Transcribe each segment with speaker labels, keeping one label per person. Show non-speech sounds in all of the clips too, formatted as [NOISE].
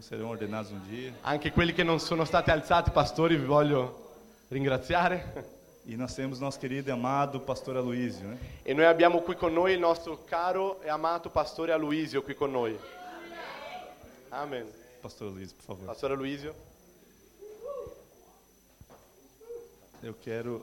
Speaker 1: serão ordenados um dia.
Speaker 2: Anche quelli che non sono stati alzati, pastori, vi voglio ringraziare.
Speaker 1: E nós temos nosso querido e amado pastor Aloysio, né?
Speaker 2: E noi abbiamo qui con noi il nostro caro e amato pastore Aloisio qui con noi. Amen.
Speaker 1: Pastor Aloysio, por favor.
Speaker 2: Pastore Aloisio.
Speaker 1: Eu quero.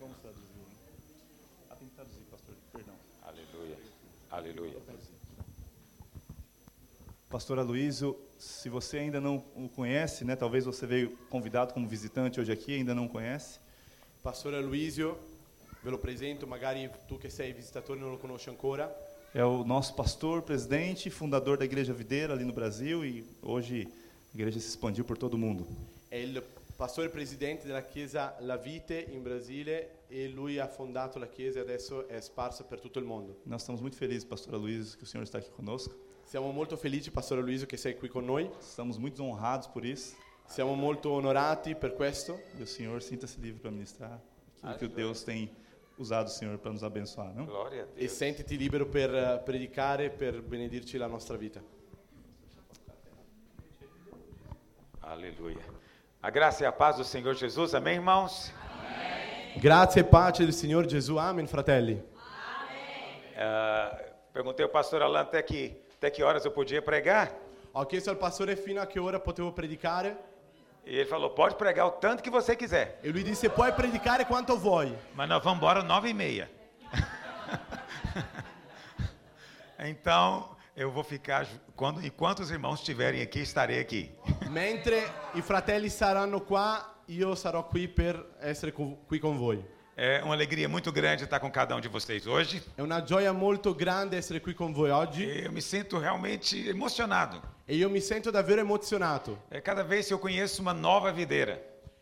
Speaker 1: Vamos traduzir. né? Ah, tem que traduzir, pastor. Perdão.
Speaker 3: Aleluia. Aleluia.
Speaker 1: Pastor Aloysio, se você ainda não o conhece, né, talvez você veio convidado como visitante hoje aqui, ainda não conhece,
Speaker 2: Pastore Luisio, ve lo presento, magari tu che sei visitatore non lo conosci ancora.
Speaker 1: é o nosso pastor, presidente, fundador da Igreja Videira ali no Brasil e hoje a igreja se expandiu por todo o mundo.
Speaker 2: È il pastore presidente della chiesa La Vite in Brasile e lui ha fondato la chiesa e adesso è sparsa per tutto il mondo.
Speaker 1: Nós estamos muito felizes, pastor Aloysio, que o senhor está aqui conosco.
Speaker 2: Siamo molto felici, Pastore Luisio, che sei qui con noi.
Speaker 1: Estamos muito honrados por isso.
Speaker 2: Siamo molto onorati per questo.
Speaker 1: E o senhor sinta-se livre para ministrar aquilo que o Deus tem usado o senhor para nos abençoar, não?
Speaker 3: Glória a
Speaker 2: E
Speaker 3: Deus.
Speaker 2: sentiti libero per eh, predicare, per benedirci la nostra vita.
Speaker 3: Aleluia. A graça e a paz do Senhor Jesus. Amém, irmãos?
Speaker 2: Grazie e pace del Signore Gesù. Amen, fratelli.
Speaker 3: Ah, perguntei ao pastor Alan até que, até que horas eu podia pregar.
Speaker 2: Ho chiesto al pastore fino a che ora potevo predicare
Speaker 3: E ele falou, pode pregar o tanto que você quiser.
Speaker 2: e lui disse puoi predicare quanto vuoi.
Speaker 3: Mas nós vamos embora nove e meia. [LAUGHS] então, eu vou ficar, ju- quando, enquanto os irmãos estiverem aqui, estarei aqui.
Speaker 2: Mentre i fratelli saranno qua, io sarò qui per essere co- qui con voi.
Speaker 3: É uma alegria muito grande estar com cada um de vocês hoje.
Speaker 2: È una gioia molto grande essere qui con voi oggi
Speaker 3: Eu me sinto realmente emocionado.
Speaker 2: e io mi sento davvero emozionato.
Speaker 3: É cada vez que eu conheço uma nova videira,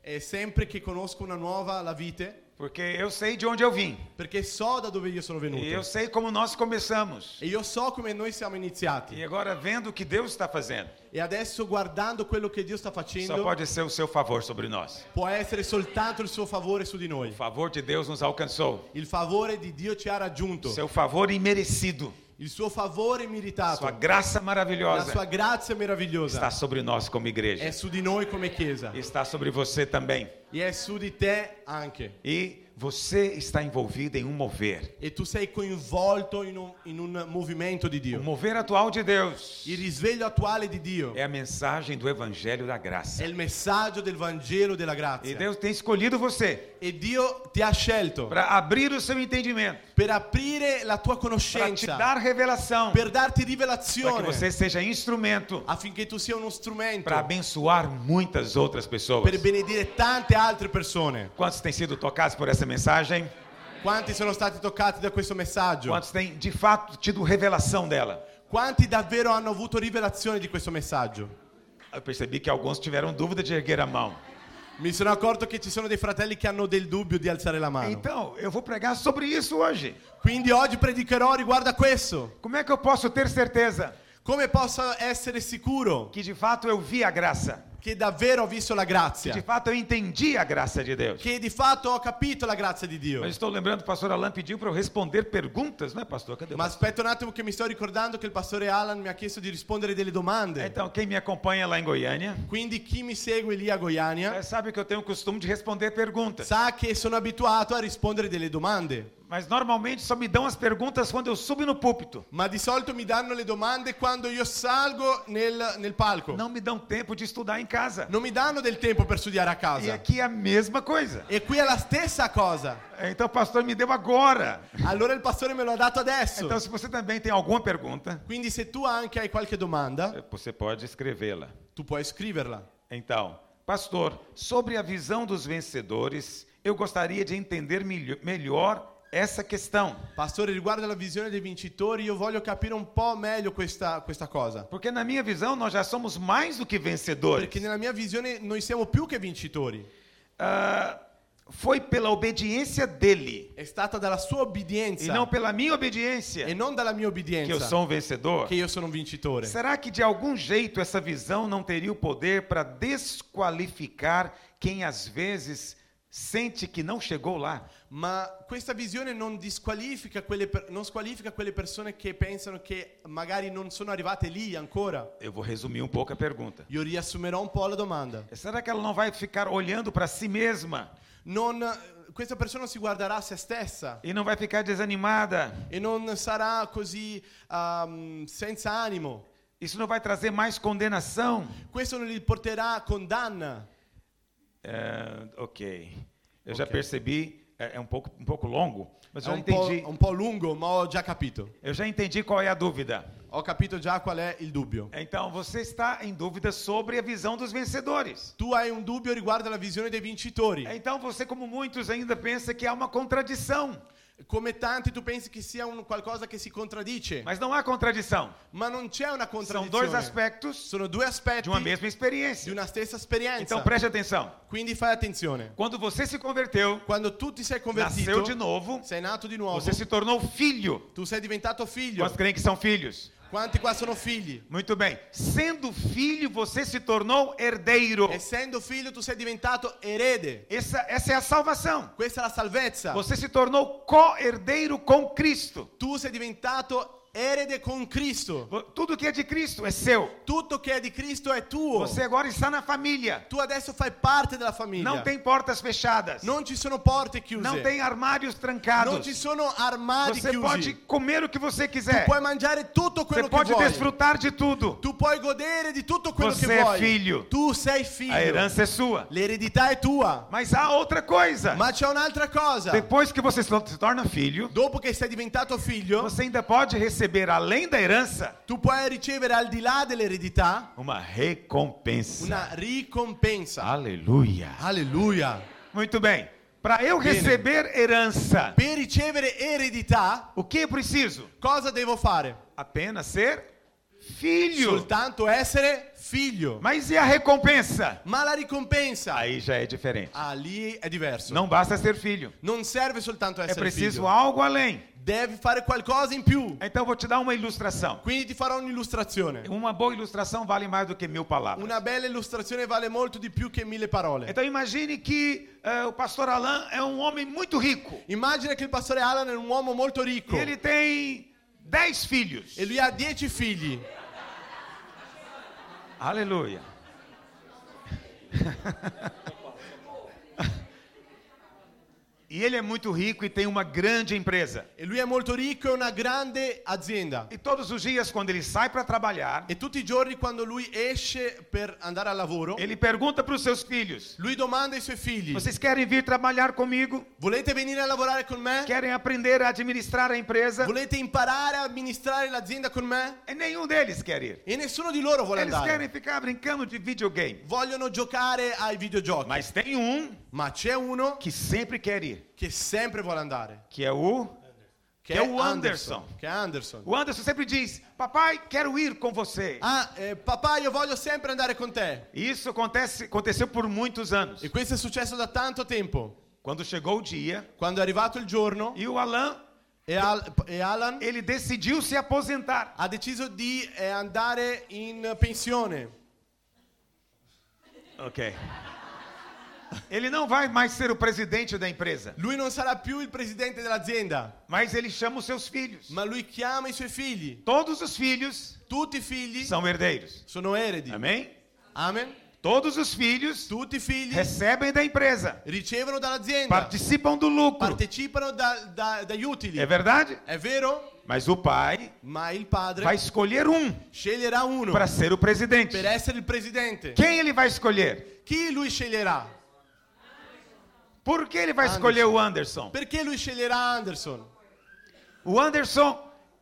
Speaker 2: E sempre che conosco una nuova la vite,
Speaker 3: porque eu sei de onde eu vim
Speaker 2: perché so da dove io sono venuto
Speaker 3: e eu sei como nós começamos.
Speaker 2: e io so come noi siamo iniziati.
Speaker 3: E agora vendo o que Deus está fazendo,
Speaker 2: E adesso guardando quello che Dio sta
Speaker 3: só
Speaker 2: facendo,
Speaker 3: pode ser o seu favor sobre nós.
Speaker 2: può essere soltanto il suo favore su di noi.
Speaker 3: O favor de Deus nos alcançou.
Speaker 2: Il favore di Dio ci ha raggiunto,
Speaker 3: Seu favor imerecido,
Speaker 2: il suo favore
Speaker 3: sua
Speaker 2: meritato,
Speaker 3: graça
Speaker 2: la sua
Speaker 3: maravilhosa
Speaker 2: grazia
Speaker 3: está
Speaker 2: meravigliosa
Speaker 3: sobre nós como
Speaker 2: è
Speaker 3: igreja.
Speaker 2: su di noi come Chiesa.
Speaker 3: Está sobre você também.
Speaker 2: E è su di te anche.
Speaker 3: E você está envolvido em um mover.
Speaker 2: E tu sei coinvolto in un, in un movimento di
Speaker 3: O
Speaker 2: Dio.
Speaker 3: mover atual de Deus
Speaker 2: Il risveglio attuale di Dio
Speaker 3: é a mensagem do evangelho da
Speaker 2: è
Speaker 3: graça.
Speaker 2: il messaggio del Vangelo della
Speaker 3: E
Speaker 2: grazia.
Speaker 3: Deus tem escolhido você
Speaker 2: E Dio ti ha scelto
Speaker 3: para abrir o seu entendimento,
Speaker 2: per aprire la tua
Speaker 3: para te
Speaker 2: conoscenza,
Speaker 3: dar revelação,
Speaker 2: per darti
Speaker 3: para que
Speaker 2: rivelazione,
Speaker 3: você seja instrumento
Speaker 2: affinché tu sia uno strumento
Speaker 3: para abençoar muitas outras pessoas.
Speaker 2: per benedire tante altre persone.
Speaker 3: Quantos têm sido tocados por essa mensagem?
Speaker 2: Quanti sono stati toccati da questo messaggio?
Speaker 3: Quantos têm de fato tido revelação dela?
Speaker 2: Quanti davvero hanno avuto rivelazione di questo messaggio?
Speaker 3: Eu percebi que alguns tiveram dúvida de erguer a mão.
Speaker 2: Mi sono accorto che ci sono dei fratelli che hanno del dubbio di alzare la mano.
Speaker 3: Então, eu vou pregar sobre isso hoje.
Speaker 2: Quindi oggi predicherò riguardo a questo.
Speaker 3: Como é que eu posso ter certeza
Speaker 2: Come posso essere sicuro
Speaker 3: que de fato eu vi a graça?
Speaker 2: che davvero ho visto la
Speaker 3: Que de
Speaker 2: grazia?
Speaker 3: fato eu entendi a graça de Deus?
Speaker 2: Che di fatto ho capito la grazia di Dio.
Speaker 3: Mas estou lembrando que o pastor Alain pediu para eu responder perguntas, né, pastor? Cadê o
Speaker 2: Ma aspetta un attimo che mi sto ricordando che il pastore Alan mi ha chiesto di rispondere delle domande.
Speaker 3: Então, quem me acompanha lá em Goiânia
Speaker 2: Quindi chi mi segue lì a Goiânia
Speaker 3: é, sabe que eu tenho o costume de responder perguntas.
Speaker 2: sa che sono abituato a rispondere delle domande.
Speaker 3: Mas normalmente só me dão as perguntas quando eu subo no púlpito.
Speaker 2: Ma di solito mi danno le domande quando io salgo nel, nel palco.
Speaker 3: Não me dão tempo de estudar em casa.
Speaker 2: Non mi danno del tempo per studiare a
Speaker 3: E
Speaker 2: casa.
Speaker 3: aqui é a mesma coisa.
Speaker 2: E qui è la stessa cosa.
Speaker 3: Então o pastor me deu agora.
Speaker 2: Allora il pastore me lo ha dato adesso.
Speaker 3: Então se você também tem alguma pergunta,
Speaker 2: Quindi se tu anche hai qualche domanda,
Speaker 3: você pode escrevê-la.
Speaker 2: tu puoi scriverla.
Speaker 3: Então, pastor, sobre a visão dos vencedores, eu gostaria de entender milho- melhor essa questão.
Speaker 2: Pastore, riguardo alla visione dei vincitori, io voglio capire un po' meglio questa, questa cosa.
Speaker 3: Porque na minha visão nós já somos mais do que vencedores.
Speaker 2: Perché nella mia visione noi siamo più che vincitori.
Speaker 3: Ah, foi pela obediência dele
Speaker 2: È stata dalla sua
Speaker 3: e
Speaker 2: obbedienza
Speaker 3: não pela minha obediência
Speaker 2: e non dalla mia
Speaker 3: que
Speaker 2: obbedienza
Speaker 3: eu sou um vencedor.
Speaker 2: che io sono un vincitore.
Speaker 3: Será que de algum jeito essa visão não teria o poder para desqualificar quem às vezes sente que não chegou lá?
Speaker 2: Ma questa visione non, disqualifica quelle per- non squalifica quelle persone che pensano che magari non sono arrivate lì ancora.
Speaker 3: Eu vou resumir um pouco a pergunta.
Speaker 2: Io riassumerò un po' la domanda.
Speaker 3: Será que ela não vai ficar olhando para si mesma
Speaker 2: Non- questa persona si guarderà a se stessa
Speaker 3: e não vai ficar desanimada?
Speaker 2: e non sarà così ehm, senza animo.
Speaker 3: Isso não vai trazer mais condenação?
Speaker 2: Questo non li porterà a condanna.
Speaker 3: É, ok. É um Eu já percebi, é, é um, pouco, um pouco longo, mas
Speaker 2: È
Speaker 3: eu já
Speaker 2: un po',
Speaker 3: entendi.
Speaker 2: un po' lungo, ma ho già capito.
Speaker 3: Eu já entendi qual é a dúvida.
Speaker 2: Ho capito già qual è il dubbio.
Speaker 3: Então, você está em dúvida sobre a visão dos vencedores.
Speaker 2: Tu hai un dubbio riguardo alla visione dei vincitori.
Speaker 3: Então, você, como muitos, ainda pensa que há uma contradição.
Speaker 2: Come tanti tu pensi che sia un qualcosa che si contraddice,
Speaker 3: Mas não há contradição.
Speaker 2: ma non c'è una
Speaker 3: São dois
Speaker 2: contraddizione.
Speaker 3: aspectos
Speaker 2: Sono due
Speaker 3: de
Speaker 2: aspetti
Speaker 3: é. uma mesma
Speaker 2: di
Speaker 3: experiência.
Speaker 2: una stessa esperienza.
Speaker 3: Então, preste atenção.
Speaker 2: Quindi fai attenzione.
Speaker 3: Quando você se converteu,
Speaker 2: Quando tu ti sei
Speaker 3: nasceu de
Speaker 2: convertito,
Speaker 3: novo,
Speaker 2: sei nato di nuovo,
Speaker 3: você se tornou filho.
Speaker 2: tu sei diventato figlio.
Speaker 3: Quantos creem que são filhos?
Speaker 2: Quanti qua sono figli?
Speaker 3: Muito bem. Sendo filho, você se tornou herdeiro.
Speaker 2: Essendo figlio tu sei diventato erede.
Speaker 3: Essa, essa é a salvação.
Speaker 2: Questa è la salvezza.
Speaker 3: Você se tornou co-herdeiro com Cristo.
Speaker 2: Tu sei diventato erede con Cristo.
Speaker 3: Vo- Tudo que é de Cristo é seu.
Speaker 2: Tutto che è di Cristo è tuo.
Speaker 3: Você agora está na família.
Speaker 2: Tu adesso fai parte della famiglia.
Speaker 3: Não tem portas fechadas.
Speaker 2: Non ci sono porte chiuse.
Speaker 3: Não tem
Speaker 2: Non
Speaker 3: armários
Speaker 2: ci
Speaker 3: trancados.
Speaker 2: sono armadi
Speaker 3: Você
Speaker 2: chiusi.
Speaker 3: pode comer o que você quiser.
Speaker 2: Puoi mangiare tutto quello
Speaker 3: Você
Speaker 2: che
Speaker 3: pode
Speaker 2: vuoi.
Speaker 3: desfrutar de tudo.
Speaker 2: Tu puoi godere di tutto quello
Speaker 3: Você
Speaker 2: che
Speaker 3: è
Speaker 2: vuoi.
Speaker 3: figlio.
Speaker 2: Tu sei figlio.
Speaker 3: A herança é sua.
Speaker 2: L'eredità è tua.
Speaker 3: Mas há outra coisa.
Speaker 2: Ma c'è un'altra cosa.
Speaker 3: Depois que você so- se torna filho,
Speaker 2: Dopo che sei diventato figlio,
Speaker 3: você ainda pode receber, além da herança,
Speaker 2: tu puoi ricevere al di là dell'eredità
Speaker 3: uma recompensa.
Speaker 2: una
Speaker 3: Ah.
Speaker 2: ricompensa.
Speaker 3: Aleluia.
Speaker 2: Alleluia.
Speaker 3: Muito bem. Para eu
Speaker 2: Bene.
Speaker 3: receber herança,
Speaker 2: Per ricevere eredità,
Speaker 3: o que eu preciso?
Speaker 2: cosa devo fare?
Speaker 3: Apenas ser filho.
Speaker 2: Soltanto essere figlio.
Speaker 3: Mas e a recompensa?
Speaker 2: Ma la ricompensa
Speaker 3: Aí já é diferente.
Speaker 2: ah, lì è diverso.
Speaker 3: Não basta ser filho.
Speaker 2: Non serve soltanto
Speaker 3: É
Speaker 2: essere
Speaker 3: preciso
Speaker 2: figlio.
Speaker 3: algo além.
Speaker 2: Devi fare qualcosa in più.
Speaker 3: Então vou te dar uma ilustração.
Speaker 2: Quindi ti farò un'illustrazione.
Speaker 3: É. Uma boa ilustração vale mais do que mil palavras.
Speaker 2: Una bella illustrazione vale molto di più che mille parole.
Speaker 3: Então imagine que eh, o pastor Alain é um homem muito rico.
Speaker 2: Immagina che il pastore Alan è un uomo molto
Speaker 3: E
Speaker 2: ricco
Speaker 3: ele tem dez filhos.
Speaker 2: e lui ha dieci figli.
Speaker 3: Aleluia. [LAUGHS] e ele é muito rico e tem uma grande empresa.
Speaker 2: E lui è molto ricco e una grande azienda.
Speaker 3: E todos os dias, quando ele sai para trabalhar,
Speaker 2: E tutti i giorni quando lui esce per andare al lavoro,
Speaker 3: ele pergunta para os seus filhos:
Speaker 2: lui domanda ai suoi figli,
Speaker 3: Vocês querem vir trabalhar comigo?
Speaker 2: volete venire a lavorare con me?
Speaker 3: Querem aprender a administrar a empresa?
Speaker 2: Volete imparare a amministrare l'azienda con me?
Speaker 3: E nenhum deles quer ir.
Speaker 2: E nessuno di loro vuole
Speaker 3: Eles
Speaker 2: andare.
Speaker 3: querem ficar brincando de videogame.
Speaker 2: Vogliono giocare ai videogiochi.
Speaker 3: Mas tem um
Speaker 2: Ma c'è uno
Speaker 3: que sempre quer ir,
Speaker 2: che sempre vuole andare.
Speaker 3: que é o
Speaker 2: Che,
Speaker 3: Che è Anderson.
Speaker 2: Che è Anderson.
Speaker 3: O Anderson sempre diz: "Papai, quero ir com você".
Speaker 2: Ah, eh, papà, io voglio sempre andare con te.
Speaker 3: E Isso acontece, aconteceu por muitos anos.
Speaker 2: E questo è successo da tanto tempo.
Speaker 3: Quando chegou o dia
Speaker 2: Quando è arrivato il giorno
Speaker 3: e o Alan,
Speaker 2: e, Al- e Alan
Speaker 3: ele decidiu se aposentar.
Speaker 2: ha deciso di eh, andare in pensione.
Speaker 3: OK. Ele não vai mais ser o presidente da empresa,
Speaker 2: Lui non sarà più il presidente dell'azienda,
Speaker 3: mas ele chama os seus filhos.
Speaker 2: ma lui chiama i suoi figli.
Speaker 3: Todos os filhos
Speaker 2: Tutti i figli
Speaker 3: são herdeiros.
Speaker 2: sono eredi.
Speaker 3: Amém?
Speaker 2: Amen.
Speaker 3: Todos os filhos
Speaker 2: Tutti i figli
Speaker 3: recebem da empresa,
Speaker 2: ricevono dall'azienda,
Speaker 3: participam do lucro.
Speaker 2: partecipano da- da- dagli utili.
Speaker 3: É verdade?
Speaker 2: È vero,
Speaker 3: Mas o pai
Speaker 2: ma il padre
Speaker 3: vai escolher um
Speaker 2: sceglierà uno
Speaker 3: para ser o presidente.
Speaker 2: per essere il presidente.
Speaker 3: Quem ele vai escolher?
Speaker 2: Chi lui sceglierà?
Speaker 3: Por que ele vai escolher o Anderson?
Speaker 2: Perché lui sceglierà Anderson?
Speaker 3: O Anderson,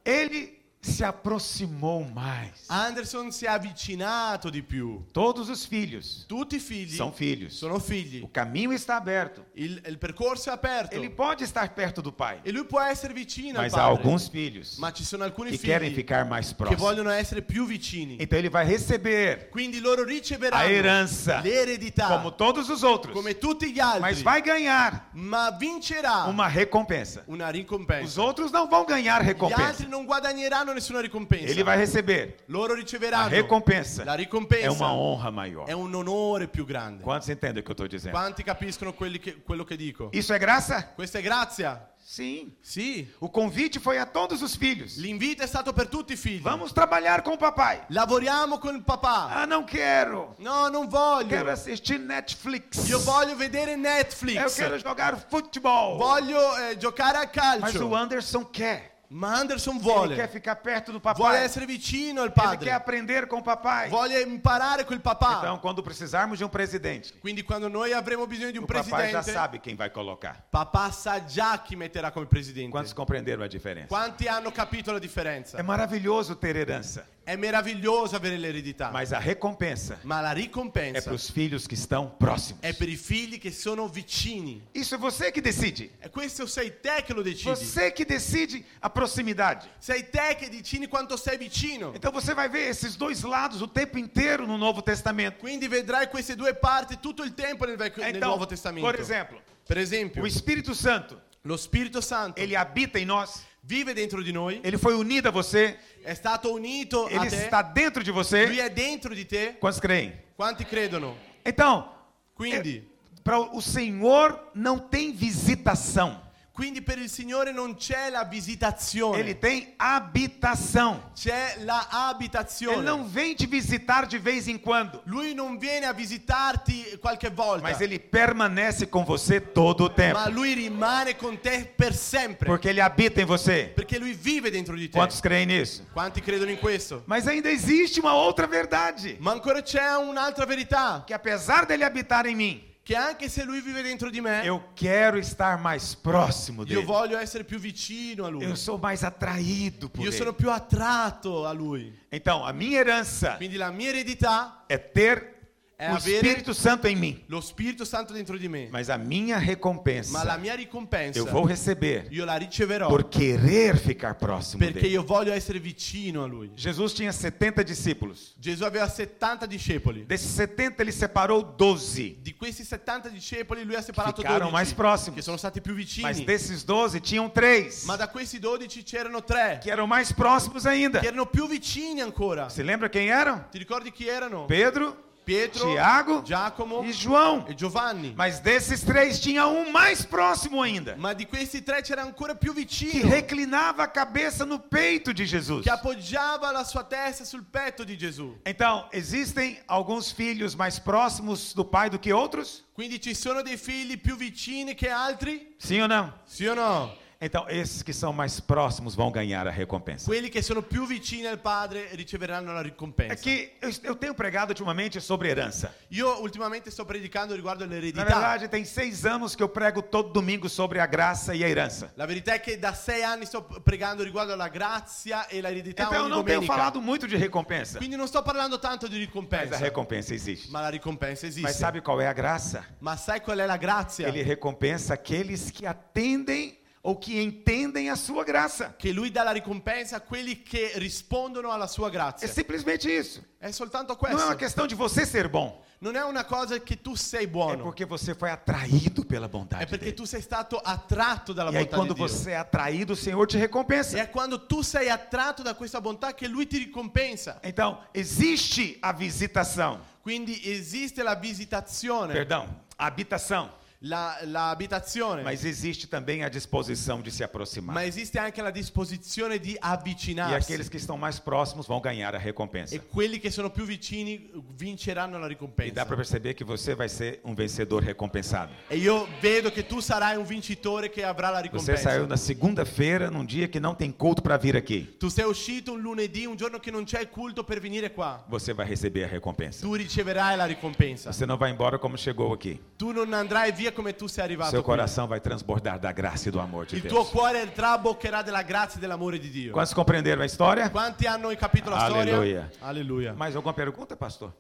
Speaker 3: ele se aproximou mais.
Speaker 2: Anderson si è avvicinato di più.
Speaker 3: Todos os filhos
Speaker 2: Tutti i figli
Speaker 3: são filhos.
Speaker 2: sono figli.
Speaker 3: O caminho está aberto.
Speaker 2: Il, il percorso è aperto.
Speaker 3: Ele pode estar perto do pai,
Speaker 2: e lui può essere vicino al
Speaker 3: mas há
Speaker 2: padre.
Speaker 3: alguns filhos
Speaker 2: Ma ci sono alcuni
Speaker 3: um que
Speaker 2: figli
Speaker 3: querem ficar mais
Speaker 2: che
Speaker 3: próximos.
Speaker 2: vogliono essere più vicini.
Speaker 3: Então ele vai receber
Speaker 2: Quindi loro
Speaker 3: a
Speaker 2: riceveranno
Speaker 3: herança,
Speaker 2: l'eredità
Speaker 3: Ah, como todos os outros,
Speaker 2: come tutti gli altri.
Speaker 3: mas vai ganhar
Speaker 2: ma vincerà
Speaker 3: uma recompensa.
Speaker 2: una
Speaker 3: Os
Speaker 2: ricompensa.
Speaker 3: outros não vão ganhar
Speaker 2: Gli altri
Speaker 3: recompensa.
Speaker 2: non guadagneranno nessuna ricompensa.
Speaker 3: Ele vai receber
Speaker 2: Loro
Speaker 3: a
Speaker 2: riceveranno
Speaker 3: recompensa.
Speaker 2: la um ricompensa.
Speaker 3: É uma honra maior.
Speaker 2: È un onore più grande.
Speaker 3: Quantos entendem o que eu estou dizendo?
Speaker 2: Quanti capiscono quelli che- quello che dico?
Speaker 3: Isso é graça?
Speaker 2: Questa è grazia.
Speaker 3: Sim.
Speaker 2: Sì.
Speaker 3: O convite foi a todos os filhos.
Speaker 2: L'invito è stato per tutti i figli.
Speaker 3: Vamos trabalhar com o papai.
Speaker 2: Lavoriamo con il papà.
Speaker 3: Ah, não quero.
Speaker 2: No, non voglio.
Speaker 3: Quero assistir Netflix.
Speaker 2: Io voglio vedere
Speaker 3: Eu
Speaker 2: Netflix.
Speaker 3: quero jogar futebol.
Speaker 2: Voglio eh, giocare a
Speaker 3: Mas o
Speaker 2: calcio.
Speaker 3: Anderson quer.
Speaker 2: Ma Anderson
Speaker 3: Ele quer
Speaker 2: vuole.
Speaker 3: ficar perto do
Speaker 2: Vuole
Speaker 3: papai.
Speaker 2: essere vicino al
Speaker 3: Ele quer
Speaker 2: é padre. é
Speaker 3: aprender com o papai.
Speaker 2: Voglio imparare col papà.
Speaker 3: Então, quando precisarmos de um presidente,
Speaker 2: Quindi quando noi avremo bisogno di un
Speaker 3: o papai já
Speaker 2: Um presidente,
Speaker 3: sabe quem vai colocar.
Speaker 2: papà sa già chi metterà come presidente.
Speaker 3: Quantos compreenderam a diferença?
Speaker 2: Quanti hanno capito la
Speaker 3: É
Speaker 2: differenza?
Speaker 3: maravilhoso ter herança,
Speaker 2: È meraviglioso avere l'eredità,
Speaker 3: mas a recompensa
Speaker 2: ma la
Speaker 3: é
Speaker 2: ricompensa
Speaker 3: para os filhos que estão próximos.
Speaker 2: è per i figli che sono vicini.
Speaker 3: Isso é você que decide.
Speaker 2: E questo sei te che lo decidi.
Speaker 3: Você que decide a proximidade.
Speaker 2: Sei te che decidi quanto sei vicino.
Speaker 3: Então você vai ver esses dois lados o tempo inteiro no Novo Testamento.
Speaker 2: Quindi vedrai queste due parti tutto il tempo nel, Vecchio- nel
Speaker 3: Então,
Speaker 2: Nuovo Testamento.
Speaker 3: por exemplo,
Speaker 2: Per esempio,
Speaker 3: o Espírito Santo,
Speaker 2: lo Spirito Santo
Speaker 3: ele habita em nós,
Speaker 2: vive dentro di noi,
Speaker 3: ele foi unido a você,
Speaker 2: è stato unito a
Speaker 3: ele
Speaker 2: te,
Speaker 3: está dentro de
Speaker 2: lui
Speaker 3: você.
Speaker 2: è dentro di te.
Speaker 3: Quantos creem?
Speaker 2: Quanti credono?
Speaker 3: Então,
Speaker 2: Quindi,
Speaker 3: para o Senhor não tem visitação,
Speaker 2: quindi per il Signore non c'è la visitazione,
Speaker 3: ele tem habitação.
Speaker 2: c'è la abitazione.
Speaker 3: Ele não vem te visitar de vez em quando,
Speaker 2: Lui non viene a visitarti qualche volta,
Speaker 3: mas ele permanece com você todo o tempo,
Speaker 2: ma lui rimane con te per sempre,
Speaker 3: Eh. porque ele habita em você.
Speaker 2: perché lui vive dentro di te.
Speaker 3: Quantos creem nisso?
Speaker 2: Quanti credono in questo?
Speaker 3: Mas ainda existe uma outra verdade,
Speaker 2: Ma ancora c'è un'altra verità,
Speaker 3: que apesar dele habitar em mim,
Speaker 2: che anche se lui vive dentro di me,
Speaker 3: eu quero estar mais próximo
Speaker 2: io
Speaker 3: dele.
Speaker 2: voglio essere più vicino a lui.
Speaker 3: Eu sou mais atraído por
Speaker 2: Io sono
Speaker 3: ele.
Speaker 2: più attratto a lui.
Speaker 3: Então, a minha herança
Speaker 2: Quindi la mia eredità
Speaker 3: é ter
Speaker 2: É
Speaker 3: o
Speaker 2: haver-
Speaker 3: Espírito Santo em mim.
Speaker 2: lo Spirito Santo dentro di me,
Speaker 3: Mas a minha
Speaker 2: ma la
Speaker 3: recompensa
Speaker 2: mia ricompensa
Speaker 3: eu vou receber
Speaker 2: io la riceverò.
Speaker 3: por querer ficar próximo
Speaker 2: Perché
Speaker 3: dele.
Speaker 2: io voglio essere vicino a lui.
Speaker 3: Jesus tinha 70 discípulos.
Speaker 2: Gesù aveva 70 discepoli.
Speaker 3: Desses 70, ele separou 12.
Speaker 2: Di questi 70 discepoli lui ha separato 12
Speaker 3: Ficarono mais prossimi.
Speaker 2: che sono stati più
Speaker 3: Mas
Speaker 2: vicini.
Speaker 3: desses 12, tinham 3
Speaker 2: Ma da questi 12 c'erano 3
Speaker 3: que eram mais próximos ainda.
Speaker 2: che erano più vicini ancora.
Speaker 3: Se lembra quem eram?
Speaker 2: Ti ricordi chi erano?
Speaker 3: Pedro,
Speaker 2: Pietro,
Speaker 3: Tiago
Speaker 2: Giacomo
Speaker 3: e João.
Speaker 2: e Giovanni.
Speaker 3: Mas desses três, tinha um mais próximo ainda,
Speaker 2: Ma di questi tre c'era ancora più
Speaker 3: que
Speaker 2: vicino
Speaker 3: reclinava a cabeça no peito de Jesus.
Speaker 2: che appoggiava la sua testa sul petto di Gesù.
Speaker 3: Então, existem alguns filhos mais próximos do pai do que outros?
Speaker 2: Quindi ci sono dei figli più vicini che altri?
Speaker 3: Sim ou não?
Speaker 2: Sì o no?
Speaker 3: Então, esses que são mais próximos vão ganhar a recompensa.
Speaker 2: Quelli che sono più vicini al Padre riceveranno la
Speaker 3: É
Speaker 2: ricompensa.
Speaker 3: que eu, eu tenho pregado ultimamente sobre herança.
Speaker 2: Io ultimamente sto predicando riguardo
Speaker 3: Na
Speaker 2: all'eredità.
Speaker 3: verdade, tem seis anos que eu prego todo domingo sobre a graça e a herança.
Speaker 2: La verità è che da sei anni sto pregando riguardo alla grazia e l'eredità
Speaker 3: Então, eu
Speaker 2: ogni
Speaker 3: não tenho
Speaker 2: domenica.
Speaker 3: falado muito de recompensa,
Speaker 2: Quindi non sto parlando tanto di
Speaker 3: mas
Speaker 2: ricompensa,
Speaker 3: a recompensa existe.
Speaker 2: Esatto, ma la ricompensa esiste.
Speaker 3: Mas sabe qual é a graça?
Speaker 2: Ma sai qual è la grazia?
Speaker 3: Ele recompensa aqueles que atendem ou que entendem a sua graça.
Speaker 2: Che lui dà la ricompensa a quelli che rispondono alla sua
Speaker 3: É
Speaker 2: grazia.
Speaker 3: simplesmente isso.
Speaker 2: È soltanto
Speaker 3: Não é uma
Speaker 2: questo.
Speaker 3: questão de você ser bom.
Speaker 2: Non è una cosa che tu sei
Speaker 3: É
Speaker 2: buono,
Speaker 3: porque você foi atraído pela
Speaker 2: è
Speaker 3: bondade
Speaker 2: perché
Speaker 3: dele.
Speaker 2: É tu sei stato attratto dalla
Speaker 3: E aí
Speaker 2: bontà di
Speaker 3: quando
Speaker 2: Dio.
Speaker 3: você é atraído, o Senhor te
Speaker 2: E é
Speaker 3: recompensa.
Speaker 2: è quando tu sei attratto da questa bontà che lui ti ricompensa.
Speaker 3: Então, existe a visitação.
Speaker 2: Quindi esiste la visitazione,
Speaker 3: Perdão, a habitação.
Speaker 2: la, la abitazione, ma,
Speaker 3: Mas existe também a disposição de se aproximar.
Speaker 2: esiste anche la disposizione di
Speaker 3: E
Speaker 2: avvicinarsi.
Speaker 3: aqueles que estão mais próximos vão ganhar a recompensa.
Speaker 2: E quelli che sono più vicini vinceranno la
Speaker 3: E dá
Speaker 2: ricompensa.
Speaker 3: para perceber que você vai ser um vencedor recompensado.
Speaker 2: E io vedo che tu sarai un vincitore che avrà la
Speaker 3: Você
Speaker 2: ricompensa.
Speaker 3: saiu na segunda-feira, num dia que não tem culto para vir aqui.
Speaker 2: Tu sei uscito un lunedì, un giorno che non c'è il culto per venire qua.
Speaker 3: Você vai receber a recompensa.
Speaker 2: Tu riceverai la ricompensa.
Speaker 3: Você não vai embora como chegou aqui.
Speaker 2: Tu non andrai via come tu sei arrivato
Speaker 3: Seu
Speaker 2: qui.
Speaker 3: coração vai transbordar da graça e do amor de
Speaker 2: Il tuo
Speaker 3: Deus.
Speaker 2: cuore traboccherà della grazia e dell'amore di Dio.
Speaker 3: Quantos compreenderam a história?
Speaker 2: Quanti hanno capito la
Speaker 3: Alleluia.
Speaker 2: storia? Alleluia.
Speaker 3: Mais alguma pergunta, pastor?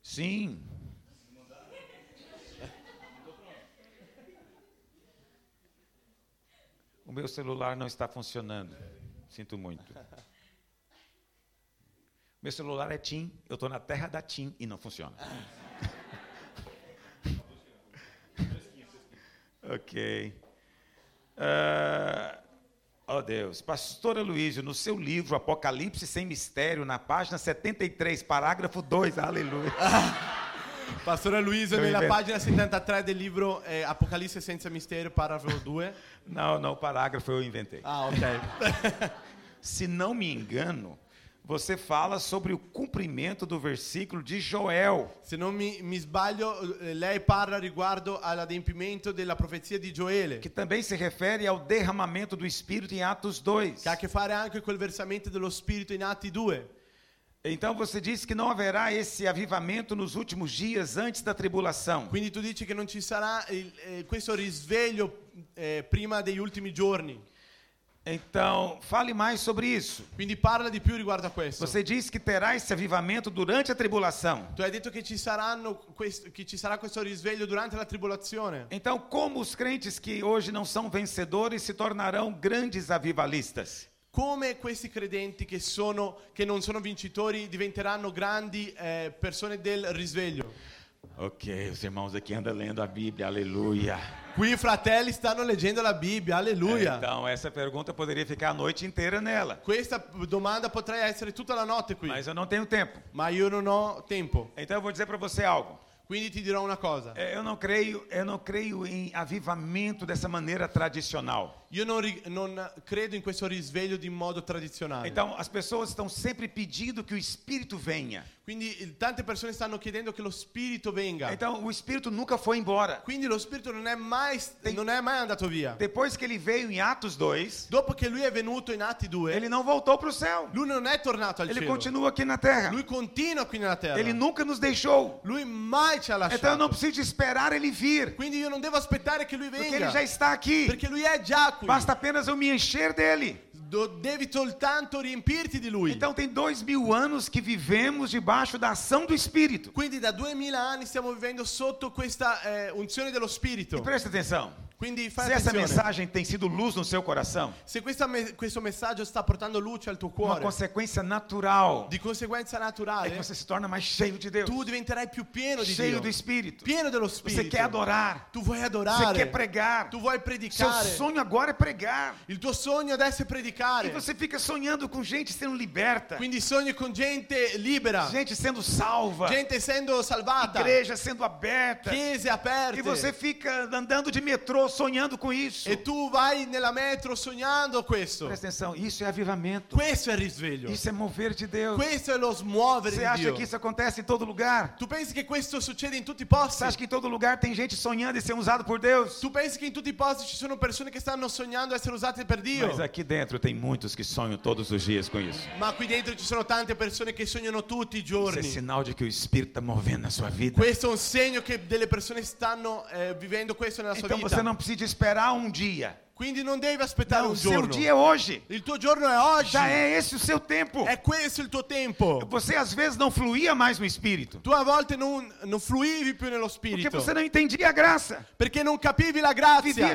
Speaker 3: Sim. O meu celular não está funcionando. Sinto muito. Meu celular é TIM, eu estou na terra da TIM e não funciona. [LAUGHS] ok. Ah, Oh Deus, pastora Luísio, no seu livro Apocalipse sem Mistério, na página 73, parágrafo 2, aleluia.
Speaker 2: Pastore Luiso,
Speaker 3: Devo
Speaker 2: nella
Speaker 3: invent-
Speaker 2: pagina 73 del libro eh, Apocalisse senza mistero, paragrafo 2.
Speaker 3: Não, não, parágrafo eu inventei.
Speaker 2: Ah, ok.
Speaker 3: Se não me engano, você fala sobre o cumprimento do versículo de Joel.
Speaker 2: Se non mi, mi sbaglio, eh, lei parla riguardo all'adempimento della profezia di Gioele,
Speaker 3: que
Speaker 2: che
Speaker 3: também se refere ao derramamento do Espírito em Atos 2.
Speaker 2: ha a che fare anche col versamento dello Spirito in Atti 2.
Speaker 3: Então você diz que não haverá esse avivamento nos últimos dias antes da tribulação.
Speaker 2: Quindi tu dici che non ci sarà il- eh, questo risveglio eh, prima degli ultimi giorni.
Speaker 3: Então, fale mais sobre isso.
Speaker 2: Quindi parla di più riguardo a questo.
Speaker 3: Você diz que terá esse avivamento durante a tribulação.
Speaker 2: Tu hai detto che ci, saranno quest- che ci sarà questo risveglio durante la tribolazione.
Speaker 3: Então, como os crentes que hoje não são vencedores se tornarão grandes avivalistas?
Speaker 2: Come questi credenti che, sono, che non sono vincitori diventeranno grandi eh, persone del risveglio.
Speaker 3: Ok, os irmãos aqui andam lendo a Bíblia, aleluia.
Speaker 2: Qui i fratelli stanno leggendo la Bibbia, alleluia.
Speaker 3: Então, essa pergunta poderia ficar a noite inteira nela,
Speaker 2: Questa domanda potrà essere tutta la notte qui,
Speaker 3: mas eu não tenho tempo.
Speaker 2: ma io non ho tempo.
Speaker 3: Então, eu vou dizer para você algo.
Speaker 2: Quindi ti dirò una cosa.
Speaker 3: É, Eu não creio, eu não creio em avivamento dessa maneira tradicional.
Speaker 2: Io non, ri- non credo in questo risveglio di modo tradizionale.
Speaker 3: Então, as pessoas estão sempre pedindo que o espírito venha.
Speaker 2: Quindi il- tante persone stanno chiedendo che lo spirito venga.
Speaker 3: Então, o espírito nunca foi embora.
Speaker 2: Quindi lo spirito non è mai, non è mai andato via.
Speaker 3: Depois que ele veio em Atos 2,
Speaker 2: Dopo che lui è venuto in Atti 2,
Speaker 3: ele não voltou para o céu.
Speaker 2: lui non è tornato al
Speaker 3: Ele
Speaker 2: cielo.
Speaker 3: continua aqui na terra.
Speaker 2: Lui continua qui nella terra.
Speaker 3: Ele nunca nos deixou.
Speaker 2: Lui mai ci ha
Speaker 3: Então, eu
Speaker 2: lasciato.
Speaker 3: não preciso de esperar ele vir,
Speaker 2: Quindi io non devo aspettare che lui
Speaker 3: porque ele já
Speaker 2: venga.
Speaker 3: está aqui.
Speaker 2: Perché lui è già qui.
Speaker 3: Basta apenas eu me encher dele.
Speaker 2: Do- devi soltanto riempirti di lui.
Speaker 3: Então, tem dois mil anos que vivemos debaixo da ação do espírito.
Speaker 2: Quindi da 2000 anni stiamo vivendo sotto questa eh, unzione dello Spirito.
Speaker 3: Presta atenção. né?
Speaker 2: Quindi fai
Speaker 3: Se essa
Speaker 2: attenzione.
Speaker 3: mensagem tem sido luz no seu coração,
Speaker 2: Se questa me- questo messaggio sta portando luce al tuo
Speaker 3: uma
Speaker 2: cuore,
Speaker 3: consequência natural
Speaker 2: di conseguenza
Speaker 3: é que
Speaker 2: naturale,
Speaker 3: você Ecco, se torna mais cheio de Deus,
Speaker 2: tu diventerai più pieno di
Speaker 3: cheio
Speaker 2: Dio,
Speaker 3: do Espírito.
Speaker 2: pieno dello
Speaker 3: Você quer
Speaker 2: Spirito.
Speaker 3: adorar,
Speaker 2: Tu vuoi
Speaker 3: você quer
Speaker 2: adorare,
Speaker 3: pregar.
Speaker 2: tu vuoi
Speaker 3: Seu
Speaker 2: predicare.
Speaker 3: sonho agora é pregar.
Speaker 2: Il tuo sogno adesso è
Speaker 3: E
Speaker 2: predicare.
Speaker 3: você fica sonhando com gente sendo liberta,
Speaker 2: Quindi sogni con gente libera,
Speaker 3: gente sendo salva,
Speaker 2: gente essendo salvata,
Speaker 3: igreja sendo aberta.
Speaker 2: chiese
Speaker 3: E você
Speaker 2: aperte.
Speaker 3: fica andando de metrô sonhando com isso.
Speaker 2: E tu vai nella metro sognando questo.
Speaker 3: Presta atenção, isso é avivamento.
Speaker 2: Questo è il risveglio.
Speaker 3: Isso é mover de Deus.
Speaker 2: Questo è lo smuovere
Speaker 3: Você
Speaker 2: di
Speaker 3: acha
Speaker 2: Dio.
Speaker 3: que isso acontece em todo lugar?
Speaker 2: Tu pensi che questo succede in tutti i
Speaker 3: Você acha
Speaker 2: posti?
Speaker 3: que em todo lugar tem gente sonhando e sendo usado por Deus?
Speaker 2: Tu pensi che in tutti i posti ci sono persone che stanno sognando essere usate per Dio?
Speaker 3: Mas aqui dentro tem muitos que sonham todos os dias com isso. é
Speaker 2: Ma qui dentro ci sono tante persone che sognano tutti i
Speaker 3: Isso é
Speaker 2: giorni.
Speaker 3: sinal de que o Espírito está movendo a sua vida.
Speaker 2: Questo è un segno che delle persone stanno eh, vivendo questo nella sua
Speaker 3: Então você
Speaker 2: vita.
Speaker 3: não precisa esperar um dia.
Speaker 2: Quindi non devi aspettare
Speaker 3: Não,
Speaker 2: un
Speaker 3: o seu
Speaker 2: Tá giorno.
Speaker 3: dia é hoje.
Speaker 2: Il tuo giorno è oggi.
Speaker 3: Já é esse o seu tempo.
Speaker 2: È questo il tuo tempo.
Speaker 3: Você às vezes não fluía mais no Espírito.
Speaker 2: Tu a volte non, non fluivi più nello
Speaker 3: Porque
Speaker 2: spirito.
Speaker 3: você não entendia a graça.
Speaker 2: Perché non capivi la
Speaker 3: Vivia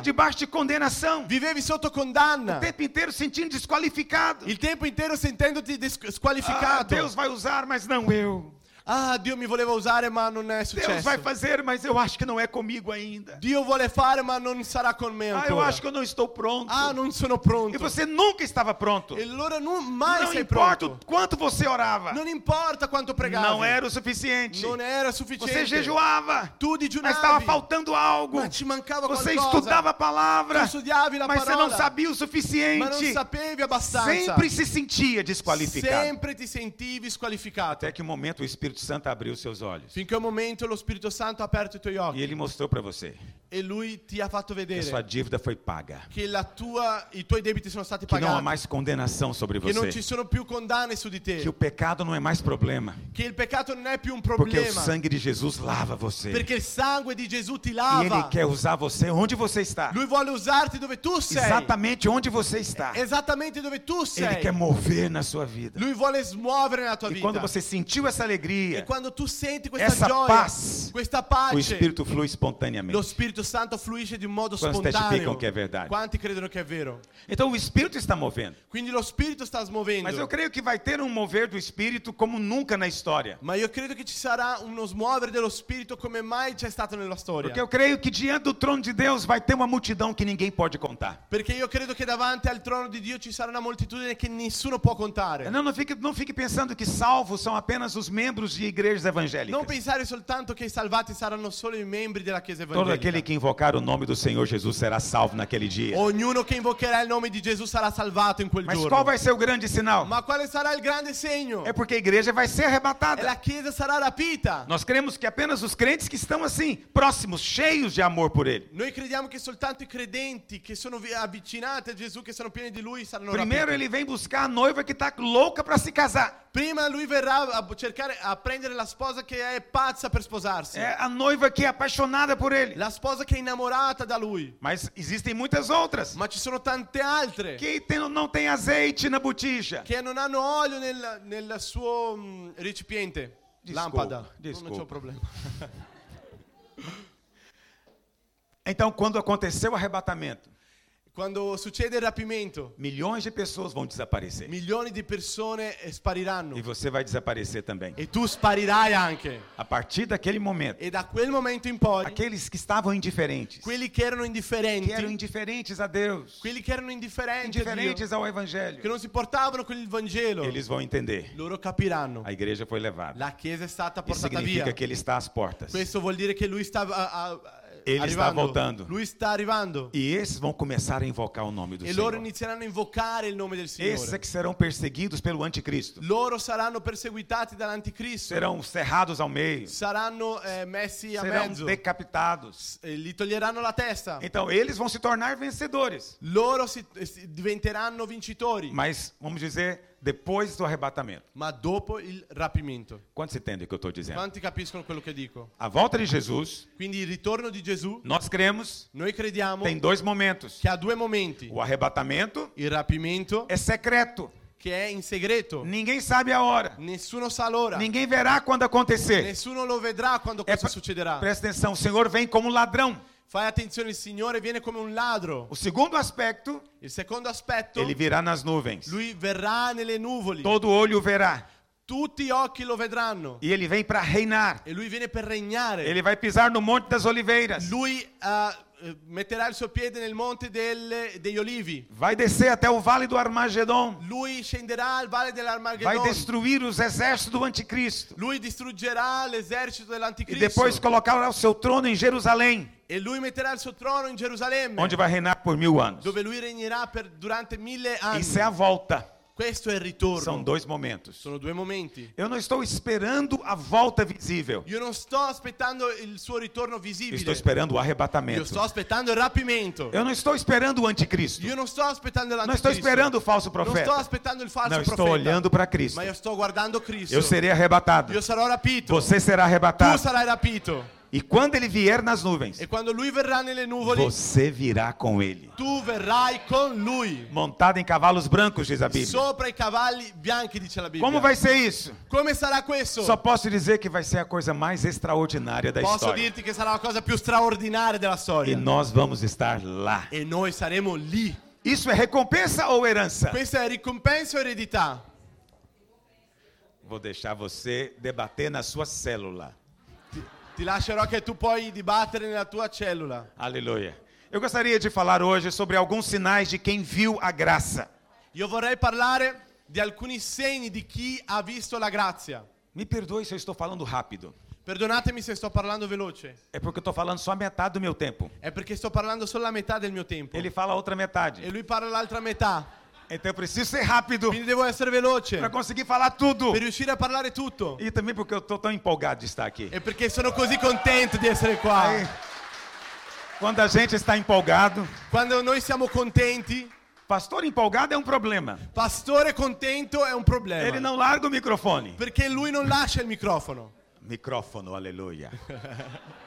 Speaker 2: grazia.
Speaker 3: debaixo de condenação.
Speaker 2: Vivevi sotto
Speaker 3: O
Speaker 2: condanna.
Speaker 3: tempo inteiro sentindo desqualificado.
Speaker 2: Il tempo intero sentendoti dis-
Speaker 3: Certo. Ah,
Speaker 2: squalificato.
Speaker 3: Deus vai usar, mas não eu.
Speaker 2: Ah, Dio mi voleva usare, ma non è
Speaker 3: Deus
Speaker 2: successo.
Speaker 3: vai fazer, mas eu acho que não é comigo ainda.
Speaker 2: Dio vuole fare, ma non sarà con me
Speaker 3: Ah, eu
Speaker 2: ancora.
Speaker 3: acho que eu não estou pronto.
Speaker 2: Ah, non sono
Speaker 3: E
Speaker 2: pronto.
Speaker 3: você nunca estava pronto.
Speaker 2: E allora non mai
Speaker 3: Não
Speaker 2: sei
Speaker 3: importa o
Speaker 2: pronto. é
Speaker 3: quanto você orava,
Speaker 2: Non importa quanto pregavi.
Speaker 3: não era o suficiente.
Speaker 2: Non era
Speaker 3: Você
Speaker 2: sufficiente.
Speaker 3: jejuava,
Speaker 2: é tu é
Speaker 3: mas estava
Speaker 2: digiunavi.
Speaker 3: faltando algo.
Speaker 2: Ma ci mancava
Speaker 3: Você
Speaker 2: qualcosa.
Speaker 3: estudava a palavra,
Speaker 2: Tu studiavi la
Speaker 3: mas você não
Speaker 2: parola.
Speaker 3: sabia o
Speaker 2: ma non
Speaker 3: suficiente.
Speaker 2: sapevi abbastanza.
Speaker 3: Sempre se sentia desqualificado.
Speaker 2: Sempre ti sentivi squalificato.
Speaker 3: Até que um momento o Espírito Santo abriu seus olhos
Speaker 2: Finché un momento lo Spirito Santo ha aperto i tuoi
Speaker 3: e
Speaker 2: occhi
Speaker 3: ele mostrou para você:
Speaker 2: e lui ti ha fatto
Speaker 3: que a sua
Speaker 2: vedere
Speaker 3: dívida foi paga.
Speaker 2: che la tua, i tuoi debiti sono stati
Speaker 3: Que não há
Speaker 2: pagati,
Speaker 3: mais condenação sobre
Speaker 2: che non ci
Speaker 3: você.
Speaker 2: sono più condanne su di te,
Speaker 3: Que o pecado não é mais problema.
Speaker 2: che il peccato non è più un
Speaker 3: Porque o
Speaker 2: problema,
Speaker 3: sangue de Jesus lava você.
Speaker 2: perché il sangue di Gesù ti
Speaker 3: E Ele
Speaker 2: lava.
Speaker 3: quer usar você onde você está.
Speaker 2: Lui vuole usarti dove tu sei,
Speaker 3: Exatamente onde você está.
Speaker 2: esattamente dove tu
Speaker 3: Ele
Speaker 2: sei.
Speaker 3: quer mover na sua vida.
Speaker 2: Lui vuole smuovere la tua
Speaker 3: E
Speaker 2: vita.
Speaker 3: quando você sentiu essa
Speaker 2: e
Speaker 3: alegria,
Speaker 2: quando tu senti questa
Speaker 3: Essa
Speaker 2: gioia,
Speaker 3: paz,
Speaker 2: questa
Speaker 3: o
Speaker 2: pace,
Speaker 3: Espírito flui
Speaker 2: lo
Speaker 3: espontaneamente.
Speaker 2: Spirito Santo fluisce di un modo
Speaker 3: Quanti
Speaker 2: spontaneo.
Speaker 3: testificano che è verità?
Speaker 2: Quanti credono che è vero?
Speaker 3: Então o Espírito está movendo.
Speaker 2: Quindi lo Spirito sta smuovendo.
Speaker 3: Mas eu creio que vai ter um mover do Espírito como nunca na história.
Speaker 2: Ma io credo che ci sarà uno smuovere dello spirito come mai c'è stato nella storia.
Speaker 3: Porque eu creio que diante do trono de Deus vai ter uma multidão que ninguém pode contar.
Speaker 2: Perché io credo che davanti al trono di Dio ci sarà una moltitudine che nessuno può contare.
Speaker 3: Não, não, fique, não fique pensando que salvos são apenas os membros de igrejas
Speaker 2: Non
Speaker 3: evangélicas.
Speaker 2: pensare soltanto che i salvati saranno solo i membri della Chiesa
Speaker 3: Todo aquele
Speaker 2: evangelica.
Speaker 3: que invocar o nome do Senhor Jesus será salvo naquele dia.
Speaker 2: Ognuno che invocherà il nome di Gesù sarà salvato in quel
Speaker 3: Mas
Speaker 2: giorno.
Speaker 3: qual vai ser o grande sinal?
Speaker 2: Ma quale sarà il grande segno?
Speaker 3: É porque a igreja vai
Speaker 2: E
Speaker 3: ser
Speaker 2: la
Speaker 3: arrebatada.
Speaker 2: Chiesa sarà rapita.
Speaker 3: Nós cremos que apenas os crentes que estão assim, próximos, cheios de amor por Ele.
Speaker 2: Noi crediamo che soltanto i credenti che sono vi- avvicinati a Gesù, che sono pieni di Lui, saranno
Speaker 3: Primeiro
Speaker 2: rapiti.
Speaker 3: ele vem buscar a noiva que está louca para se casar.
Speaker 2: Prima Lui verrà a cercare a prendere la sposa che è pazza per sposarsi.
Speaker 3: É a noiva que é apaixonada por Ele.
Speaker 2: La sposa che è innamorata da Lui.
Speaker 3: Mas existem muitas outras
Speaker 2: Ma ci sono tante altre
Speaker 3: que tem- não tem azeite na botija.
Speaker 2: che non hanno olio nel, nel suo mm, recipiente.
Speaker 3: Discolpa,
Speaker 2: Lampada. No, Non
Speaker 3: discolpa.
Speaker 2: c'è un problema.
Speaker 3: Então, quando aconteceu o arrebatamento,
Speaker 2: Quando succede il rapimento,
Speaker 3: milhões de pessoas vão desaparecer.
Speaker 2: milioni di persone eh,
Speaker 3: E
Speaker 2: spariranno.
Speaker 3: você vai desaparecer também.
Speaker 2: E tu sparirai anche.
Speaker 3: A partir daquele momento,
Speaker 2: E da quel momento in poi,
Speaker 3: aqueles que estavam indiferentes,
Speaker 2: quelli che erano
Speaker 3: que
Speaker 2: indifferenti,
Speaker 3: eram indiferentes a Deus,
Speaker 2: quelli che erano indifferenti, a Dio,
Speaker 3: indiferentes ao
Speaker 2: che
Speaker 3: Evangelho,
Speaker 2: non si portavano con il Vangelo,
Speaker 3: eles vão entender.
Speaker 2: loro capiranno.
Speaker 3: A igreja foi levada.
Speaker 2: La Chiesa è stata
Speaker 3: Isso
Speaker 2: portata via.
Speaker 3: significa que ele está às portas.
Speaker 2: Questo vuol dire che lui sta a- a-
Speaker 3: Egli sta
Speaker 2: arrivando.
Speaker 3: voltando.
Speaker 2: Lui sta arrivando.
Speaker 3: E esses vão começar a invocar o nome do
Speaker 2: E loro
Speaker 3: Senhor.
Speaker 2: inizieranno a invocare il nome del
Speaker 3: Esses é
Speaker 2: Signore.
Speaker 3: que serão perseguidos pelo anticristo.
Speaker 2: Loro saranno perseguitati dall'anticristo.
Speaker 3: Serão serrados ao meio.
Speaker 2: Saranno eh, messi a
Speaker 3: Serão
Speaker 2: mezzo.
Speaker 3: decapitados.
Speaker 2: E gli toglieranno la testa.
Speaker 3: Então, eles vão se tornar vencedores.
Speaker 2: Loro si- eh, si- diventeranno vincitori.
Speaker 3: Mas, vamos dizer, depois do arrebatamento.
Speaker 2: Ma dopo il rapimento.
Speaker 3: Quantos entendem o que eu estou dizendo?
Speaker 2: Quanti capiscono quello che dico?
Speaker 3: A volta de Jesus,
Speaker 2: Quindi il ritorno di Gesù,
Speaker 3: nós cremos,
Speaker 2: noi crediamo
Speaker 3: tem dois momentos.
Speaker 2: che ha due momenti.
Speaker 3: O arrebatamento
Speaker 2: Il rapimento,
Speaker 3: é secreto.
Speaker 2: che è in segreto.
Speaker 3: Ninguém sabe a hora.
Speaker 2: Nessuno sa l'ora.
Speaker 3: Ninguém verá quando acontecer.
Speaker 2: Nessuno lo vedrà quando
Speaker 3: É
Speaker 2: questo
Speaker 3: pra-
Speaker 2: succederà.
Speaker 3: Presta atenção, o Senhor vem como ladrão.
Speaker 2: Fai attenzione, il Signore viene come un ladro.
Speaker 3: O segundo aspecto,
Speaker 2: Il secondo aspetto,
Speaker 3: ele virá nas nuvens.
Speaker 2: lui verrà nelle nuvole.
Speaker 3: Todo olho o verá.
Speaker 2: Tutti gli occhi lo vedranno.
Speaker 3: E ele vem para reinar.
Speaker 2: E lui viene per regnare.
Speaker 3: Ele vai pisar no Monte das Oliveiras.
Speaker 2: Lui eh, eh, metterà il suo piede nel monte delle- degli olivi.
Speaker 3: Vai descer até o vale do Armagedon.
Speaker 2: Lui scenderà al valle
Speaker 3: Vai
Speaker 2: dell'Armageddon.
Speaker 3: destruir os exércitos do anticristo.
Speaker 2: Lui distruggerà l'esercito
Speaker 3: E
Speaker 2: dell'anticristo.
Speaker 3: depois colocar o seu trono em Jerusalém,
Speaker 2: E lui metterà il suo trono in Gerusalemme,
Speaker 3: onde vai reinar por mil anos.
Speaker 2: dove lui regnerà per, durante mille anni.
Speaker 3: Isso é a volta.
Speaker 2: Questo è il ritorno.
Speaker 3: São dois momentos.
Speaker 2: Sono due momenti.
Speaker 3: Eu não estou esperando a volta visível.
Speaker 2: Io non sto aspettando il suo ritorno visibile.
Speaker 3: Estou esperando o
Speaker 2: Io
Speaker 3: arrebatamento.
Speaker 2: sto aspettando il rapimento.
Speaker 3: Eu não estou esperando o anticristo.
Speaker 2: Io non sto aspettando
Speaker 3: Não estou
Speaker 2: l'anticristo.
Speaker 3: esperando o falso
Speaker 2: Non sto
Speaker 3: profeta.
Speaker 2: aspettando il falso
Speaker 3: Não estou
Speaker 2: profeta.
Speaker 3: olhando para Cristo.
Speaker 2: Ma io sto guardando Cristo.
Speaker 3: Eu serei arrebatado.
Speaker 2: Io sarò rapito.
Speaker 3: Você será
Speaker 2: Tu
Speaker 3: arrebatado.
Speaker 2: sarai rapito.
Speaker 3: E quando ele vier nas nuvens,
Speaker 2: E quando lui verrà nelle nuvole,
Speaker 3: você virá com ele.
Speaker 2: tu verrai con lui.
Speaker 3: Montado em cavalos brancos, diz a Bíblia.
Speaker 2: Sopra i cavalli bianchi, dice la Bibbia.
Speaker 3: Como vai ser isso?
Speaker 2: Come sarà questo?
Speaker 3: Só posso dizer que vai ser a coisa mais extraordinária da
Speaker 2: Posso
Speaker 3: história.
Speaker 2: dirti che sarà la cosa più straordinaria della
Speaker 3: E
Speaker 2: storia.
Speaker 3: nós vamos estar lá.
Speaker 2: E noi saremo lì.
Speaker 3: Isso é recompensa ou herança?
Speaker 2: Questa è ricompensa o eredità.
Speaker 3: Vou deixar você debater na sua célula.
Speaker 2: Ti lascerò che tu puoi dibattere nella tua cellula.
Speaker 3: Aleluia. Eu gostaria de falar hoje sobre alguns sinais de quem viu a graça.
Speaker 2: Io vorrei parlare di alcuni segni di chi ha visto la grazia.
Speaker 3: Me perdoe se eu estou falando rápido.
Speaker 2: Perdonatemi se sto parlando veloce.
Speaker 3: É porque eu estou falando só a metade do meu tempo.
Speaker 2: È perché sto parlando solo la metà del mio tempo.
Speaker 3: Ele fala a outra
Speaker 2: E
Speaker 3: metade.
Speaker 2: lui parla l'altra metà.
Speaker 3: Então eu preciso ser rápido
Speaker 2: Quindi devo essere veloce.
Speaker 3: para conseguir falar tudo.
Speaker 2: Per riuscire a parlare tutto.
Speaker 3: E também porque eu estou tão empolgado de estar aqui.
Speaker 2: Ah. E perché sono così contento di essere qua.
Speaker 3: Aí, Quando a gente está empolgado,
Speaker 2: Quando noi siamo contenti,
Speaker 3: pastor empolgado é um problema.
Speaker 2: pastore contento è un problema.
Speaker 3: Ele não larga o microfone.
Speaker 2: Perché lui non lascia il microfono.
Speaker 3: Micrófono, aleluia. [LAUGHS]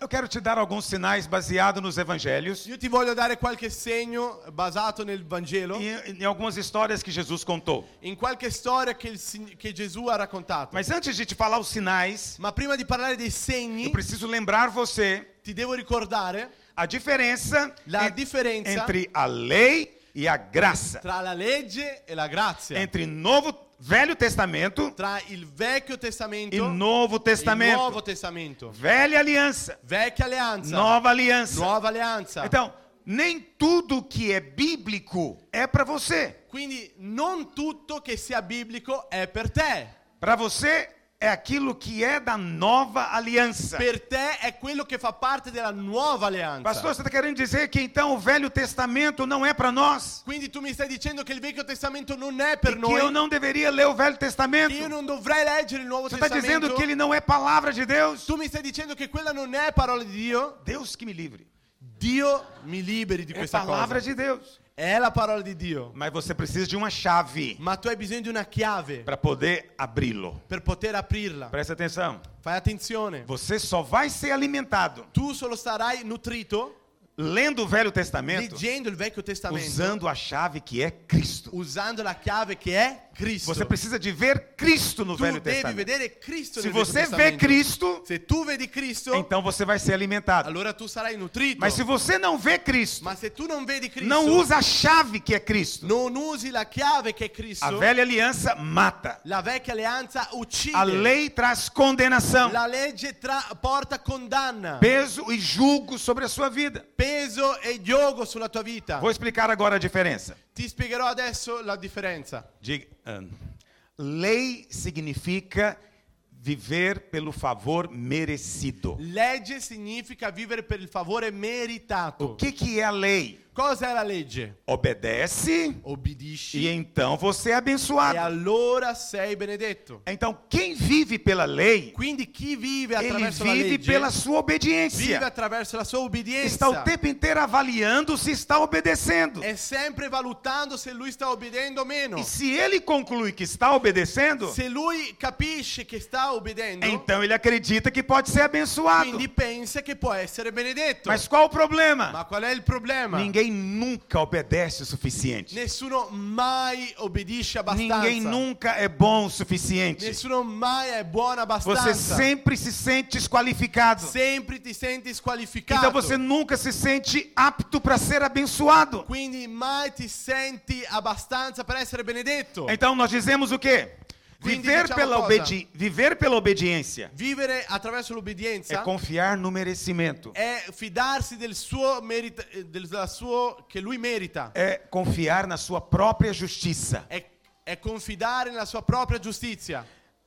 Speaker 3: Eu quero te dar alguns sinais baseados nos evangelhos
Speaker 2: Io ti voglio dare qualche segno basato nel Vangelo,
Speaker 3: e em algumas histórias que Jesus contou.
Speaker 2: in qualche storia che, il Sig- che Gesù ha raccontato.
Speaker 3: Mas antes de te falar os sinais,
Speaker 2: Ma prima di parlare dei
Speaker 3: eu
Speaker 2: segni,
Speaker 3: preciso lembrar você
Speaker 2: ti devo ricordare
Speaker 3: a diferença
Speaker 2: La
Speaker 3: en-
Speaker 2: diferenza-
Speaker 3: entre a lei e a graça.
Speaker 2: tra la legge e la grazia,
Speaker 3: Entre Novo Velho Testamento
Speaker 2: tra il Vecchio Testamento
Speaker 3: e
Speaker 2: e il
Speaker 3: Novo Testamento.
Speaker 2: Nuovo Testamento,
Speaker 3: Velha aliança,
Speaker 2: Vecchia Alleanza,
Speaker 3: nova aliança.
Speaker 2: Nuova Alleanza.
Speaker 3: Então, nem tudo que é bíblico é para você.
Speaker 2: Quindi non tutto che sia biblico è per te.
Speaker 3: Para você é aquilo que é da nova aliança.
Speaker 2: Per te è quello che fa parte della nuova alleanza.
Speaker 3: Pastor, você está querendo dizer que então o Velho Testamento não é para nós?
Speaker 2: Quindi tu mi stai dicendo che il Vecchio Testamento non è
Speaker 3: E
Speaker 2: per
Speaker 3: que
Speaker 2: noi.
Speaker 3: eu não deveria ler o Velho
Speaker 2: che
Speaker 3: Testamento?
Speaker 2: Io non dovrei leggere il Nuovo
Speaker 3: Você está
Speaker 2: Testamento.
Speaker 3: dizendo que ele não é palavra de Deus?
Speaker 2: Tu mi stai dicendo che quella non è parola di Dio?
Speaker 3: Deus que me livre.
Speaker 2: Dio mi liberi di
Speaker 3: É
Speaker 2: questa cosa.
Speaker 3: palavra de Deus.
Speaker 2: È la parola di Dio.
Speaker 3: Mas você precisa de uma chave
Speaker 2: Ma tu hai bisogno di una chiave
Speaker 3: para poder abri-lo.
Speaker 2: per poter aprirla.
Speaker 3: Presta atenção.
Speaker 2: Fai attenzione.
Speaker 3: Você só vai ser alimentado
Speaker 2: Tu solo sarai nutrito
Speaker 3: lendo o Velho Testamento,
Speaker 2: leggendo il Vecchio Testamento,
Speaker 3: usando a chave que é Cristo.
Speaker 2: usando la chiave che è Cristo.
Speaker 3: Você precisa de ver Cristo no
Speaker 2: tu
Speaker 3: Velho
Speaker 2: devi
Speaker 3: Testamento.
Speaker 2: vedere Cristo
Speaker 3: Se
Speaker 2: nel Vecchio
Speaker 3: você vê
Speaker 2: Testamento.
Speaker 3: Cristo,
Speaker 2: Se tu vedi Cristo,
Speaker 3: então você vai ser alimentado.
Speaker 2: allora tu sarai nutrito.
Speaker 3: Mas se você não vê Cristo,
Speaker 2: Ma se tu non vedi Cristo,
Speaker 3: não usa a chave que é Cristo.
Speaker 2: non usi la chiave che è Cristo,
Speaker 3: A velha alianza mata.
Speaker 2: la vecchia alleanza uccide.
Speaker 3: A lei traz condenação,
Speaker 2: La legge tra- porta condanna,
Speaker 3: peso e julgo sobre a sua vida.
Speaker 2: peso e yogo sulla tua vita.
Speaker 3: Vou explicar agora a diferença.
Speaker 2: Ti spiegherò adesso la differenza.
Speaker 3: Diga, ahn. lei significa viver pelo favor merecido.
Speaker 2: Legge significa vivere per il favore
Speaker 3: O
Speaker 2: meritato.
Speaker 3: que, que é a lei?
Speaker 2: Cosa è la legge?
Speaker 3: Obedece e
Speaker 2: Obbedisci
Speaker 3: então você é
Speaker 2: e
Speaker 3: abençoado.
Speaker 2: allora sei benedetto.
Speaker 3: Então, quem vive pela lei,
Speaker 2: Quindi chi vive
Speaker 3: ele
Speaker 2: attraverso la
Speaker 3: vive
Speaker 2: legge
Speaker 3: pela sua
Speaker 2: vive
Speaker 3: obediência.
Speaker 2: attraverso la sua
Speaker 3: Está o
Speaker 2: obbedienza.
Speaker 3: tempo inteiro avaliando se está obedecendo.
Speaker 2: È sempre valutando se lui sta obbedendo o meno.
Speaker 3: E se ele conclui que está obedecendo,
Speaker 2: Se lui capisce che sta obbedendo,
Speaker 3: então ele acredita que pode ser abençoado.
Speaker 2: quindi pensa che può essere benedetto.
Speaker 3: Mas qual o problema?
Speaker 2: Ma qual è il problema?
Speaker 3: Ninguém nunca obedece o suficiente.
Speaker 2: Nessuno mai obbedisce abbastanza.
Speaker 3: Ninguém nunca é bom o suficiente.
Speaker 2: Nessuno mai è buono abbastanza.
Speaker 3: Você sempre se sente desqualificado.
Speaker 2: Sempre ti senti squalificato.
Speaker 3: Então você nunca se sente apto para ser abençoado.
Speaker 2: Quindi mai ti senti abbastanza per essere benedetto.
Speaker 3: Então nós dizemos o quê?
Speaker 2: Quindi
Speaker 3: Viver
Speaker 2: diciamo
Speaker 3: pela,
Speaker 2: cosa?
Speaker 3: obedi viver pela obediência
Speaker 2: Vivere attraverso
Speaker 3: é
Speaker 2: l'obbedienza
Speaker 3: confiar no merecimento.
Speaker 2: è fidarsi del suo merito del suo che lui merita.
Speaker 3: É confiar na sua própria justiça.
Speaker 2: È, è confidare nella sua propria giustizia.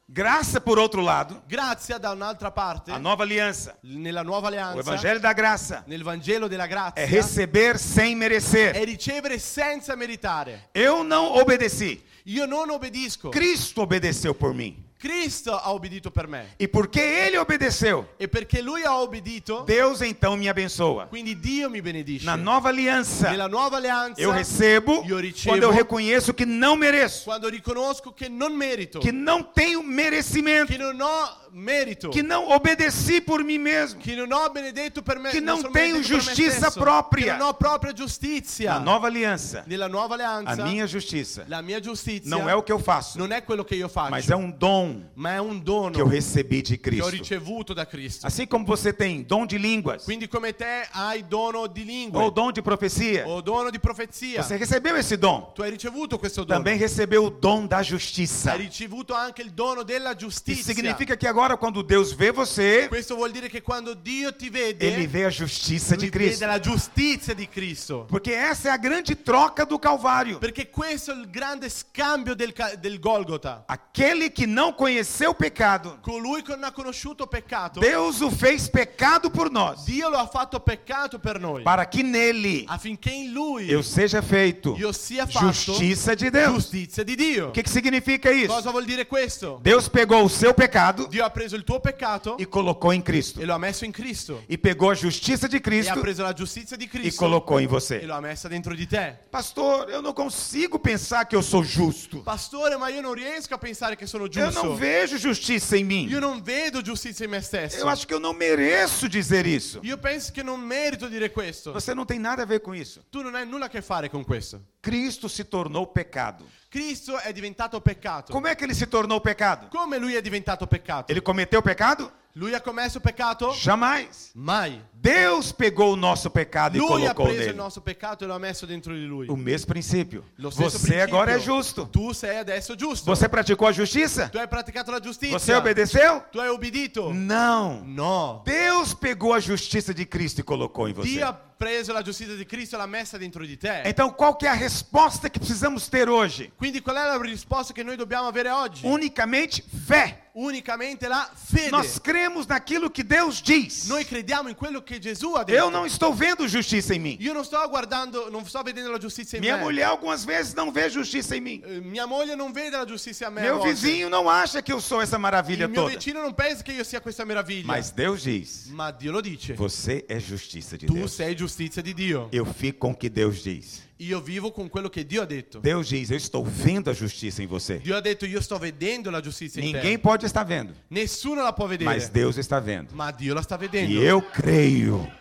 Speaker 3: Graça, por outro lado,
Speaker 2: Grazia da un'altra parte
Speaker 3: a nova aliança,
Speaker 2: nella nuova
Speaker 3: o
Speaker 2: alleanza
Speaker 3: evangelho da graça,
Speaker 2: nel Vangelo della
Speaker 3: é
Speaker 2: grazia
Speaker 3: receber sem
Speaker 2: è
Speaker 3: merecer.
Speaker 2: ricevere senza meritare.
Speaker 3: Eu não obedeci.
Speaker 2: Io non obbedisco.
Speaker 3: Cristo obedeceu por mim.
Speaker 2: Cristo ha obbedito per me.
Speaker 3: E porque ele obedeceu,
Speaker 2: E perché lui ha obbedito,
Speaker 3: Deus então me abençoa.
Speaker 2: quindi Dio mi benedice.
Speaker 3: Na nova aliança,
Speaker 2: Nella nuova alleanza
Speaker 3: eu recebo
Speaker 2: io ricevo
Speaker 3: quando eu reconheço que não mereço,
Speaker 2: quando riconosco che non merito,
Speaker 3: que não tenho merecimento,
Speaker 2: che non ho merito,
Speaker 3: que não obedeci por mim mesmo.
Speaker 2: che non ho benedetto per me,
Speaker 3: Che
Speaker 2: non
Speaker 3: non
Speaker 2: sono
Speaker 3: tenho
Speaker 2: benedetto per me
Speaker 3: giustizia
Speaker 2: stesso,
Speaker 3: propria.
Speaker 2: che non ho propria giustizia.
Speaker 3: Na nova alianza,
Speaker 2: Nella nuova
Speaker 3: a
Speaker 2: alleanza
Speaker 3: minha justiça
Speaker 2: la mia giustizia
Speaker 3: não é o que eu faço,
Speaker 2: non è quello che io faccio,
Speaker 3: mas é um dom
Speaker 2: ma è un dono
Speaker 3: que eu recebi de
Speaker 2: che ho
Speaker 3: Cristo.
Speaker 2: ricevuto da Cristo.
Speaker 3: Assim como você tem dom de línguas
Speaker 2: Quindi come te hai dono di lingue
Speaker 3: ou dom de profecia,
Speaker 2: o dono di profezia.
Speaker 3: você recebeu esse dom.
Speaker 2: Tu hai ricevuto questo dono.
Speaker 3: Também recebeu o dom da justiça.
Speaker 2: Hai ricevuto anche il dono della
Speaker 3: Isso
Speaker 2: giustizia.
Speaker 3: significa que agora, quando Deus vê você,
Speaker 2: Questo vuol dire che quando Dio ti vede,
Speaker 3: ele vê a justiça
Speaker 2: lui
Speaker 3: de
Speaker 2: vede
Speaker 3: Cristo.
Speaker 2: la giustizia di Cristo.
Speaker 3: Porque essa é a grande troca do Calvário.
Speaker 2: Perché questo è il grande scambio del, ca- del Golgota.
Speaker 3: Aquele que não conheceu o pecado,
Speaker 2: Colui che non ha conosciuto peccato,
Speaker 3: Deus o fez pecado por nós,
Speaker 2: Dio lo ha fatto peccato per noi,
Speaker 3: para que nele
Speaker 2: affinché in lui
Speaker 3: eu seja feito
Speaker 2: io sia fatto
Speaker 3: justiça de Deus.
Speaker 2: giustizia di Dio.
Speaker 3: O que, que significa isso?
Speaker 2: Cosa vuol dire questo?
Speaker 3: Deus pegou o seu pecado
Speaker 2: Dio ha ha preso il tuo peccato
Speaker 3: e colocou em Cristo.
Speaker 2: e lo ha messo in Cristo.
Speaker 3: E pegou a justiça de
Speaker 2: E ha
Speaker 3: Cristo
Speaker 2: preso la giustizia di
Speaker 3: e
Speaker 2: Cristo
Speaker 3: colocou em
Speaker 2: e
Speaker 3: você.
Speaker 2: lo ha messa dentro di te.
Speaker 3: Pastor, eu não consigo pensar que eu sou justo.
Speaker 2: Pastore, ma io non riesco a pensare che sono
Speaker 3: Eu
Speaker 2: giusto.
Speaker 3: não vejo justiça em mim.
Speaker 2: Io non vedo giustizia in me stesso.
Speaker 3: Eu acho que eu não mereço dizer isso.
Speaker 2: Io penso che non merito dire questo.
Speaker 3: Você não tem nada a ver com isso.
Speaker 2: Tu non hai nulla a che fare con questo.
Speaker 3: Cristo se tornou pecado.
Speaker 2: Cristo è diventato peccato.
Speaker 3: Como é que ele se tornou pecado?
Speaker 2: Come lui è diventato peccato?
Speaker 3: Ele cometeu pecado?
Speaker 2: Lui ha commesso peccato?
Speaker 3: Jamais.
Speaker 2: Mai.
Speaker 3: Deus pegou o nosso pecado e
Speaker 2: Lui ha
Speaker 3: colocou
Speaker 2: preso il
Speaker 3: nele.
Speaker 2: nostro peccato e lo ha messo dentro di lui.
Speaker 3: O mesmo princípio.
Speaker 2: Lo stesso
Speaker 3: Um, Você
Speaker 2: principio.
Speaker 3: agora é justo.
Speaker 2: Tu sei adesso giusto.
Speaker 3: Você praticou a justiça?
Speaker 2: Tu hai praticato la giustizia.
Speaker 3: Você obedeceu?
Speaker 2: Tu hai obbedito.
Speaker 3: Não.
Speaker 2: No.
Speaker 3: Deus pegou a justiça de Cristo e colocou em você.
Speaker 2: Dio ha preso la giustizia di Cristo e l'ha messa dentro di te.
Speaker 3: Então, qual que é a resposta que precisamos ter hoje?
Speaker 2: Quindi qual è la risposta che noi dobbiamo avere oggi?
Speaker 3: Unicamente fé.
Speaker 2: Unicamente la fede.
Speaker 3: Nós cremos naquilo é que Deus diz.
Speaker 2: Noi crediamo in quello che Gesù ha detto.
Speaker 3: Eu não estou vendo justiça em mim.
Speaker 2: Io non sto guardando, non sto vedendo la giustizia in
Speaker 3: Minha
Speaker 2: me.
Speaker 3: mulher algumas vezes não vê justiça em mim.
Speaker 2: Eh, Mia moglie non vede la giustizia a me. a
Speaker 3: Meu
Speaker 2: volte.
Speaker 3: vizinho não acha que eu sou essa maravilha
Speaker 2: Il mio
Speaker 3: toda.
Speaker 2: vicino non pensa che io sia questa meraviglia.
Speaker 3: Mas Deus diz:
Speaker 2: Ma Dio lo dice.
Speaker 3: Você é justiça de
Speaker 2: Tu
Speaker 3: Deus.
Speaker 2: sei giustizia di Dio.
Speaker 3: Eu fico com o que Deus diz.
Speaker 2: Io vivo con quello che Dio ha detto.
Speaker 3: Deus diz: Eu estou vendo a justiça em você.
Speaker 2: Dio ha detto io sto vedendo la giustizia in
Speaker 3: Ninguém
Speaker 2: te.
Speaker 3: pode estar vendo,
Speaker 2: Nessuno la può vedere.
Speaker 3: mas Deus está vendo.
Speaker 2: Ma Dio la sta
Speaker 3: E
Speaker 2: vedendo.
Speaker 3: eu creio.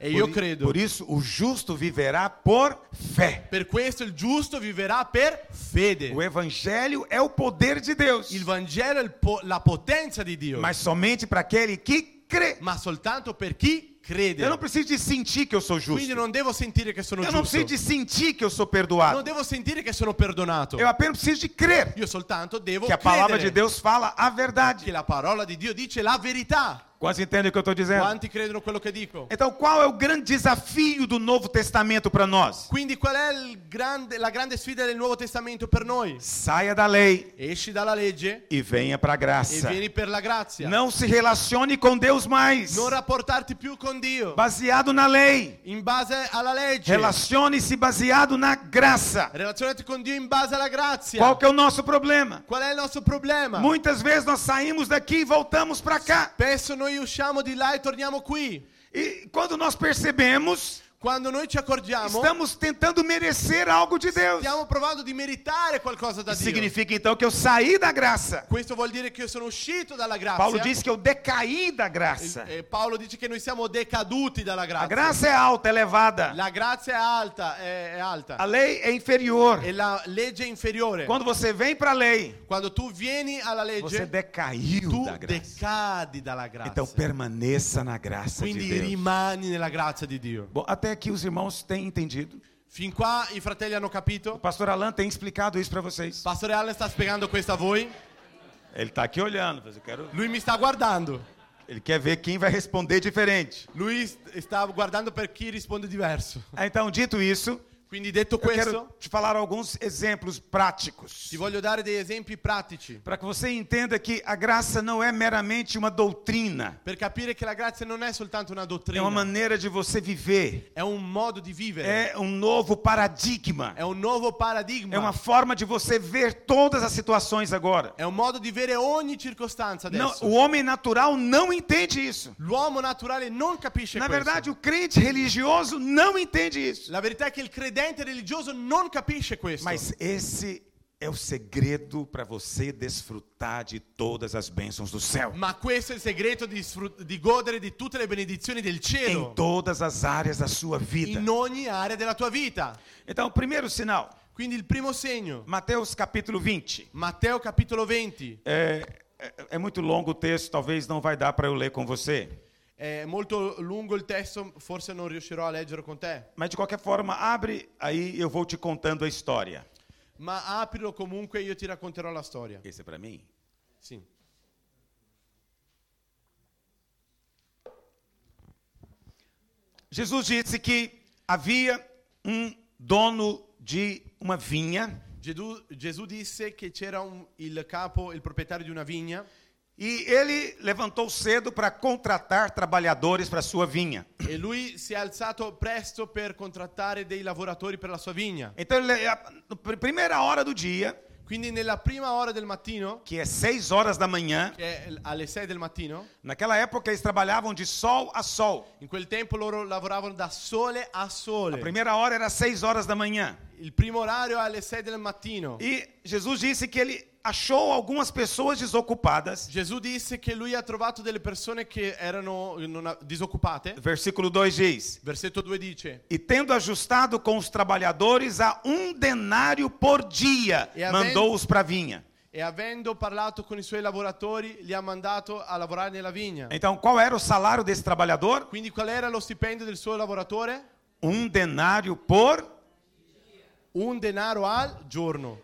Speaker 2: e io
Speaker 3: Por i-
Speaker 2: credo.
Speaker 3: Por isso, o justo viverá por fé.
Speaker 2: Per questo il giusto viverà per fede.
Speaker 3: O evangelho é o poder de Deus,
Speaker 2: Il Vangelo è il po- la potenza di Dio.
Speaker 3: mas somente para aquele que crê.
Speaker 2: ma soltanto per chi crede.
Speaker 3: Eu não preciso de sentir que eu sou justo.
Speaker 2: Quindi non devo sentire che sono
Speaker 3: Eu não
Speaker 2: giusto.
Speaker 3: preciso de sentir que eu sou
Speaker 2: Non
Speaker 3: perdoado.
Speaker 2: devo sentire che sono perdonato.
Speaker 3: Eu apenas preciso de crer
Speaker 2: Io soltanto devo
Speaker 3: que a palavra
Speaker 2: credere
Speaker 3: de Deus fala a
Speaker 2: che
Speaker 3: verdade.
Speaker 2: la parola di Dio dice la verità.
Speaker 3: Quantos entendem o que eu estou dizendo?
Speaker 2: Quanti credono quello che dico?
Speaker 3: Então, qual é o grande desafio do Novo Testamento para nós?
Speaker 2: Quindi qual è il grande- la grande sfida del Nuovo Testamento per noi?
Speaker 3: Saia da lei
Speaker 2: Esci dalla legge
Speaker 3: e venha para a
Speaker 2: e
Speaker 3: graça.
Speaker 2: vieni per la grazia.
Speaker 3: Não se relacione com Deus mais,
Speaker 2: Non rapportarti più con Dio
Speaker 3: baseado na lei.
Speaker 2: in base alla legge.
Speaker 3: Relacione-se baseado na graça.
Speaker 2: Relazionati con Dio in base alla grazia.
Speaker 3: Qual que é o nosso problema?
Speaker 2: Qual è il nostro problema?
Speaker 3: Muitas vezes nós saímos daqui e voltamos para cá.
Speaker 2: Spesso noi usciamo di là e torniamo qui.
Speaker 3: E quando nós percebemos,
Speaker 2: Quando noi ci accorgiamo,
Speaker 3: estamos tentando merecer algo de Deus.
Speaker 2: stiamo provando di meritare qualcosa da Dio.
Speaker 3: Significa então que eu saí da graça.
Speaker 2: Questo vuol dire che io sono uscito dalla grazia.
Speaker 3: Paulo diz que eu decaí da
Speaker 2: Il-
Speaker 3: graça.
Speaker 2: eh, Paolo dice che noi siamo decaduti dalla
Speaker 3: A
Speaker 2: grazia.
Speaker 3: é graça é alta, elevada.
Speaker 2: La grazia è alta, è, è alta.
Speaker 3: A lei é inferior.
Speaker 2: E la legge è inferiore.
Speaker 3: Quando você vem para a lei,
Speaker 2: Quando tu vieni alla legge,
Speaker 3: você decaiu
Speaker 2: tu
Speaker 3: da graça.
Speaker 2: decadi dalla grazia.
Speaker 3: Então permaneça na graça de
Speaker 2: Quindi
Speaker 3: Deus.
Speaker 2: rimani nella grazia di Dio.
Speaker 3: Bom, até aqui os irmãos têm entendido.
Speaker 2: Fin qua i fratelli hanno
Speaker 3: O
Speaker 2: capito?
Speaker 3: pastor Alan tem explicado isso para vocês.
Speaker 2: Pastore Allen sta spiegando questo a voi.
Speaker 3: Ele tá aqui olhando, mas eu quero-
Speaker 2: Lui mi sta guardando.
Speaker 3: ele quer ver quem vai responder diferente.
Speaker 2: Lui st- sta guardando per chi risponde diverso.
Speaker 3: Ah, Então, dito isso,
Speaker 2: Quindi detto
Speaker 3: eu
Speaker 2: questo,
Speaker 3: quero te falar alguns exemplos práticos.
Speaker 2: ti voglio dare degli esempi pratici
Speaker 3: Para que você entenda que a graça não é meramente uma doutrina,
Speaker 2: per capire che la grazia non è soltanto una
Speaker 3: é
Speaker 2: dottrina,
Speaker 3: uma maneira de você viver,
Speaker 2: è un modo di vivere,
Speaker 3: é um novo paradigma,
Speaker 2: è un nuovo paradigma,
Speaker 3: é uma forma de você ver todas as situações agora.
Speaker 2: è un modo di vedere ogni circostanza
Speaker 3: Não,
Speaker 2: adesso.
Speaker 3: o homem natural não entende isso.
Speaker 2: L'uomo naturale non capisce
Speaker 3: Na
Speaker 2: questo.
Speaker 3: verdade, o crente religioso não entende isso.
Speaker 2: La verità è che il credente religioso non capisce questo.
Speaker 3: Mas esse é o segredo para você desfrutar de todas as bênçãos do céu.
Speaker 2: Ma questo è il segreto di, sfrut- di godere di tutte le benedizioni del
Speaker 3: Em
Speaker 2: cielo
Speaker 3: todas as áreas da sua vida.
Speaker 2: in ogni area della tua vita.
Speaker 3: Então, primeiro sinal,
Speaker 2: Quindi il primo segno,
Speaker 3: Mateus capítulo 20.
Speaker 2: Matteo capitolo 20,
Speaker 3: É, é- é muito longo o texto, talvez não vai dar para eu ler com você.
Speaker 2: è molto lungo il testo, forse non riuscirò a leggerlo con te,
Speaker 3: Mas de qualquer forma, abre aí eu vou te contando a história.
Speaker 2: ma aprilo comunque e io ti racconterò la storia.
Speaker 3: Esse é para mim?
Speaker 2: Sì.
Speaker 3: Jesus disse que havia um dono de uma vinha
Speaker 2: Gedu- Gesù disse che c'era un- il capo, il proprietario di una vigna
Speaker 3: E ele levantou cedo para contratar trabalhadores para sua vinha.
Speaker 2: e lui si è alzato presto per contrattare dei lavoratori per la sua vigna.
Speaker 3: Então, ele, a- na primeira hora do dia,
Speaker 2: Quindi nella prima ora del mattino,
Speaker 3: que é seis horas da manhã.
Speaker 2: che è l- alle 6 del mattino,
Speaker 3: Naquela época eles trabalhavam de sol a sol.
Speaker 2: in quel tempo loro lavoravano da sole a
Speaker 3: A
Speaker 2: sole.
Speaker 3: primeira hora era seis horas da manhã.
Speaker 2: Il primo orario è alle 6 del mattino.
Speaker 3: E Jesus disse que ele achou algumas pessoas desocupadas.
Speaker 2: Gesù disse che lui ha trovato delle persone che erano non ha- disoccupate.
Speaker 3: Versículo 2 diz:
Speaker 2: Versetto 2 dice:
Speaker 3: E tendo ajustado com os trabalhadores a um denário por dia,
Speaker 2: E havendo-
Speaker 3: mandou-os para a vinha.
Speaker 2: E avendo parlato con i suoi lavoratori, li ha mandato a lavorare nella vigna.
Speaker 3: Então, qual era o salário desse trabalhador?
Speaker 2: Quindi qual era lo stipendio del suo lavoratore?
Speaker 3: Um denário por.
Speaker 2: Un denaro al giorno.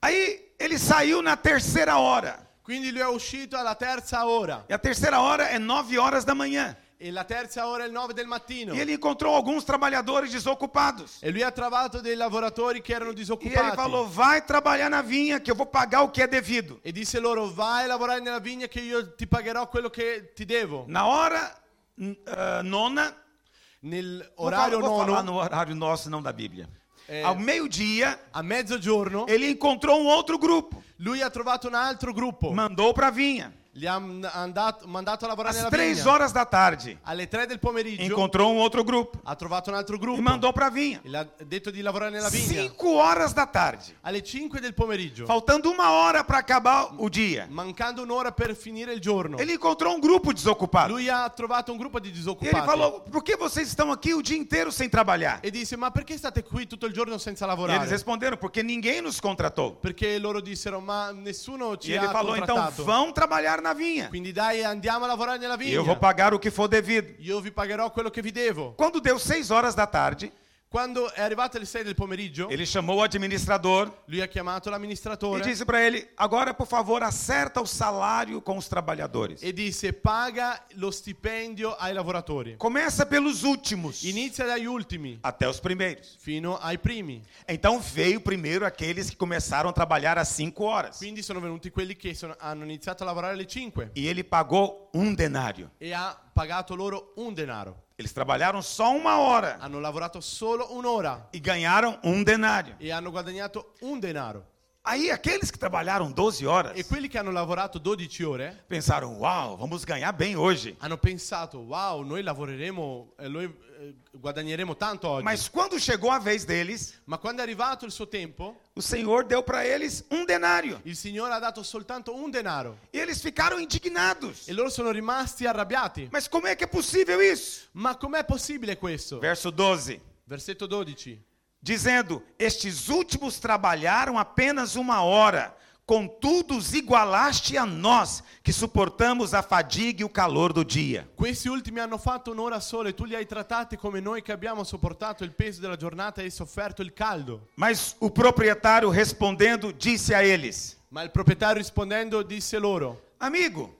Speaker 3: Aí ele saiu na terceira hora.
Speaker 2: Quindi lui è uscito alla terza ora.
Speaker 3: E a terceira hora é nove horas da manhã.
Speaker 2: E la terza ora è il 9 del mattino.
Speaker 3: E ele encontrou alguns trabalhadores desocupados.
Speaker 2: E lui ha trovato dei lavoratori che erano
Speaker 3: E ele
Speaker 2: disoccupati.
Speaker 3: falou: Vai trabalhar na vinha, que eu vou pagar o que é devido.
Speaker 2: E disse loro: Vai a lavorare nella vigna che io ti pagherò quello che ti devo.
Speaker 3: Na hora n- ah, nona, Vou falar-
Speaker 2: Nell'orario
Speaker 3: vou falar,
Speaker 2: nono,
Speaker 3: no horário nosso, não da Bíblia.
Speaker 2: É.
Speaker 3: Ao meio-dia,
Speaker 2: a mezzogiorno,
Speaker 3: ele encontrou um outro grupo,
Speaker 2: lui ha trovato un altro gruppo.
Speaker 3: mandou para a vinha.
Speaker 2: Li ha m- andato- mandato a lavorare
Speaker 3: Às
Speaker 2: nella
Speaker 3: três
Speaker 2: vigna.
Speaker 3: horas da tarde,
Speaker 2: Alle 3 del pomeriggio
Speaker 3: encontrou um outro grupo
Speaker 2: ha trovato un altro
Speaker 3: e
Speaker 2: gruppo.
Speaker 3: mandou para a vinha.
Speaker 2: E Le ha detto di lavorare nella vigna.
Speaker 3: Cinco horas da tarde,
Speaker 2: Alle 5 del pomeriggio,
Speaker 3: faltando uma hora para acabar o dia,
Speaker 2: mancando un'ora per finire il giorno,
Speaker 3: ele encontrou um grupo desocupado.
Speaker 2: lui ha trovato un gruppo di
Speaker 3: E ele
Speaker 2: disoccupati.
Speaker 3: falou: Por que vocês estão aqui o dia inteiro sem trabalhar?
Speaker 2: E disse: Ma perché state qui tutto il giorno senza lavorare?
Speaker 3: Eles responderam: Porque ninguém nos contratou.
Speaker 2: Perché loro dissero: Ma nessuno
Speaker 3: E
Speaker 2: ci
Speaker 3: ele
Speaker 2: ha
Speaker 3: falou: Então
Speaker 2: contrattato.
Speaker 3: vão trabalhar na vinha.
Speaker 2: Quindi dai, andiamo a lavorare nella
Speaker 3: E
Speaker 2: vigna.
Speaker 3: eu vou pagar o que for devido.
Speaker 2: Io vi pagherò quello che vi devo.
Speaker 3: Quando deu seis horas da tarde,
Speaker 2: Quando è arrivato alle 6 del pomeriggio,
Speaker 3: ele chamou o administrador
Speaker 2: lui ha chiamato
Speaker 3: e
Speaker 2: l'amministratore
Speaker 3: disse para ele: Agora, por favor, acerta o salário com os trabalhadores.
Speaker 2: e disse: Paga lo stipendio ai lavoratori.
Speaker 3: Começa pelos últimos
Speaker 2: Inizia dagli ultimi
Speaker 3: até os primeiros.
Speaker 2: fino ai primi.
Speaker 3: Então veio primeiro aqueles que começaram a trabalhar às cinco horas.
Speaker 2: Quindi sono venuti quelli che sono- hanno iniziato a lavorare alle 5
Speaker 3: E ele pagou um denário.
Speaker 2: e ha pagato loro un denaro.
Speaker 3: Eles trabalharam só uma hora
Speaker 2: Hanno lavorato solo un'ora
Speaker 3: e ganharam um denário.
Speaker 2: e hanno guadagnato un denaro.
Speaker 3: Aí aqueles que trabalharam 12 horas
Speaker 2: E quelli che hanno lavorato 12 ore
Speaker 3: pensaram: Uau, vamos ganhar bem hoje.
Speaker 2: hanno pensato, wow, noi lavoreremo, eh, noi eh, guadagneremo tanto oggi.
Speaker 3: Mas quando chegou a vez deles,
Speaker 2: Ma quando è arrivato il suo tempo,
Speaker 3: o Senhor deu para eles um denário.
Speaker 2: il Signore ha dato soltanto un denaro.
Speaker 3: E eles ficaram indignados.
Speaker 2: E loro sono rimasti arrabbiati.
Speaker 3: Mas como é que é possível isso?
Speaker 2: Ma com'è possibile questo?
Speaker 3: Verso 12.
Speaker 2: Versetto 12.
Speaker 3: Dizendo: Estes últimos trabalharam apenas uma hora, contudo os igualaste a nós, que suportamos a fadiga e o calor do dia.
Speaker 2: Questi ultimi hanno fatto un'ora sola e tu li hai trattati come noi che abbiamo sopportato il peso della giornata e sofferto il caldo.
Speaker 3: Mas o proprietário respondendo, disse a eles:
Speaker 2: Ma il proprietario rispondendo disse loro:
Speaker 3: Amigo,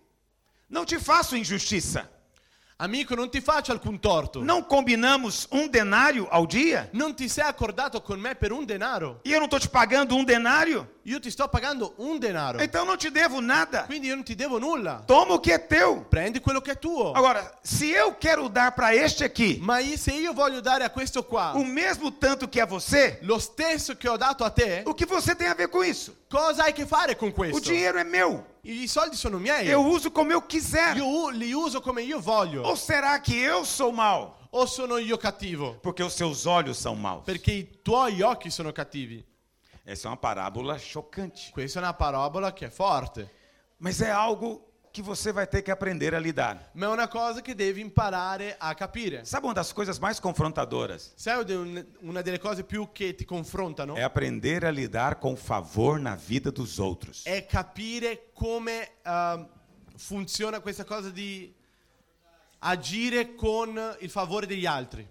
Speaker 3: não te faço injustiça.
Speaker 2: Amico, non ti faccio alcun torto.
Speaker 3: Não combinamos um denário ao dia?
Speaker 2: Non ti sei accordato con me per un denaro.
Speaker 3: E eu não estou te pagando um denário?
Speaker 2: Io ti sto pagando un denaro.
Speaker 3: Então não te devo nada.
Speaker 2: Quindi io non ti devo nulla.
Speaker 3: Toma o que é teu.
Speaker 2: Prendi quello che è tuo.
Speaker 3: Agora, se eu quero dar para este aqui
Speaker 2: Ma i- se io voglio dare a questo qua
Speaker 3: o mesmo tanto que a você,
Speaker 2: lo stesso che ho dato a te,
Speaker 3: o que você tem a ver com isso?
Speaker 2: cosa hai a che fare con
Speaker 3: O
Speaker 2: questo?
Speaker 3: dinheiro é meu.
Speaker 2: I soldi sono miei.
Speaker 3: Eu uso como eu quiser.
Speaker 2: Io u- li uso come io voglio.
Speaker 3: Ou será que eu sou mau?
Speaker 2: O sono io cattivo?
Speaker 3: Porque os seus olhos são maus.
Speaker 2: Perché i tuoi occhi sono cattivi.
Speaker 3: Essa é uma parábola chocante.
Speaker 2: Questa è una parabola che è forte.
Speaker 3: Mas é algo que você vai ter que aprender a lidar.
Speaker 2: Ma è una cosa che devi imparare a capire.
Speaker 3: Sabe uma das coisas mais confrontadoras?
Speaker 2: Sai de- un- una delle cose più che ti confrontano?
Speaker 3: É aprender a lidar com o favor na vida dos outros.
Speaker 2: È capire come ehm, funziona questa cosa di agire con il favore degli altri.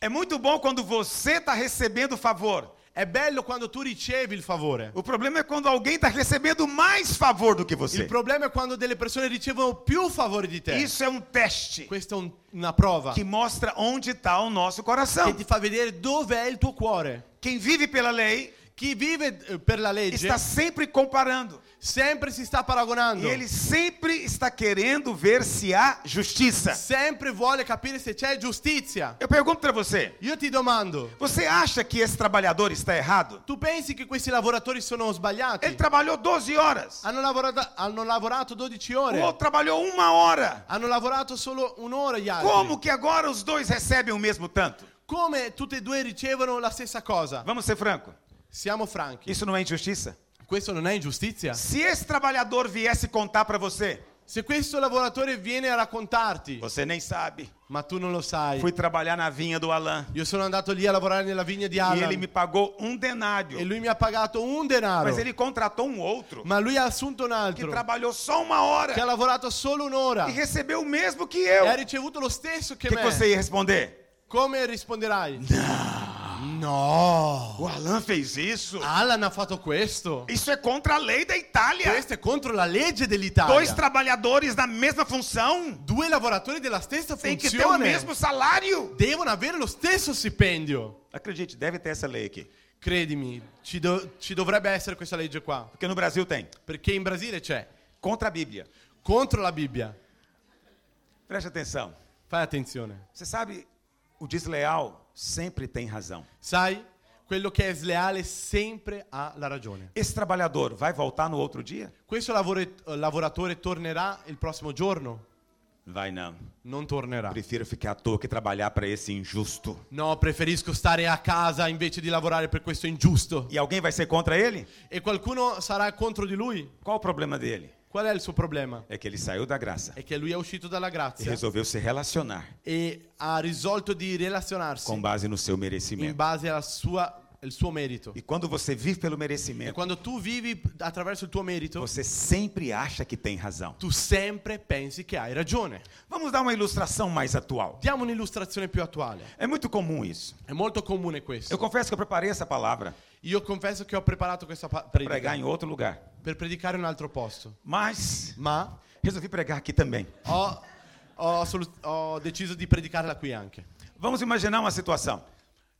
Speaker 3: É muito bom quando você está recebendo favor.
Speaker 2: È bello quando tu ricevi il favore.
Speaker 3: O problema é quando alguém está recebendo mais favor do que
Speaker 2: Il
Speaker 3: você.
Speaker 2: problema è quando delle persone ricevono più favore di te.
Speaker 3: Isso é um teste
Speaker 2: Questa è un- una prova
Speaker 3: que
Speaker 2: che
Speaker 3: mostra onde está o nosso coração.
Speaker 2: ti fa vedere dove è il tuo cuore.
Speaker 3: Quem vive pela lei
Speaker 2: Chi vive eh, per la legge
Speaker 3: está sempre comparando.
Speaker 2: sempre si sta paragonando.
Speaker 3: E ele sempre está querendo ver se há justiça.
Speaker 2: sempre vuole capire se c'è giustizia.
Speaker 3: Eu pergunto para você:
Speaker 2: Io ti domando,
Speaker 3: você acha que esse trabalhador está errado?
Speaker 2: tu pensi che questi lavoratori sono sbagliati?
Speaker 3: Ele trabalhou 12 horas,
Speaker 2: Hanno lavorato, hanno lavorato 12
Speaker 3: o
Speaker 2: ore.
Speaker 3: outro trabalhou uma hora.
Speaker 2: Hanno lavorato solo un'ora gli altri.
Speaker 3: Como que agora os dois recebem o mesmo tanto?
Speaker 2: Come tutti e due ricevono la stessa cosa.
Speaker 3: Vamos ser franco:
Speaker 2: Siamo franchi.
Speaker 3: isso não é injustiça?
Speaker 2: Questo non è ingiustizia?
Speaker 3: Se esse trabalhador viesse contar para você,
Speaker 2: Se questo lavoratore viene a raccontarti,
Speaker 3: você nem sabe.
Speaker 2: ma tu non lo sai.
Speaker 3: Fui trabalhar na vinha do Alain
Speaker 2: Io sono andato lì a lavorare nella vigna di
Speaker 3: e
Speaker 2: Alan
Speaker 3: ele me pagou um
Speaker 2: e
Speaker 3: denário,
Speaker 2: lui mi ha pagato un denaro.
Speaker 3: mas ele contratou um outro
Speaker 2: Ma lui ha assunto un
Speaker 3: que
Speaker 2: altro
Speaker 3: trabalhou só uma
Speaker 2: che ha
Speaker 3: hora
Speaker 2: lavorato solo un'ora
Speaker 3: e
Speaker 2: e
Speaker 3: recebeu o mesmo que
Speaker 2: ha
Speaker 3: eu.
Speaker 2: ricevuto lo stesso
Speaker 3: O
Speaker 2: che
Speaker 3: que,
Speaker 2: me.
Speaker 3: que você ia responder?
Speaker 2: Come risponderai? No.
Speaker 3: O Alain fez isso.
Speaker 2: Alan ha fatto questo.
Speaker 3: Isso é contra a lei da Itália.
Speaker 2: Questo è contro la legge
Speaker 3: Dois
Speaker 2: dell'Italia.
Speaker 3: trabalhadores na mesma função
Speaker 2: Due lavoratori della stessa
Speaker 3: têm que ter o
Speaker 2: funzione
Speaker 3: mesmo salário.
Speaker 2: devono avere lo stesso stipendio.
Speaker 3: Acredite, deve ter essa lei aqui.
Speaker 2: Credimi, ci, do- ci dovrebbe essere questa legge qua.
Speaker 3: Porque no Brasil tem.
Speaker 2: Perché in Brasile c'è.
Speaker 3: Contra a Bíblia.
Speaker 2: Contro la Bibbia.
Speaker 3: Preste atenção.
Speaker 2: Fai attenzione.
Speaker 3: Você sabe, o desleal sempre tem razão.
Speaker 2: Sai, quello che è sleale sempre ha la ragione.
Speaker 3: Esse trabalhador vai voltar no outro dia?
Speaker 2: Questo lavore- lavoratore tornerà il prossimo giorno?
Speaker 3: Vai não.
Speaker 2: Non tornerà.
Speaker 3: Prefiro ficar à toa que trabalhar para esse injusto.
Speaker 2: No, preferisco stare a casa invece di lavorare per questo ingiusto.
Speaker 3: E alguém vai ser contra ele?
Speaker 2: E qualcuno sarà contro di lui?
Speaker 3: Qual o problema dele?
Speaker 2: Qual è il suo problema?
Speaker 3: É que ele saiu da graça
Speaker 2: È che lui è uscito dalla
Speaker 3: e
Speaker 2: grazia
Speaker 3: resolveu se relacionar
Speaker 2: e ha risolto di
Speaker 3: com
Speaker 2: relazionarsi
Speaker 3: base no seu
Speaker 2: in
Speaker 3: merecimento.
Speaker 2: base alla sua, al suo merito.
Speaker 3: E quando você vive pelo
Speaker 2: E
Speaker 3: merecimento,
Speaker 2: quando tu vivi attraverso il tuo merito,
Speaker 3: você sempre acha que tem razão.
Speaker 2: tu sempre pensi che hai ragione.
Speaker 3: Vamos dar uma ilustração mais atual.
Speaker 2: Diamo un'illustrazione più attuale.
Speaker 3: É muito comum isso.
Speaker 2: È molto comune
Speaker 3: Eu
Speaker 2: questo.
Speaker 3: confesso que eu preparei essa palavra
Speaker 2: Io confesso che ho preparato questa pa-
Speaker 3: para pregar
Speaker 2: predica
Speaker 3: em outro lugar,
Speaker 2: per predicare in un altro posto,
Speaker 3: mas
Speaker 2: ma
Speaker 3: resolvi pregar aqui também.
Speaker 2: ho, ho solu- ho deciso di predicarla qui anche.
Speaker 3: Vamos imaginar uma situação.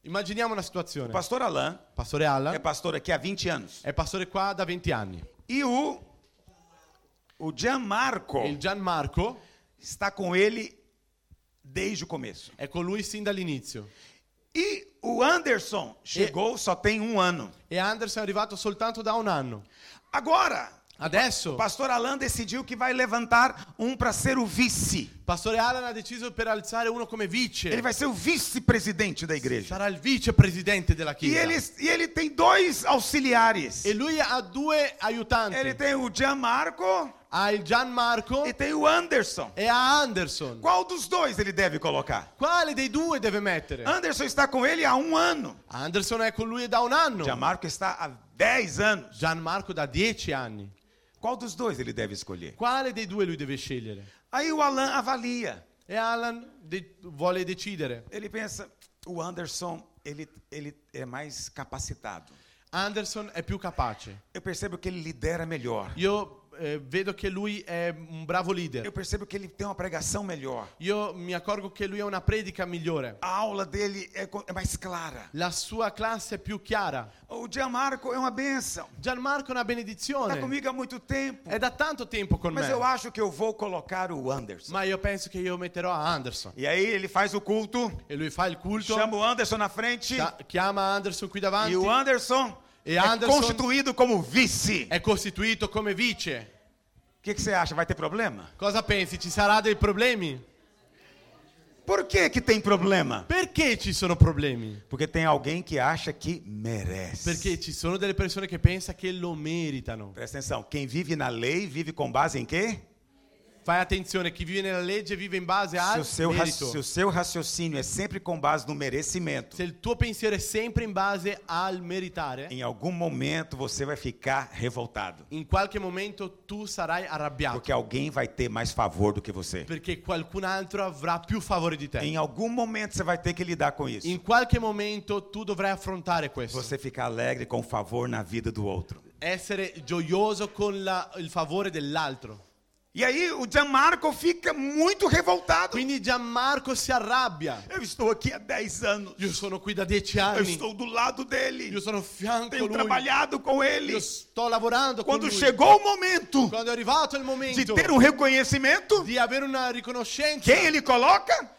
Speaker 2: Immaginiamo una
Speaker 3: O
Speaker 2: situazione.
Speaker 3: pastor Alain
Speaker 2: Pastore
Speaker 3: é
Speaker 2: Allan
Speaker 3: pastor aqui há 20 anos.
Speaker 2: è pastore qua da 20 anni.
Speaker 3: E o o Gianmarco
Speaker 2: Il Gianmarco
Speaker 3: está com ele desde o começo.
Speaker 2: è con lui sin dall'inizio.
Speaker 3: E o Anderson chegou só tem um ano.
Speaker 2: E Anderson è arrivato soltanto da un anno.
Speaker 3: Agora,
Speaker 2: Adesso
Speaker 3: o pastor Alain decidiu que vai levantar um para ser o vice.
Speaker 2: pastore Allan ha deciso per alzare uno come
Speaker 3: Ele
Speaker 2: vice.
Speaker 3: vai ser o vice-presidente da igreja.
Speaker 2: Sarà il vicepresidente della
Speaker 3: E ele,
Speaker 2: chiesa.
Speaker 3: e ele tem dois auxiliares.
Speaker 2: E lui ha due
Speaker 3: Ele
Speaker 2: aiutanti.
Speaker 3: tem o Gianmarco
Speaker 2: Ha il Gianmarco
Speaker 3: e tem o Anderson.
Speaker 2: e ha Anderson.
Speaker 3: Qual dos dois ele deve colocar?
Speaker 2: Quale dei due deve mettere?
Speaker 3: Anderson está com ele há um ano.
Speaker 2: Anderson è con lui da un anno.
Speaker 3: Gianmarco está há 10 anos.
Speaker 2: Gianmarco da 10 anni.
Speaker 3: Qual dos dois ele deve escolher?
Speaker 2: Quale dei due lui deve scegliere?
Speaker 3: Aí o Alain avalia.
Speaker 2: E Alan de- vuole decidere.
Speaker 3: Ele pensa, o Anderson, ele, ele é mais capacitado.
Speaker 2: Anderson è più capace.
Speaker 3: Eu percebo que ele lidera melhor.
Speaker 2: Io eh, vedo che lui è un bravo
Speaker 3: Eu
Speaker 2: leader.
Speaker 3: percebo que ele tem uma pregação melhor.
Speaker 2: Io mi accorgo che lui ha una predica migliore.
Speaker 3: A aula dele é, co- é mais clara.
Speaker 2: La sua classe è più chiara.
Speaker 3: O Gianmarco é uma benção.
Speaker 2: Gianmarco è una
Speaker 3: Está
Speaker 2: benedizione.
Speaker 3: comigo há muito tempo.
Speaker 2: È da tanto tempo con
Speaker 3: Mas eu
Speaker 2: me.
Speaker 3: acho que eu vou colocar o Anderson.
Speaker 2: Ma io penso che io metterò Anderson.
Speaker 3: E aí ele faz o culto,
Speaker 2: E lui fa il culto,
Speaker 3: chama o Anderson na frente.
Speaker 2: sa- chiama Anderson qui davanti.
Speaker 3: E o Anderson
Speaker 2: Tá. E
Speaker 3: é
Speaker 2: Anderson- É.
Speaker 3: constituído como vice.
Speaker 2: È costituito come vice.
Speaker 3: O que, que você acha? Vai ter problema?
Speaker 2: Cosa pensi? Ci sarà dei problemi?
Speaker 3: Por que, que tem problema?
Speaker 2: Perché ci sono problemi?
Speaker 3: Porque tem alguém que acha que merece.
Speaker 2: Perché ci sono delle persone che pensano che lo meritano.
Speaker 3: Presta atenção, quem vive na lei vive com base em quê?
Speaker 2: Fai attenzione, chi vive nella legge vive in base
Speaker 3: Se
Speaker 2: al
Speaker 3: o, seu raci-
Speaker 2: merito.
Speaker 3: se o seu raciocínio é sempre com base no merecimento,
Speaker 2: Se il tuo pensiero è sempre in base al meritare,
Speaker 3: em algum momento você vai ficar revoltado.
Speaker 2: in qualche momento tu sarai arrabbiato
Speaker 3: Porque alguém vai ter mais favor do que você.
Speaker 2: perché qualcun altro avrà più favore di te.
Speaker 3: Em algum momento você vai ter que lidar com isso.
Speaker 2: In qualche momento tu dovrai affrontare questo.
Speaker 3: Você fica alegre com o favor na vida do outro.
Speaker 2: Essere gioioso con la- il favore dell'altro.
Speaker 3: E aí o Gianmarco fica muito revoltado.
Speaker 2: Quindi Gianmarco si arrabbia.
Speaker 3: Eu estou aqui há 10 anos.
Speaker 2: Io sono qui da dieci
Speaker 3: Eu
Speaker 2: anni.
Speaker 3: estou do lado
Speaker 2: Io
Speaker 3: dele.
Speaker 2: sono a fianco a
Speaker 3: Tenho
Speaker 2: lui.
Speaker 3: trabalhado com ele.
Speaker 2: Io sto lavorando con
Speaker 3: Quando
Speaker 2: lui.
Speaker 3: chegou o momento
Speaker 2: Quando è arrivato il
Speaker 3: de
Speaker 2: momento
Speaker 3: ter um reconhecimento,
Speaker 2: di avere una riconoscenza,
Speaker 3: quem ele coloca?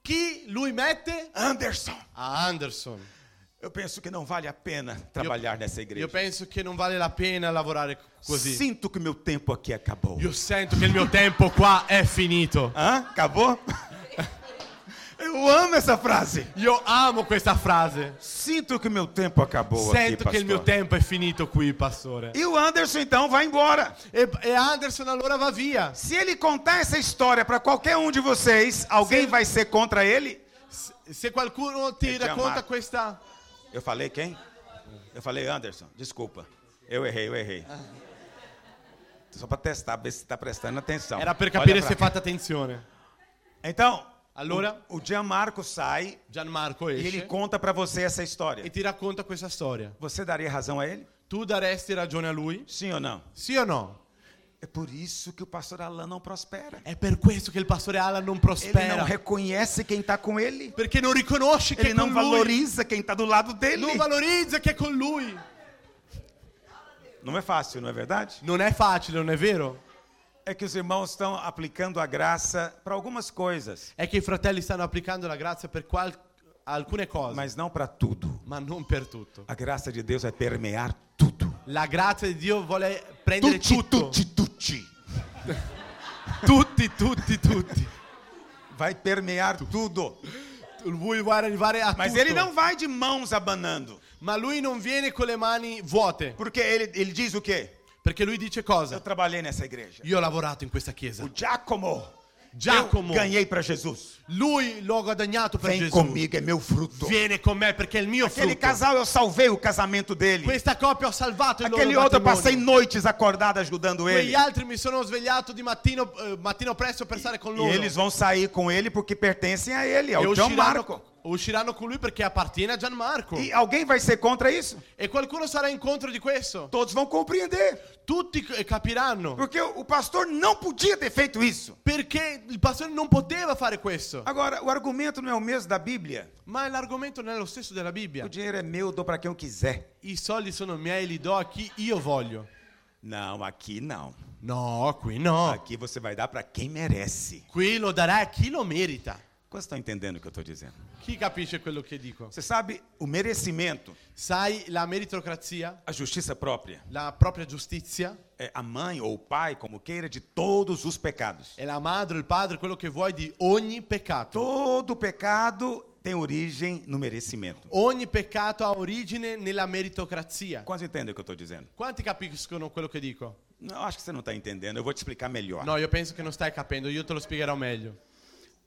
Speaker 2: chi lui mette?
Speaker 3: Anderson.
Speaker 2: A Anderson.
Speaker 3: Eu penso que não vale a pena trabalhar nessa
Speaker 2: Io
Speaker 3: igreja.
Speaker 2: penso che non vale la pena lavorare così.
Speaker 3: Sinto que meu tempo aqui acabou.
Speaker 2: Io sento che il mio tempo qua è finito.
Speaker 3: Hã? Acabou? Eu amo essa frase.
Speaker 2: Io amo questa frase.
Speaker 3: Sinto que meu tempo acabou
Speaker 2: Sento
Speaker 3: aqui,
Speaker 2: che il mio
Speaker 3: pastor.
Speaker 2: tempo è finito qui, pastore.
Speaker 3: E o Anderson então vai embora.
Speaker 2: E, e Anderson allora va via.
Speaker 3: Se ele contar essa história para qualquer um de vocês, alguém vai ser contra ele?
Speaker 2: S- Se qualcuno ti
Speaker 3: È già
Speaker 2: racconta
Speaker 3: amato.
Speaker 2: questa...
Speaker 3: Eu falei quem? Eu falei Anderson, desculpa. Eu errei, eu errei. Só para testar, ver se está prestando atenção.
Speaker 2: Era per
Speaker 3: Olha
Speaker 2: capire
Speaker 3: pra
Speaker 2: se
Speaker 3: cá.
Speaker 2: fate attenzione.
Speaker 3: Então,
Speaker 2: Allora?
Speaker 3: o, o Gianmarco sai
Speaker 2: Gianmarco
Speaker 3: e
Speaker 2: esce
Speaker 3: ele conta para você essa
Speaker 2: e
Speaker 3: história.
Speaker 2: ti racconta questa storia.
Speaker 3: Você daria razão a ele?
Speaker 2: Tu daresti ragione a lui?
Speaker 3: Sim ou não?
Speaker 2: Sì o no?
Speaker 3: É por isso que o pastor Alain não prospera.
Speaker 2: È per questo che il pastore Alan non
Speaker 3: Ele
Speaker 2: prospera.
Speaker 3: não reconhece quem está com ele.
Speaker 2: perché non riconosce che
Speaker 3: Ele
Speaker 2: è
Speaker 3: não
Speaker 2: con lui.
Speaker 3: valoriza quem está do lado dele.
Speaker 2: Non valorizza che è con lui.
Speaker 3: Não é fácil, não é verdade?
Speaker 2: Non è facile, non è vero?
Speaker 3: É que os irmãos estão aplicando a graça para algumas coisas,
Speaker 2: È che i fratelli stanno applicando la grazia per qual- alcune cose,
Speaker 3: mas não para tudo.
Speaker 2: ma non per tutto.
Speaker 3: A graça de Deus vai permear tudo.
Speaker 2: La grazia di Dio vuole prendere
Speaker 3: Tutti,
Speaker 2: tutto.
Speaker 3: tutti, tutti.
Speaker 2: [LAUGHS] tutti, tutti, tutti.
Speaker 3: Vai permear tudo.
Speaker 2: Lui vuole arrivare a
Speaker 3: Mas
Speaker 2: tutto.
Speaker 3: ele não vai de mãos abanando.
Speaker 2: Ma lui non viene con le mani vuote,
Speaker 3: Porque ele, ele diz o quê?
Speaker 2: perché lui dice
Speaker 3: Eu
Speaker 2: cosa?
Speaker 3: trabalhei nessa igreja.
Speaker 2: Io ho lavorato in questa chiesa.
Speaker 3: O Giacomo.
Speaker 2: Giacomo.
Speaker 3: Eu ganhei para Jesus.
Speaker 2: Lui l'ho guadagnato per
Speaker 3: Vem
Speaker 2: Gesù.
Speaker 3: comigo, é meu fruto.
Speaker 2: Viene con me perché è il mio
Speaker 3: Aquele
Speaker 2: frutto.
Speaker 3: casal eu salvei o casamento dele.
Speaker 2: Questa coppia ho salvato il
Speaker 3: Aquele
Speaker 2: loro
Speaker 3: outro eu
Speaker 2: matrimonio.
Speaker 3: passei noites acordado ajudando ele.
Speaker 2: Quegli altri mi sono svegliato di mattino, eh, mattino presto per stare con
Speaker 3: E
Speaker 2: loro.
Speaker 3: eles vão sair com ele porque pertencem a ele,
Speaker 2: e
Speaker 3: ao John Marco.
Speaker 2: usciranno, usciranno con lui perché appartiene a Gianmarco.
Speaker 3: E alguém vai ser contra isso?
Speaker 2: E qualcuno sarà incontro di questo.
Speaker 3: Todos vão compreender.
Speaker 2: Tutti c- eh, capiranno.
Speaker 3: Porque o pastor não podia ter feito isso.
Speaker 2: Perché il pastore non poteva fare questo.
Speaker 3: Agora, o argumento non é o mesmo da Bíblia.
Speaker 2: Ma l'argomento non è lo stesso della Bibbia.
Speaker 3: O dinheiro é meu, eu dou para quem eu quiser.
Speaker 2: I soldi sono miei, li do a chi io voglio.
Speaker 3: Não, aqui não.
Speaker 2: No, qui no.
Speaker 3: Aqui você vai dar para quem merece.
Speaker 2: Qui lo darai a chi lo merita.
Speaker 3: Vocês estão entendendo o que eu estou dizendo?
Speaker 2: Chi capisce quello che dico?
Speaker 3: Você sabe, o merecimento,
Speaker 2: Sai, la meritocrazia,
Speaker 3: a justiça própria,
Speaker 2: la propria giustizia,
Speaker 3: é a mãe ou o pai, como queira, de todos os pecados.
Speaker 2: è la madre, il padre, quello che vuoi di ogni peccato.
Speaker 3: Todo pecado tem origem no merecimento.
Speaker 2: Ogni peccato ha origine nella meritocrazia.
Speaker 3: Quantos entendem o que eu estou dizendo?
Speaker 2: Quanti capiscono quello che dico?
Speaker 3: Não, acho que você não está entendendo. Eu vou te explicar melhor.
Speaker 2: No, io penso che non stai capendo, io te lo spiegherò meglio.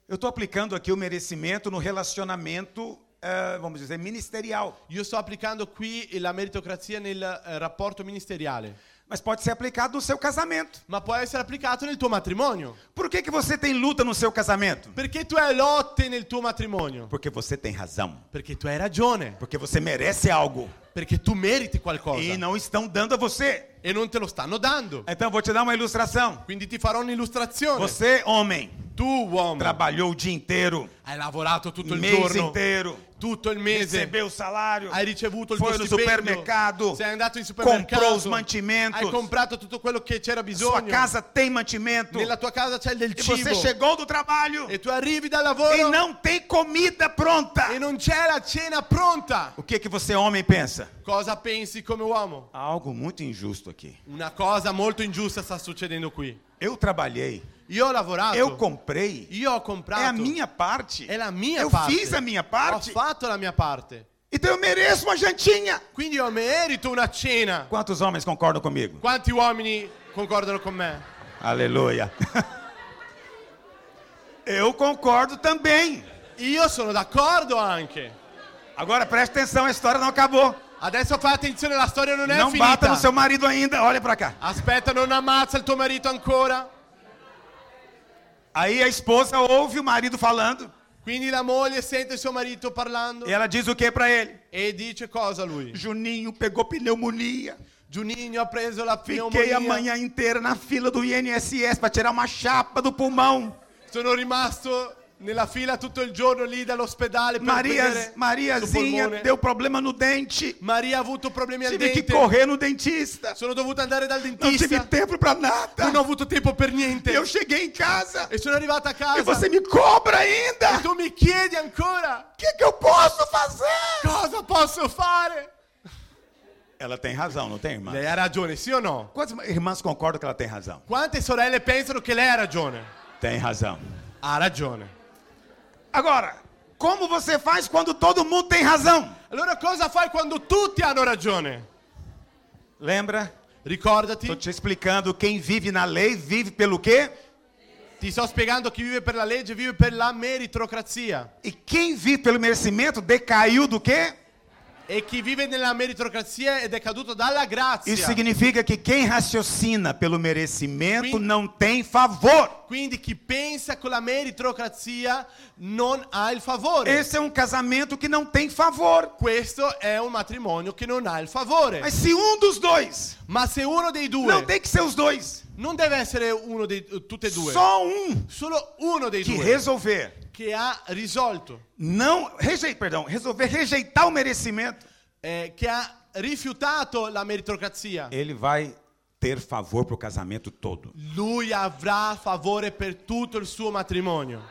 Speaker 3: Eu estou aplicando aqui o merecimento no relacionamento, eh, vamos dizer, ministerial.
Speaker 2: Io sto applicando qui la meritocrazia nel eh, rapporto ministeriale,
Speaker 3: Mas pode ser aplicado no seu casamento.
Speaker 2: ma può essere applicato nel tuo matrimonio.
Speaker 3: Por que, que você tem luta no seu casamento?
Speaker 2: Perché tu hai lotte nel tuo matrimonio?
Speaker 3: Porque você tem razão.
Speaker 2: Perché tu hai ragione,
Speaker 3: Porque você merece algo.
Speaker 2: perché tu meriti qualcosa
Speaker 3: E não estão dando a você.
Speaker 2: e non te lo stanno dando.
Speaker 3: Então, vou te dar uma ilustração.
Speaker 2: Quindi ti farò un'illustrazione.
Speaker 3: Você, homem,
Speaker 2: tu uomo,
Speaker 3: trabalhou o dia inteiro,
Speaker 2: hai lavorato tutto
Speaker 3: o
Speaker 2: il
Speaker 3: mês
Speaker 2: giorno,
Speaker 3: inteiro,
Speaker 2: tutto il mese,
Speaker 3: recebeu o salário,
Speaker 2: hai ricevuto il
Speaker 3: foi
Speaker 2: tuo
Speaker 3: no
Speaker 2: stipendio,
Speaker 3: supermercado,
Speaker 2: sei andato in supermercato,
Speaker 3: comprou os mantimentos,
Speaker 2: hai comprato tutto quello che c'era
Speaker 3: sua
Speaker 2: bisogno,
Speaker 3: casa tem mantimento,
Speaker 2: nella tua casa c'è del
Speaker 3: e
Speaker 2: cibo,
Speaker 3: você chegou do trabalho
Speaker 2: e tu arrivi dal
Speaker 3: e
Speaker 2: lavoro
Speaker 3: não tem comida pronta.
Speaker 2: e non c'è la cena pronta.
Speaker 3: O que que você homem pensa?
Speaker 2: Cosa pensi come uomo?
Speaker 3: Há algo muito injusto aqui.
Speaker 2: Una cosa molto ingiusta sta succedendo qui.
Speaker 3: Eu trabalhei,
Speaker 2: Io ho lavorato,
Speaker 3: eu comprei,
Speaker 2: io ho
Speaker 3: é a
Speaker 2: comprato,
Speaker 3: minha parte.
Speaker 2: è la mia
Speaker 3: eu
Speaker 2: parte,
Speaker 3: fiz é a minha
Speaker 2: ho
Speaker 3: parte,
Speaker 2: fatto la mia parte,
Speaker 3: então eu mereço uma jantinha.
Speaker 2: quindi io merito una cena.
Speaker 3: Quantos homens concordam comigo?
Speaker 2: Quanti uomini concordano con me?
Speaker 3: Aleluia. [LAUGHS] eu concordo também.
Speaker 2: Io sono d'accordo anche.
Speaker 3: Agora preste atenção, a história não acabou.
Speaker 2: Adesso fai attenzione, la storia non è
Speaker 3: Não é bata
Speaker 2: finita.
Speaker 3: no seu marido ainda, olha pra cá.
Speaker 2: Aspetta, non ammazza il tuo marito ancora.
Speaker 3: Aí a esposa ouve o marido falando
Speaker 2: Quindi la moglie sente il suo marito parlando
Speaker 3: e ela diz o que pra ele?
Speaker 2: e dice cosa a lui?
Speaker 3: Juninho pegou pneumonia.
Speaker 2: Juninho ha preso la
Speaker 3: Fiquei
Speaker 2: pneumonia.
Speaker 3: a manhã inteira na fila do INSS para tirar uma chapa do pulmão.
Speaker 2: Sono rimasto nella fila tutto il giorno lì dall'ospedale per
Speaker 3: Maria,
Speaker 2: vedere sto
Speaker 3: Mariazinha
Speaker 2: polmone.
Speaker 3: deu problema no dente.
Speaker 2: Maria ha avuto problemi al
Speaker 3: Tive que
Speaker 2: dente.
Speaker 3: correr no dentista.
Speaker 2: Sono dovuto andare dal
Speaker 3: Não tive
Speaker 2: dentista.
Speaker 3: tempo para nada.
Speaker 2: Non ho avuto tempo per niente.
Speaker 3: Eu cheguei em casa
Speaker 2: E sono arrivata a
Speaker 3: e
Speaker 2: casa. Então,
Speaker 3: você me cobra
Speaker 2: E
Speaker 3: ainda.
Speaker 2: tu mi chiedi ancora
Speaker 3: O que, que eu posso fazer?
Speaker 2: cosa posso fare?
Speaker 3: Ela tem razão, não tem, irmã?
Speaker 2: Lei ha ragione, sì o no?
Speaker 3: Quantas irmãs concordam que ela tem razão?
Speaker 2: Quante sorelle pensano che lei ha ragione?
Speaker 3: Tem razão.
Speaker 2: Ha ragione.
Speaker 3: Agora, como você faz quando todo mundo tem razão?
Speaker 2: Allora cosa fai quando tutti hanno ragione?
Speaker 3: Lembra? Estou
Speaker 2: Ricordati,
Speaker 3: te explicando, quem vive na lei vive pelo quê?
Speaker 2: ti sto spiegando chi vive per la legge vive per la meritocrazia.
Speaker 3: E quem vive pelo merecimento decaiu do quê?
Speaker 2: E chi vive nella meritocrazia ed è caduto dalla
Speaker 3: Isso
Speaker 2: grazia.
Speaker 3: significa que quem raciocina pelo merecimento
Speaker 2: Sim.
Speaker 3: não tem favor.
Speaker 2: Quindi chi pensa con la meritocrazia non ha il favore.
Speaker 3: Esse é um casamento que não tem favor.
Speaker 2: Questo è un matrimonio che non ha il favore.
Speaker 3: Mas se um dos dois,
Speaker 2: Ma se uno dei
Speaker 3: não
Speaker 2: due
Speaker 3: tem que ser os dois,
Speaker 2: Non deve essere uno dei tutte e due.
Speaker 3: só um
Speaker 2: Solo uno dei
Speaker 3: que
Speaker 2: due
Speaker 3: resolver
Speaker 2: che ha risolto,
Speaker 3: não rejeitar, perdão, resolver rejeitar o merecimento,
Speaker 2: eh, che ha rifiutato la meritocrazia.
Speaker 3: ele vai ter favor pro casamento todo.
Speaker 2: Lui avrà favore per tutto il suo matrimonio.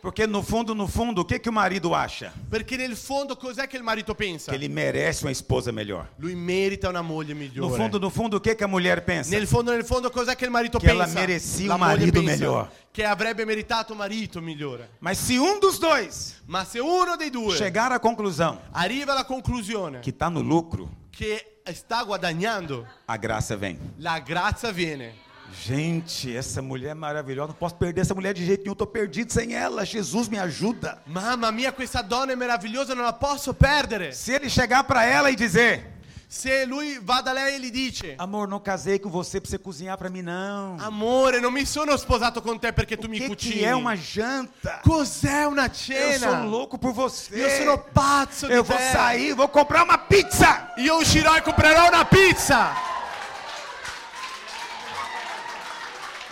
Speaker 3: Porque no fundo, no fundo, o que que o marido acha?
Speaker 2: Perché nel fondo cos'è che il marito
Speaker 3: Que
Speaker 2: pensa?
Speaker 3: ele merece uma esposa melhor.
Speaker 2: Lui merita una moglie
Speaker 3: No
Speaker 2: migliore.
Speaker 3: fundo, no fundo, o que que a mulher pensa?
Speaker 2: nel fondo, nel fondo, cos'è che il marito
Speaker 3: Che
Speaker 2: pensa?
Speaker 3: ella merecia
Speaker 2: La
Speaker 3: un
Speaker 2: moglie
Speaker 3: marito
Speaker 2: pensa
Speaker 3: migliore.
Speaker 2: Che avrebbe meritato un marito migliore.
Speaker 3: Mas se um dos dois
Speaker 2: Ma se uno dei due
Speaker 3: chegar à conclusão
Speaker 2: arriva alla conclusione
Speaker 3: que está no lucro,
Speaker 2: che sta guadagnando,
Speaker 3: a graça vem.
Speaker 2: la grazia viene.
Speaker 3: Gente, essa mulher é maravilhosa. Não posso perder essa mulher de jeito nenhum. Estou perdido sem ela. Jesus me ajuda.
Speaker 2: Mamma mia, questa donna è meravigliosa, non la posso perdere.
Speaker 3: Se ele chegar para ela e dizer:
Speaker 2: Se lui va da lei e gli dice:
Speaker 3: Amor, não casei com você para você cozinhar para mim, não.
Speaker 2: Amore, non mi sono sposato con te perché Ah, tu
Speaker 3: o
Speaker 2: mi
Speaker 3: que,
Speaker 2: cucini.
Speaker 3: que é uma janta?
Speaker 2: Cos'è una
Speaker 3: Eu sou
Speaker 2: cena? Eh.
Speaker 3: louco por você.
Speaker 2: Io sono pazzo di
Speaker 3: Eu
Speaker 2: te.
Speaker 3: vou sair, vou comprar uma pizza.
Speaker 2: Io uscirò e comprerò una pizza.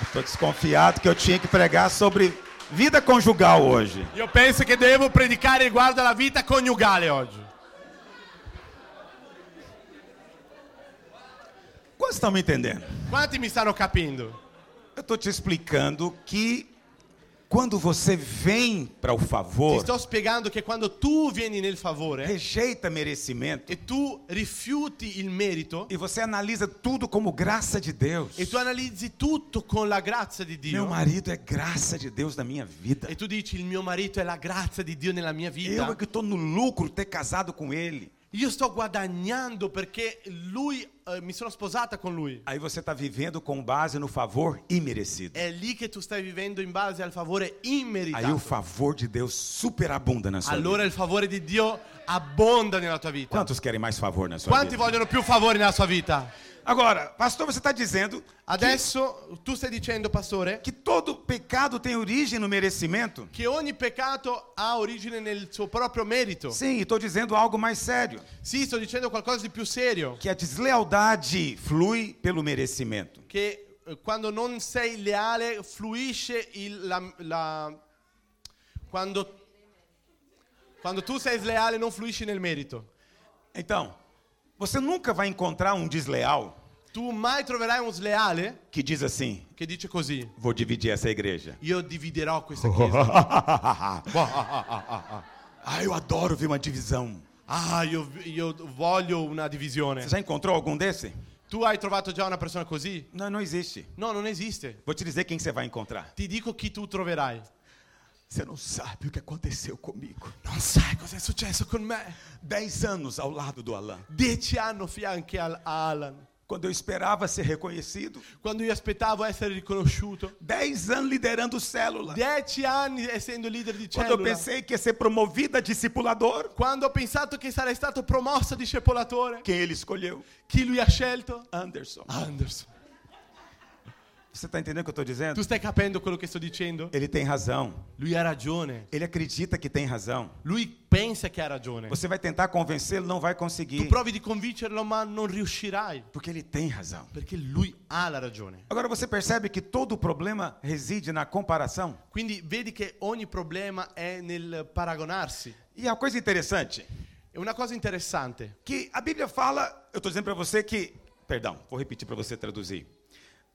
Speaker 3: Estou desconfiado que eu tinha que pregar sobre vida conjugal hoje.
Speaker 2: Io penso che devo predicare riguardo alla vita coniugale oggi.
Speaker 3: Quantos estão me entendendo?
Speaker 2: Quanti mi stanno capendo?
Speaker 3: Eu estou te explicando que quando você vem para o
Speaker 2: Ti
Speaker 3: favor,
Speaker 2: sto spiegando che quando tu vieni nel favore
Speaker 3: rejeita merecimento
Speaker 2: e tu rifiuti il merito
Speaker 3: e você analisa tudo como graça de Deus.
Speaker 2: e tu analizzi tutto con la grazia di Dio.
Speaker 3: Meu marido é graça de Deus na minha vida.
Speaker 2: E tu dici il mio marito è la grazia di Dio nella mia
Speaker 3: Eu é
Speaker 2: vita.
Speaker 3: que estou no lucro ter casado com ele.
Speaker 2: Io sto guadagnando perché lui eh, mi sono sposata con lui.
Speaker 3: Aí você está vivendo com base no favor imerecido.
Speaker 2: È lì che tu stai vivendo in base al favore
Speaker 3: Aí o
Speaker 2: immeritato.
Speaker 3: favor de Deus superabunda na sua
Speaker 2: Allora
Speaker 3: vida.
Speaker 2: il favore di Dio abbonda nella tua vita.
Speaker 3: Quantos querem mais favor na sua
Speaker 2: Quanti
Speaker 3: vida?
Speaker 2: vogliono più favori nella sua vita?
Speaker 3: Agora, pastor, você está dizendo
Speaker 2: Adesso tu stai dicendo, pastore,
Speaker 3: que todo pecado tem origem no merecimento?
Speaker 2: che ogni peccato ha origine nel suo proprio merito.
Speaker 3: Sim, estou dizendo algo mais sério,
Speaker 2: Sì, sto dicendo qualcosa di più serio.
Speaker 3: que a deslealdade flui pelo merecimento.
Speaker 2: che eh, quando non sei leale fluisce il, la, la- quando, quando tu sei sleale non fluisci nel merito.
Speaker 3: Então, você nunca vai encontrar um desleal
Speaker 2: Tu mai troverai uno sleale
Speaker 3: que diz assim:
Speaker 2: che dice così,
Speaker 3: vou dividir essa igreja.
Speaker 2: io dividerò
Speaker 3: Oh.
Speaker 2: questa chiesa.
Speaker 3: Ah, eu adoro ver uma divisão.
Speaker 2: Ah, io, io voglio una divisione.
Speaker 3: Você já encontrou algum desse?
Speaker 2: Tu hai trovato già una persona così?
Speaker 3: Não, não existe.
Speaker 2: No, non esiste.
Speaker 3: Vou te dizer quem você vai encontrar.
Speaker 2: Ti dico chi tu troverai.
Speaker 3: Você não sabe o que aconteceu comigo.
Speaker 2: Non sai cosa è successo con me.
Speaker 3: Dez anos ao lado do Alan.
Speaker 2: Dieci anni a fianco al- a Alan,
Speaker 3: Quando eu esperava ser reconhecido.
Speaker 2: quando io aspettavo essere riconosciuto.
Speaker 3: Dez anos liderando célula.
Speaker 2: Dieci anni essendo leader di
Speaker 3: Quando eu
Speaker 2: cellula.
Speaker 3: pensei que ia ser promovido a discipulador.
Speaker 2: Quando ho pensato che sarei stato promosso a discepolatore,
Speaker 3: Quem ele escolheu?
Speaker 2: Ah, chi lui ha scelto?
Speaker 3: Anderson.
Speaker 2: Anderson.
Speaker 3: Você está entendendo o que eu estou dizendo?
Speaker 2: Tu stai capendo quello che sto dicendo?
Speaker 3: Ele tem razão.
Speaker 2: Lui ha ragione.
Speaker 3: Ele acredita que tem razão.
Speaker 2: Lui pensa che ha ragione.
Speaker 3: Você vai tentar convencê-lo, não vai
Speaker 2: Tu
Speaker 3: conseguir.
Speaker 2: provi di convincerlo, ma non riuscirai.
Speaker 3: Porque ele tem razão.
Speaker 2: Perché lui ha la ragione.
Speaker 3: Agora você percebe que todo o problema reside na comparação?
Speaker 2: Quindi vedi che ogni problema è nel paragonarsi.
Speaker 3: E a coisa interessante,
Speaker 2: E una cosa interessante.
Speaker 3: que a Bíblia fala, eu estou dizendo para você que, perdão, vou repetir para você traduzir.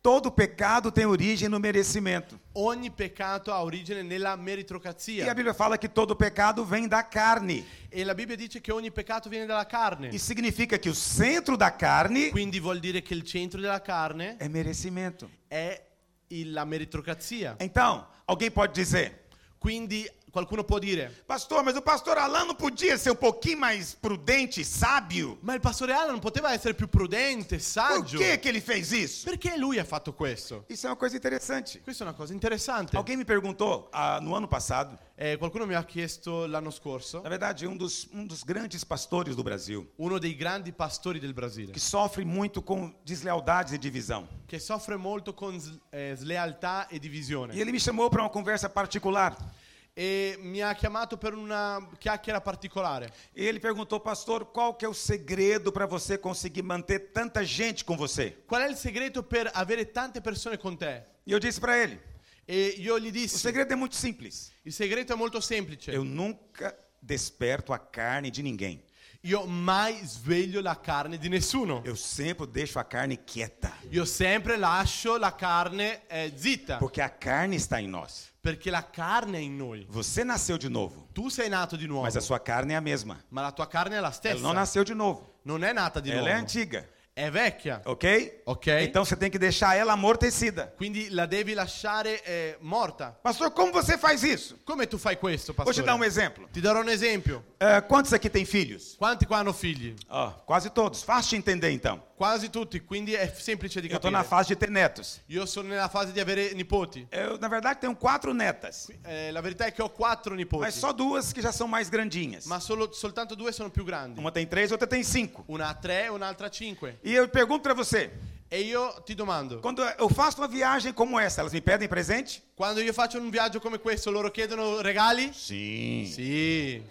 Speaker 3: Todo pecado tem origem no merecimento.
Speaker 2: Ogni peccato ha origine nella
Speaker 3: E a
Speaker 2: meritocrazia.
Speaker 3: Bíblia fala que todo pecado vem da carne.
Speaker 2: E la Bibbia dice che ogni peccato viene dalla carne.
Speaker 3: E significa que o centro da carne
Speaker 2: Quindi vuol dire che il centro della carne
Speaker 3: é merecimento.
Speaker 2: è il- la meritocrazia.
Speaker 3: Então, alguém pode dizer,
Speaker 2: Quindi qualcuno può dire,
Speaker 3: pastor, mas o pastor Alain não podia ser um pouquinho mais prudente, sábio?
Speaker 2: ma il pastore Alan poteva essere più prudente,
Speaker 3: Por
Speaker 2: saggio.
Speaker 3: que, que ele fez isso?
Speaker 2: Perché lui ha fatto questo?
Speaker 3: Isso é uma coisa interessante.
Speaker 2: Questa è una cosa interessante.
Speaker 3: Alguém me perguntou ah, no ano passado,
Speaker 2: Eh, qualcuno mi ha chiesto l'anno scorso,
Speaker 3: na verdade, um dos, um dos grandes pastores do Brasil,
Speaker 2: uno dei grandi pastori del Brasile,
Speaker 3: que sofre muito com deslealdades e divisão.
Speaker 2: che soffre molto con s- eh, slealtà e divisione.
Speaker 3: E ele me chamou para uma conversa particular.
Speaker 2: E mi ha chiamato per una chiacchiera particolare.
Speaker 3: E ele perguntou, pastor, qual que é o segredo para você conseguir manter tanta gente com você?
Speaker 2: Qual è il segreto per avere tante persone con te?
Speaker 3: E eu disse para ele,
Speaker 2: E io gli
Speaker 3: o
Speaker 2: dissi,
Speaker 3: segredo é muito simples.
Speaker 2: il segreto è molto semplice.
Speaker 3: Eu nunca desperto a carne de ninguém.
Speaker 2: Io mai sveglio la carne di nessuno.
Speaker 3: Eu sempre deixo a carne quieta,
Speaker 2: Io sempre lascio la carne eh, zitta,
Speaker 3: porque a carne está em nós.
Speaker 2: perché la carne è in noi.
Speaker 3: Você nasceu de novo,
Speaker 2: Tu sei nato di nuovo,
Speaker 3: mas a sua carne é a mesma.
Speaker 2: ma la tua carne è la
Speaker 3: Ela não
Speaker 2: stessa.
Speaker 3: nasceu de novo.
Speaker 2: Non è nata di
Speaker 3: Ela é
Speaker 2: nuovo,
Speaker 3: antiga,
Speaker 2: è vecchia.
Speaker 3: ok?
Speaker 2: Ok?
Speaker 3: Então você tem que deixar ela amortecida.
Speaker 2: Quindi la devi lasciare eh, morta.
Speaker 3: Pastor, como você faz isso?
Speaker 2: Come tu fai questo,
Speaker 3: Vou te dar um
Speaker 2: pastore?
Speaker 3: exemplo.
Speaker 2: Ti darò un esempio.
Speaker 3: Ah, quantos aqui têm filhos?
Speaker 2: Quanti qua hanno figli?
Speaker 3: Ó, quase todos. Fácil de entender, então.
Speaker 2: Quasi tutti, quindi è semplice di
Speaker 3: Eu estou na
Speaker 2: capire.
Speaker 3: fase de ter netos.
Speaker 2: Io sono nella fase di avere nipoti.
Speaker 3: Eu, na verdade, tenho quatro netas,
Speaker 2: Eh, la verità è che ho quattro
Speaker 3: mas
Speaker 2: nipoti,
Speaker 3: só duas que já são mais grandinhas.
Speaker 2: ma solo- soltanto due sono più grandi.
Speaker 3: Uma tem três, outra tem cinco.
Speaker 2: Una a tre e un'altra a cinque.
Speaker 3: E eu pergunto para você,
Speaker 2: E io ti domando,
Speaker 3: quando eu faço uma viagem como essa, elas me pedem presente?
Speaker 2: quando io faccio un viaggio come questo, loro chiedono regali?
Speaker 3: Sim.
Speaker 2: Sì.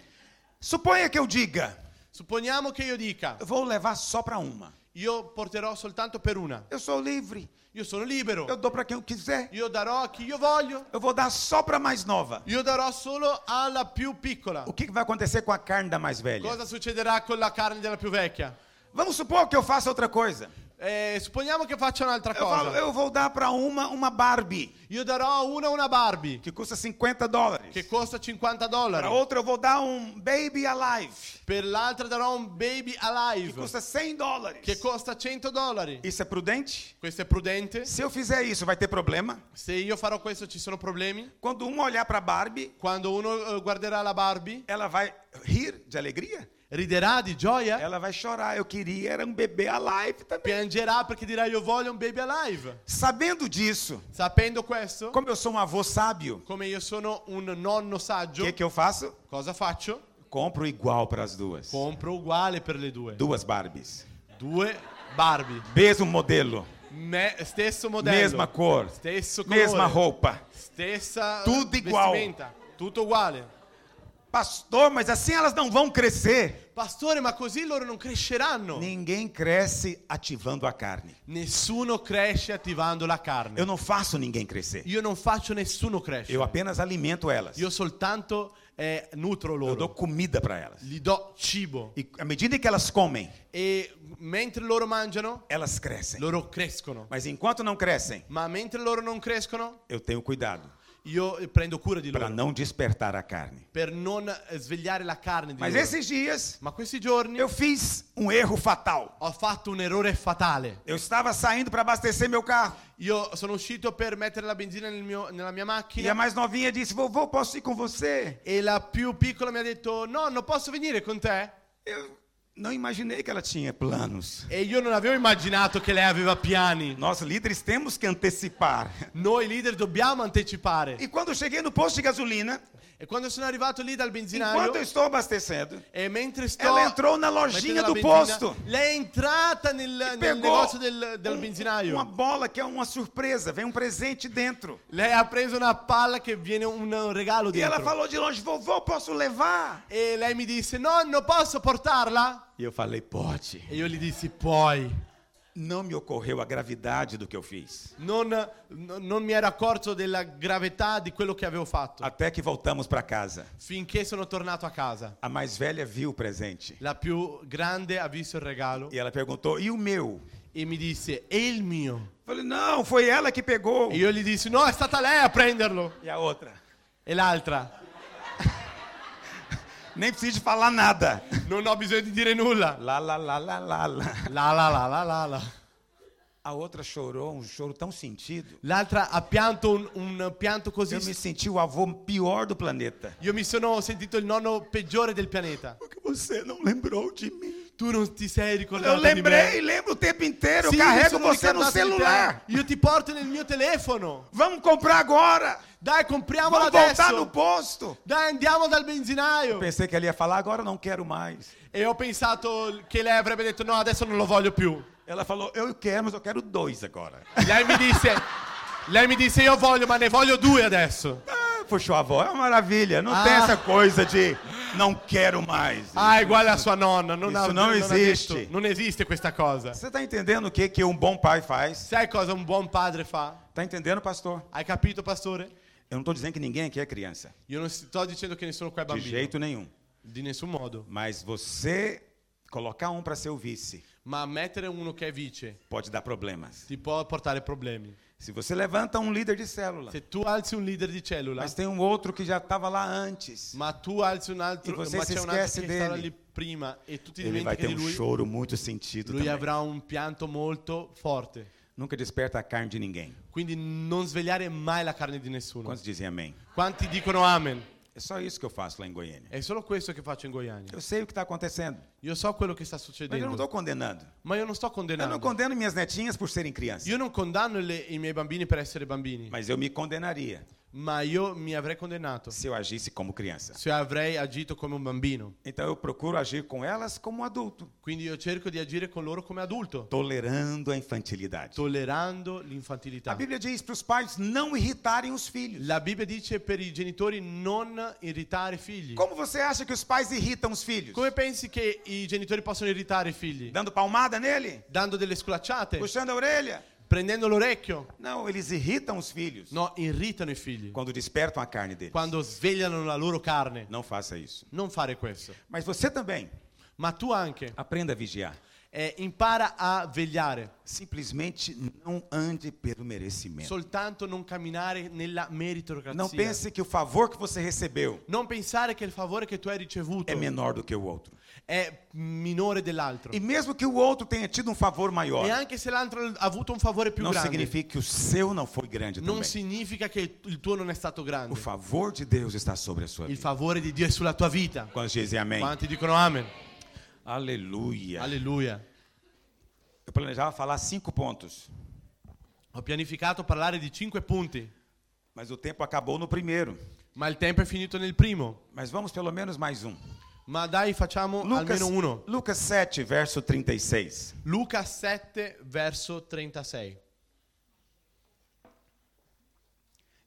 Speaker 3: Suponha que eu diga,
Speaker 2: Supponiamo che io dica,
Speaker 3: eu vou levar só para uma.
Speaker 2: io porterò soltanto per una.
Speaker 3: Eu sou livre,
Speaker 2: Io sono
Speaker 3: eu
Speaker 2: libero.
Speaker 3: dou para quem eu quiser.
Speaker 2: Io darò a chi io voglio.
Speaker 3: Eu vou dar só para mais nova.
Speaker 2: Io darò solo alla più piccola.
Speaker 3: O que que vai acontecer com a carne da mais velha?
Speaker 2: Cosa succederà con la carne della più vecchia?
Speaker 3: Vamos supor que eu faça outra coisa.
Speaker 2: Eh, supponiamo che faccia un'altra
Speaker 3: Eu, falo,
Speaker 2: cosa.
Speaker 3: eu vou dar para uma uma Barbie,
Speaker 2: Io darò a una una Barbie
Speaker 3: que custa 50 dólares.
Speaker 2: che costa 50
Speaker 3: Para
Speaker 2: dollari.
Speaker 3: outra eu vou dar um Baby Alive,
Speaker 2: Per l'altra darò un Baby
Speaker 3: que
Speaker 2: Alive
Speaker 3: custa 100 dólares.
Speaker 2: che costa 100 dollari.
Speaker 3: Isso é prudente?
Speaker 2: Questo è prudente.
Speaker 3: Se eu fizer isso, vai ter problema?
Speaker 2: Se io farò questo ci sono problemi?
Speaker 3: Quando um olhar para Barbie,
Speaker 2: Quando uno eh, guarderà la Barbie,
Speaker 3: ela vai rir de alegria?
Speaker 2: riderà di gioia,
Speaker 3: Ela vai chorar. Eu queria era um bebê alive também.
Speaker 2: piangerà perché dirà io voglio un baby alive.
Speaker 3: Sabendo disso,
Speaker 2: Sapendo questo,
Speaker 3: como eu sou um avô sábio,
Speaker 2: come io sono un nonno
Speaker 3: o
Speaker 2: saggio,
Speaker 3: que, que eu faço?
Speaker 2: cosa faccio?
Speaker 3: Compro igual para as duas.
Speaker 2: Compro uguale per le due.
Speaker 3: Duas Barbies.
Speaker 2: Due Barbie,
Speaker 3: Mesmo modelo,
Speaker 2: Me- stesso modello,
Speaker 3: mesma cor,
Speaker 2: stesso colore,
Speaker 3: mesma roupa.
Speaker 2: stessa
Speaker 3: Tutto uguale.
Speaker 2: vestimenta, tutto uguale.
Speaker 3: Pastor, mas assim elas não vão crescer.
Speaker 2: Pastore, ma così loro non cresceranno.
Speaker 3: Ninguém cresce ativando a carne.
Speaker 2: Nessuno cresce attivando la
Speaker 3: Eu
Speaker 2: carne.
Speaker 3: não faço ninguém crescer.
Speaker 2: Io non faccio nessuno crescere.
Speaker 3: Eu apenas alimento elas.
Speaker 2: Io soltanto eh, nutro
Speaker 3: Eu dou
Speaker 2: loro,
Speaker 3: comida para elas.
Speaker 2: gli do cibo
Speaker 3: E à medida que elas comem,
Speaker 2: e mentre loro mangiano,
Speaker 3: elas crescem.
Speaker 2: loro crescono.
Speaker 3: Mas enquanto não crescem,
Speaker 2: Ma mentre loro non crescono,
Speaker 3: eu tenho cuidado
Speaker 2: io eh, prendo cura di
Speaker 3: para
Speaker 2: loro
Speaker 3: não despertar a carne.
Speaker 2: per non eh, svegliare la carne di
Speaker 3: Mas
Speaker 2: loro.
Speaker 3: esses dias
Speaker 2: Ma questi giorni
Speaker 3: eu fiz um erro fatal.
Speaker 2: ho fatto un errore fatale.
Speaker 3: Eu estava saindo para abastecer meu carro
Speaker 2: Io sono uscito per mettere la benzina nel mio- nella mia
Speaker 3: e a
Speaker 2: macchina
Speaker 3: mais novinha disse: "Vovô, posso ir com você?"
Speaker 2: e la più piccola mi ha detto: Nonno, posso venire con te?
Speaker 3: Eu Não imaginei que ela tinha planos.
Speaker 2: E io non avevo immaginato che lei aveva piani.
Speaker 3: Nós líderes temos que antecipar.
Speaker 2: Noi leader dobbiamo anticipare.
Speaker 3: E quando eu cheguei no posto de gasolina,
Speaker 2: E quando sono arrivato lì dal benzinaio
Speaker 3: enquanto eu estou abastecendo,
Speaker 2: e mentre sto
Speaker 3: ela entrou na
Speaker 2: mettendo
Speaker 3: lojinha
Speaker 2: la
Speaker 3: do
Speaker 2: benzina,
Speaker 3: posto.
Speaker 2: lei è entrata nel, nel
Speaker 3: Pegou
Speaker 2: negozio del, del
Speaker 3: um-
Speaker 2: benzinaio.
Speaker 3: uma bola que é uma surpresa, vem um presente dentro.
Speaker 2: Lei ha preso una palla che viene un, un regalo
Speaker 3: E ela
Speaker 2: dentro.
Speaker 3: falou de longe, vovô, posso levar?
Speaker 2: E lei mi disse: Nonno, posso portarla?
Speaker 3: E eu falei, pode.
Speaker 2: E io gli dissi: Poi.
Speaker 3: Não me ocorreu a gravidade do que eu fiz.
Speaker 2: Non, no- non mi ero accorto della gravità di quello che avevo fatto.
Speaker 3: Até que voltamos para casa.
Speaker 2: Finché sono tornato a casa.
Speaker 3: A mais velha viu o presente.
Speaker 2: La più grande ha visto il regalo
Speaker 3: E ela perguntou, e o meu?
Speaker 2: e mi disse: È il mio.
Speaker 3: Eu falei, não, foi ela que pegou.
Speaker 2: E io gli dissi: No, è stata lei a prenderlo.
Speaker 3: E a outra?
Speaker 2: E l'altra:
Speaker 3: Nem preciso de falar nada.
Speaker 2: Non ho bisogno di dire nulla.
Speaker 3: Lá, lá, lá, lá, lá, lá.
Speaker 2: La la la la la la.
Speaker 3: A outra chorou um choro tão sentido.
Speaker 2: L'altra ha pianto un, un pianto così.
Speaker 3: Eu me senti o avô pior do planeta.
Speaker 2: Io mi sono sentito il nonno peggiore del pianeta.
Speaker 3: Porque você não lembrou de mim.
Speaker 2: Tu non ti sei
Speaker 3: Eu
Speaker 2: ricordato di
Speaker 3: lembrei,
Speaker 2: me.
Speaker 3: lembro o tempo inteiro. Eu
Speaker 2: Sì,
Speaker 3: carrego
Speaker 2: mi sono ricordato di te.
Speaker 3: você no celular.
Speaker 2: Io ti porto nel mio telefono.
Speaker 3: Vamos comprar agora.
Speaker 2: Dai, compriamola
Speaker 3: Vamos voltar
Speaker 2: adesso.
Speaker 3: no posto.
Speaker 2: Dai, andiamo dal benzinaio.
Speaker 3: Pensei que ele ia falar, agora eu não quero mais.
Speaker 2: E ho pensato che lei avrebbe detto no, adesso non lo voglio più.
Speaker 3: Ela falou, eu quero, mas eu quero dois agora. [LAUGHS]
Speaker 2: Lei mi [LAUGHS] disse Lei mi disse io voglio, ma ne voglio due adesso.
Speaker 3: Ah, Puxou a avó, é uma maravilha. Não
Speaker 2: Ah.
Speaker 3: tem essa coisa de não quero mais.
Speaker 2: Ah, è uguale a sua nonna, non,
Speaker 3: Isso
Speaker 2: ha-
Speaker 3: non
Speaker 2: ha
Speaker 3: esiste.
Speaker 2: detto- non esiste questa cosa.
Speaker 3: Você está entendendo o que, que um bom pai faz?
Speaker 2: Sai cosa un buon padre fa?
Speaker 3: Está entendendo, pastor?
Speaker 2: Hai capito, pastore?
Speaker 3: Eu não estou dizendo que ninguém aqui é criança.
Speaker 2: Io non sto dicendo che nessuno qua è
Speaker 3: De
Speaker 2: bambino.
Speaker 3: jeito nenhum.
Speaker 2: Di nessun modo.
Speaker 3: Mas você colocar um para ser o vice
Speaker 2: Ma mettere uno che è vice
Speaker 3: pode dar problemas.
Speaker 2: ti può portare problemi.
Speaker 3: Se você levanta um líder de célula,
Speaker 2: Se tu alzi un leader di cellula,
Speaker 3: mas tem um outro que já estava lá antes,
Speaker 2: ma tu alzi un altro,
Speaker 3: E você
Speaker 2: ma
Speaker 3: si
Speaker 2: c'è un altro
Speaker 3: scherzi
Speaker 2: che stava
Speaker 3: degli.
Speaker 2: lì prima e tu ti
Speaker 3: ele vai
Speaker 2: dimentichi
Speaker 3: ter
Speaker 2: di
Speaker 3: um
Speaker 2: lui,
Speaker 3: choro muito sentido
Speaker 2: lui
Speaker 3: também.
Speaker 2: avrà un pianto molto forte.
Speaker 3: Nunca desperta a carne de ninguém.
Speaker 2: Quindi non svegliare mai la carne di nessuno.
Speaker 3: Quantos dizem amém?
Speaker 2: Quanti dicono amen?
Speaker 3: É só isso que eu faço lá em Goiânia.
Speaker 2: È solo questo che faccio in Goiânia.
Speaker 3: Eu sei o que está acontecendo,
Speaker 2: Io so quello che sta
Speaker 3: mas É. eu não
Speaker 2: succedendo,
Speaker 3: estou condenando.
Speaker 2: ma io non sto
Speaker 3: Eu não
Speaker 2: condannando.
Speaker 3: condeno minhas netinhas por serem crianças,
Speaker 2: Io non condanno le- i miei bambini per essere bambini,
Speaker 3: mas eu me condenaria
Speaker 2: ma io mi avrei condannato
Speaker 3: se eu agisse como criança.
Speaker 2: se avrei agito come un bambino.
Speaker 3: Então eu procuro agir com elas como adulto,
Speaker 2: Quindi io cerco di agire con loro come adulto,
Speaker 3: tolerando a infantilidade.
Speaker 2: tollerando
Speaker 3: A
Speaker 2: l'infantilità.
Speaker 3: Bíblia diz para os pais não irritarem os filhos.
Speaker 2: La Bibbia dice per i genitori non irritare i figli.
Speaker 3: Como você acha que os pais irritam os filhos?
Speaker 2: Come pensi che i genitori possono irritare i figli?
Speaker 3: Dando palmada nele?
Speaker 2: Dando delle sculacciate?
Speaker 3: Puxando a orelha?
Speaker 2: Prendendo l'orecchio?
Speaker 3: Não, eles irritam os filhos
Speaker 2: No, irritano i figli.
Speaker 3: quando despertam a carne deles.
Speaker 2: Quando svegliano la loro carne.
Speaker 3: Não faça isso.
Speaker 2: Non fare questo.
Speaker 3: Mas você também
Speaker 2: Ma tu anche.
Speaker 3: aprenda a vigiar.
Speaker 2: eh, impara a vegliare.
Speaker 3: Simplesmente não ande pelo merecimento.
Speaker 2: Soltanto non camminare nella meritocrazia.
Speaker 3: Não pense que o favor que você recebeu
Speaker 2: Non pensare che il favore che tu hai ricevuto
Speaker 3: é menor do que o outro.
Speaker 2: è minore dell'altro.
Speaker 3: E mesmo que o outro tenha tido um favor maior,
Speaker 2: E anche se l'altro ha avuto un favore più
Speaker 3: não
Speaker 2: grande,
Speaker 3: significa que o seu não foi grande
Speaker 2: non
Speaker 3: também.
Speaker 2: significa che il tuo non è stato
Speaker 3: O
Speaker 2: grande.
Speaker 3: favor de Deus está sobre a sua
Speaker 2: Il
Speaker 3: vida.
Speaker 2: favore di Dio è sulla tua vita.
Speaker 3: Quantos dizem amém?
Speaker 2: Quanti dicono amen?
Speaker 3: Aleluia.
Speaker 2: Alleluia.
Speaker 3: Eu planejava falar cinco pontos,
Speaker 2: Ho pianificato parlare di cinque punti,
Speaker 3: mas o tempo acabou no primeiro.
Speaker 2: ma il tempo è finito nel primo.
Speaker 3: Mas vamos pelo menos mais um.
Speaker 2: Ma dai, facciamo
Speaker 3: Lucas,
Speaker 2: almeno uno.
Speaker 3: Lucas 7, verso 36.
Speaker 2: Luca 7, verso 36.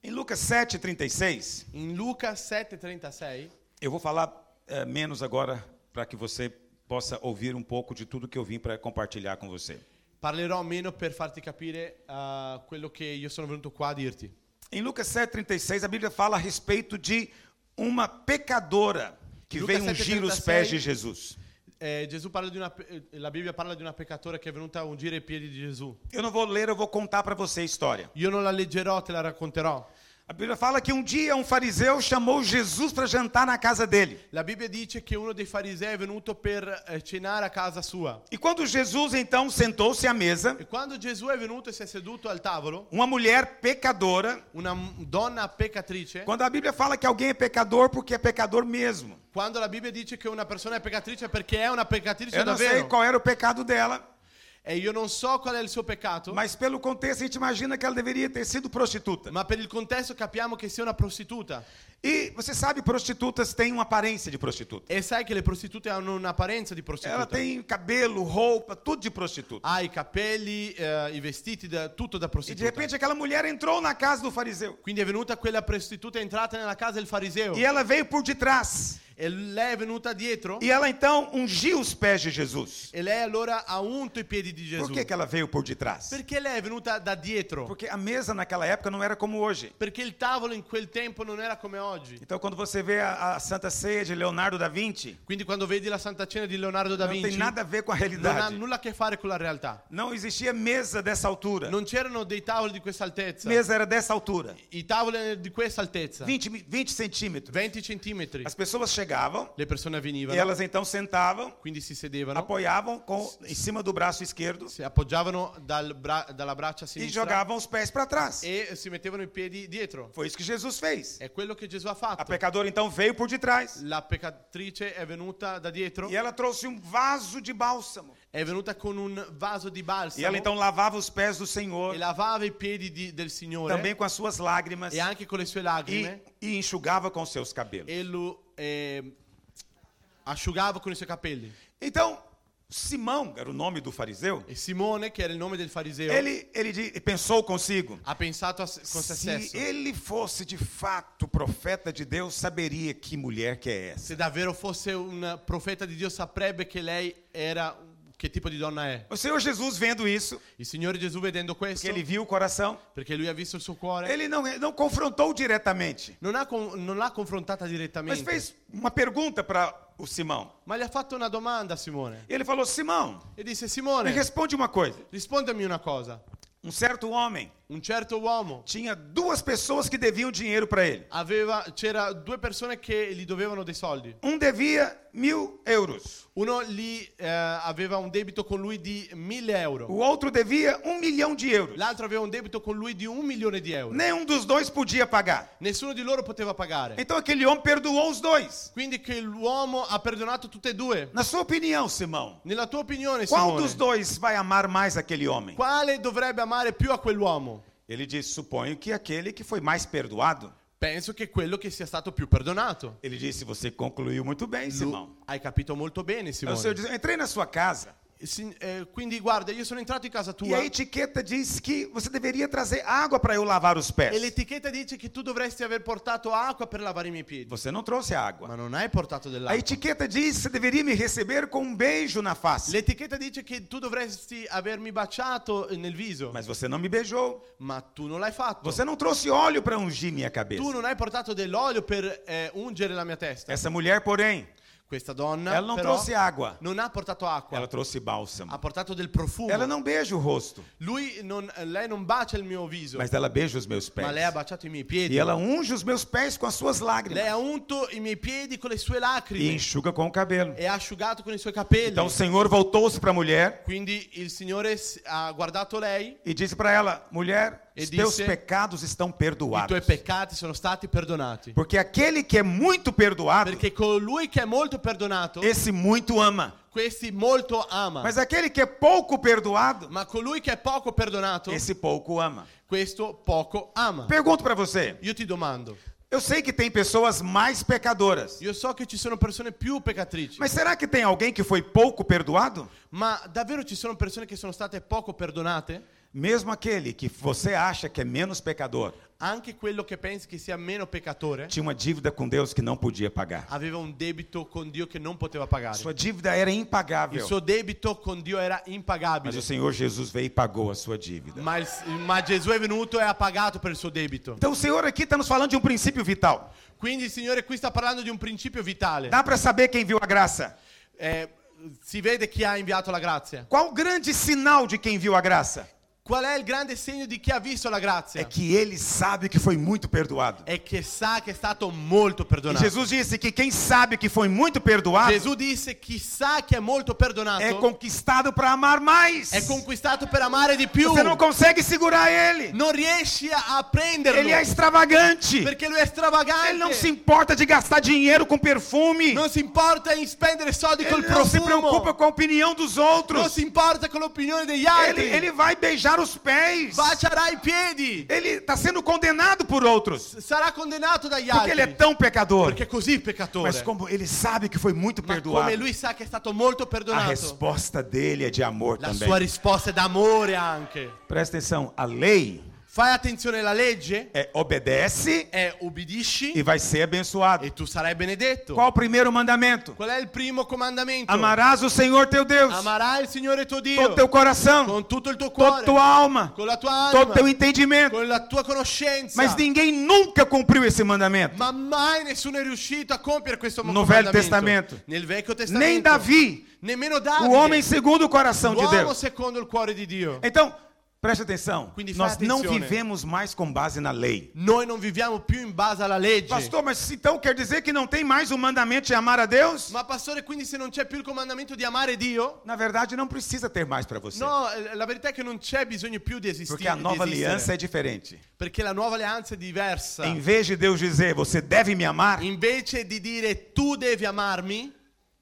Speaker 3: Em Lucas 7, 36,
Speaker 2: In Luca 7, 36,
Speaker 3: eu vou falar eh, menos agora para que você possa ouvir um pouco de tudo que eu vim para compartilhar com você.
Speaker 2: parlerò meno per farti capire eh, quello che io sono venuto qua a dirti.
Speaker 3: Em Lucas 7,36, a Bíblia fala a respeito de uma pecadora que
Speaker 2: Lucas
Speaker 3: veio ungir
Speaker 2: 7:36.
Speaker 3: os pés de Jesus.
Speaker 2: Eh, Gesù parla di una, pe- eh, la Bibbia parla di una peccatora che è venuta a ungire i piedi di Gesù.
Speaker 3: Eu não vou ler, eu vou contar para você a história.
Speaker 2: Io non la leggerò, te la racconterò.
Speaker 3: A Bíblia fala que um dia um fariseu chamou Jesus para jantar na casa dele.
Speaker 2: La Bibbia dice che uno dei farisei è venuto per eh, cenare a casa sua.
Speaker 3: E quando Jesus então sentou-se à mesa,
Speaker 2: E quando Gesù è venuto e si è seduto al tavolo,
Speaker 3: uma mulher pecadora,
Speaker 2: una m- donna peccatrice,
Speaker 3: quando a Bíblia fala que alguém é pecador porque é pecador mesmo.
Speaker 2: quando la Bibbia dice che una persona è peccatrice perché è una peccatrice
Speaker 3: Eu não sei
Speaker 2: davvero,
Speaker 3: qual era o pecado dela,
Speaker 2: e io non so qual è il suo peccato,
Speaker 3: mas pelo contexto a gente imagina que ela deveria ter sido prostituta.
Speaker 2: ma per il contesto capiamo che sia una prostituta.
Speaker 3: E você sabe, prostitutas têm uma aparência de prostituta.
Speaker 2: E sai che le prostitute hanno
Speaker 3: Eh,
Speaker 2: un'apparenza di
Speaker 3: Ela
Speaker 2: prostituta.
Speaker 3: tem cabelo, roupa, tudo de prostituta.
Speaker 2: Ha i capelli, eh, i vestiti, da- tutto da
Speaker 3: E de
Speaker 2: prostituta.
Speaker 3: repente aquela mulher entrou na casa do fariseu.
Speaker 2: Quindi è venuta quella prostituta, è entrata nella casa del fariseo.
Speaker 3: E ela veio por detrás.
Speaker 2: E lei è venuta dietro.
Speaker 3: E ela então ungiu os pés de Jesus.
Speaker 2: E lei allora ha unto i piedi di Gesù.
Speaker 3: Por que, que ela veio por detrás?
Speaker 2: Perché lei è venuta da dietro?
Speaker 3: Porque a mesa naquela época não era como hoje.
Speaker 2: Perché il tavolo in quel tempo non era come oggi.
Speaker 3: Então, quando você vê a, a Santa Ceia de Leonardo da Vinci,
Speaker 2: Quindi quando vedi la Santa Cena di Leonardo da
Speaker 3: não tem
Speaker 2: Vinci,
Speaker 3: nada a ver com a
Speaker 2: non ha
Speaker 3: realidade.
Speaker 2: nulla a che fare con la realtà.
Speaker 3: Não existia mesa dessa altura.
Speaker 2: Non c'erano dei tavoli di questa
Speaker 3: A
Speaker 2: altezza.
Speaker 3: mesa era dessa altura
Speaker 2: I tavoli erano di questa altezza,
Speaker 3: 20, mi- 20 centímetros.
Speaker 2: 20 centimetri.
Speaker 3: As pessoas chegavam
Speaker 2: Le persone
Speaker 3: e
Speaker 2: venivano,
Speaker 3: elas então sentavam,
Speaker 2: quindi si sedevano,
Speaker 3: apoiavam com, em cima do braço esquerdo
Speaker 2: si appoggiavano dal bra- dalla braccia
Speaker 3: e
Speaker 2: sinistra
Speaker 3: jogavam os pés para trás.
Speaker 2: e si mettevano i piedi dietro.
Speaker 3: Foi isso que Jesus fez.
Speaker 2: È quello che Gesù ha
Speaker 3: A
Speaker 2: fatto.
Speaker 3: pecadora então veio por detrás
Speaker 2: La peccatrice è venuta da dietro,
Speaker 3: e ela trouxe um vaso de bálsamo.
Speaker 2: è venuta con un vaso di
Speaker 3: E ela
Speaker 2: balsamo
Speaker 3: então lavava os pés do Senhor
Speaker 2: e lavava i piedi di- del Signore
Speaker 3: também com as suas lágrimas
Speaker 2: e anche con le sue
Speaker 3: e,
Speaker 2: lacrime
Speaker 3: e enxugava com seus cabelos.
Speaker 2: e lo eh, asciugava con i suoi capelli.
Speaker 3: Então, Simão, era o nome do fariseu,
Speaker 2: E Simone, che era il nome del fariseo,
Speaker 3: ele, ele di- pensou consigo.
Speaker 2: ha pensato a se- con se
Speaker 3: Se
Speaker 2: stesso,
Speaker 3: ele fosse de fato profeta de Deus, saberia que mulher que é essa.
Speaker 2: se davvero fosse un profeta di Dio saprebbe che lei era, che tipo di donna è.
Speaker 3: O Senhor Jesus vendo isso,
Speaker 2: Il Signore Gesù vedendo
Speaker 3: que
Speaker 2: questo,
Speaker 3: ele viu o coração,
Speaker 2: perché lui ha visto il suo cuore,
Speaker 3: ele não, não confrontou diretamente,
Speaker 2: non, ha con- non l'ha confrontata
Speaker 3: mas
Speaker 2: direttamente,
Speaker 3: fez uma pergunta para o Simão.
Speaker 2: ma gli ha fatto una domanda a Simone.
Speaker 3: E ele falou: Simão,
Speaker 2: E disse,
Speaker 3: me
Speaker 2: Simone,
Speaker 3: responde uma coisa.
Speaker 2: rispondami una cosa.
Speaker 3: Um certo homem
Speaker 2: Un certo uomo
Speaker 3: tinha duas pessoas que deviam dinheiro para ele.
Speaker 2: aveva, c'era due persone che gli dovevano dei soldi.
Speaker 3: Um devia mil euros,
Speaker 2: Uno lì eh, aveva un debito con lui di 1000 euro,
Speaker 3: o outro devia um milhão de euros.
Speaker 2: l'altro aveva un debito con lui di un milione di euro.
Speaker 3: Nenhum dos dois podia pagar.
Speaker 2: Nessuno di loro poteva pagare.
Speaker 3: Então aquele homem perdoou os dois.
Speaker 2: Quindi che l'uomo ha perdonato tutte e due.
Speaker 3: Na sua opinião, Simão,
Speaker 2: Nella tua opinione,
Speaker 3: qual dos
Speaker 2: Simone,
Speaker 3: dois vai amar mais aquele homem?
Speaker 2: quale dovrebbe amare più a quell'uomo?
Speaker 3: Ele disse: Suponho que aquele que foi mais perdoado.
Speaker 2: Penso che quello che sia stato più perdonato.
Speaker 3: Ele disse: Você concluiu muito bem,
Speaker 2: Lu-
Speaker 3: Simão.
Speaker 2: hai capito molto bene,
Speaker 3: Aí O Senhor
Speaker 2: Simone.
Speaker 3: diz: Eu entrei na sua casa
Speaker 2: Sin- eh, quindi guarda, io sono entrato in casa
Speaker 3: e
Speaker 2: tua
Speaker 3: a etiqueta diz que você deveria trazer água para eu lavar os
Speaker 2: e
Speaker 3: pés.
Speaker 2: l'etichetta dice che tu dovresti aver portato acqua per lavare i miei piedi.
Speaker 3: Você não trouxe a água.
Speaker 2: Ma non hai portato
Speaker 3: A
Speaker 2: dell'acqua.
Speaker 3: etiqueta diz que você deveria me receber com um beijo na face.
Speaker 2: L'etichetta dice che tu dovresti avermi baciato eh, nel viso,
Speaker 3: Mas você não me beijou.
Speaker 2: ma tu non l'hai fatto.
Speaker 3: Você não trouxe óleo para ungir minha
Speaker 2: Tu
Speaker 3: cabeça.
Speaker 2: non hai portato dell'olio per eh, ungere la mia testa.
Speaker 3: Essa mulher, porém,
Speaker 2: Questa donna
Speaker 3: ela não
Speaker 2: però,
Speaker 3: trouxe água.
Speaker 2: non ha portato acqua,
Speaker 3: Ela trouxe
Speaker 2: ha
Speaker 3: bálsamo.
Speaker 2: portato del profumo.
Speaker 3: Ela não beija o rosto,
Speaker 2: Lui non- lei non bacia il mio viso,
Speaker 3: mas ela beija os meus
Speaker 2: ma lei ha
Speaker 3: pés.
Speaker 2: baciato i miei piedi.
Speaker 3: E ela unge os meus pés com as suas
Speaker 2: Lei ha
Speaker 3: lágrimas
Speaker 2: unto i miei piedi con le sue
Speaker 3: e
Speaker 2: lacrime
Speaker 3: enxuga com o cabelo.
Speaker 2: e ha asciugato con i suoi capelli.
Speaker 3: Então o Senhor voltou-se para a mulher
Speaker 2: Quindi il Signore s- ha guardato lei,
Speaker 3: e disse para ela: Mulher,
Speaker 2: E
Speaker 3: os teus
Speaker 2: disse-
Speaker 3: pecados estão
Speaker 2: i tuoi
Speaker 3: perdoados.
Speaker 2: peccati sono stati perdonati.
Speaker 3: Porque aquele que é muito perdoado,
Speaker 2: Perché colui che è molto perdonato,
Speaker 3: esse muito ama.
Speaker 2: questi molto ama.
Speaker 3: Mas aquele que é pouco perdoado,
Speaker 2: Ma colui che è poco perdonato,
Speaker 3: esse pouco ama.
Speaker 2: questo poco ama.
Speaker 3: Pergunto para você.
Speaker 2: Io ti domando,
Speaker 3: Eu sei que tem pessoas mais pecadoras.
Speaker 2: io so che ci sono persone più peccatrici,
Speaker 3: Mas será que tem alguém que foi pouco perdoado?
Speaker 2: ma davvero ci sono persone che sono state poco perdonate?
Speaker 3: Mesmo aquele que você acha que é menos pecador,
Speaker 2: Anche quello che pensi che sia meno peccatore
Speaker 3: tinha uma dívida com Deus que não podia pagar.
Speaker 2: aveva un debito con Dio che non poteva pagare.
Speaker 3: Sua dívida era
Speaker 2: Il
Speaker 3: impagável.
Speaker 2: suo debito con Dio era
Speaker 3: Mas o
Speaker 2: impagabile.
Speaker 3: Senhor Jesus veio e pagou a sua dívida.
Speaker 2: Ma, il- ma Gesù è venuto e ha pagato per il suo debito.
Speaker 3: Então o Senhor aqui está nos falando de um princípio vital.
Speaker 2: Quindi il Signore qui sta parlando di un principio vitale.
Speaker 3: Dá para saber quem viu a graça.
Speaker 2: Eh, si vede chi ha inviato la grazia.
Speaker 3: Qual o grande sinal de quem viu a graça?
Speaker 2: Qual è il grande segno di chi ha visto la
Speaker 3: é
Speaker 2: grazia?
Speaker 3: que ele sabe que foi muito perdoado.
Speaker 2: È che sa che è stato molto
Speaker 3: E
Speaker 2: perdonato.
Speaker 3: Jesus disse que quem sabe que foi muito perdoado
Speaker 2: Gesù disse chi sa che è molto
Speaker 3: é
Speaker 2: perdonato
Speaker 3: conquistado para amar mais.
Speaker 2: è conquistato per amare di più.
Speaker 3: Você não consegue segurar ele.
Speaker 2: Non riesci a a
Speaker 3: Ele é
Speaker 2: prenderlo
Speaker 3: extravagante.
Speaker 2: perché lui è
Speaker 3: Ele não se
Speaker 2: stravagante.
Speaker 3: importa de gastar dinheiro com perfume.
Speaker 2: Non si importa di spendere soldi col
Speaker 3: Ele não se preocupa
Speaker 2: profumo.
Speaker 3: com a opinião dos
Speaker 2: Non
Speaker 3: outros.
Speaker 2: si importa con l'opinione degli
Speaker 3: Ele, ele
Speaker 2: altri.
Speaker 3: vai beijar os pés.
Speaker 2: Bacerà i piedi.
Speaker 3: Ele está sendo condenado por outros.
Speaker 2: Sarà condannato dagli
Speaker 3: Porque ele é
Speaker 2: altri.
Speaker 3: tão pecador. é.
Speaker 2: Perché così il peccatore.
Speaker 3: Mas como ele sabe que foi muito
Speaker 2: Ma come
Speaker 3: perdoado,
Speaker 2: lui sa che Ah, è stato molto
Speaker 3: a
Speaker 2: perdonato.
Speaker 3: resposta dele é de amor
Speaker 2: La sua
Speaker 3: também.
Speaker 2: risposta è d'amore anche.
Speaker 3: Presta atenção, a lei
Speaker 2: Fai attenzione alla legge,
Speaker 3: é obedece
Speaker 2: è ubbidisci
Speaker 3: e vai ser abençoado.
Speaker 2: e tu sarai benedetto.
Speaker 3: Qual o primeiro mandamento?
Speaker 2: Qual è il primo comandamento?
Speaker 3: Amarás o Senhor teu Deus
Speaker 2: Amarà il Signore tuo Dio
Speaker 3: todo teu coração,
Speaker 2: con tutto il tuo
Speaker 3: toda
Speaker 2: cuore,
Speaker 3: tua alma,
Speaker 2: con la tua anima,
Speaker 3: todo teu entendimento.
Speaker 2: con la tua conoscenza.
Speaker 3: Mas ninguém nunca cumpriu esse mandamento.
Speaker 2: Ma mai nessuno è riuscito a compiere questo
Speaker 3: No
Speaker 2: comandamento.
Speaker 3: Velho Testamento.
Speaker 2: Nel Vecchio Testamento.
Speaker 3: Nem Davi,
Speaker 2: Nemmeno Davide.
Speaker 3: o homem segundo o coração de
Speaker 2: L'uomo
Speaker 3: Deus.
Speaker 2: secondo il cuore di Dio.
Speaker 3: Então, preste atenção.
Speaker 2: Quindi fai
Speaker 3: Nós não
Speaker 2: attenzione.
Speaker 3: vivemos mais com base na lei.
Speaker 2: Noi non viviamo più in base alla legge.
Speaker 3: Pastor, mas então quer dizer que não tem mais o mandamento de amar a Deus?
Speaker 2: Ma pastore, quindi se non c'è più il comandamento di amare Dio?
Speaker 3: Na verdade, não precisa ter mais para você.
Speaker 2: No, eh, la verità è che non c'è bisogno più di esistere.
Speaker 3: Porque a nova
Speaker 2: di esistere.
Speaker 3: aliança é diferente.
Speaker 2: Perché la nuova alleanza è diversa.
Speaker 3: Em vez de Deus dizer, você deve me amar,
Speaker 2: Invece di dire tu devi amarmi,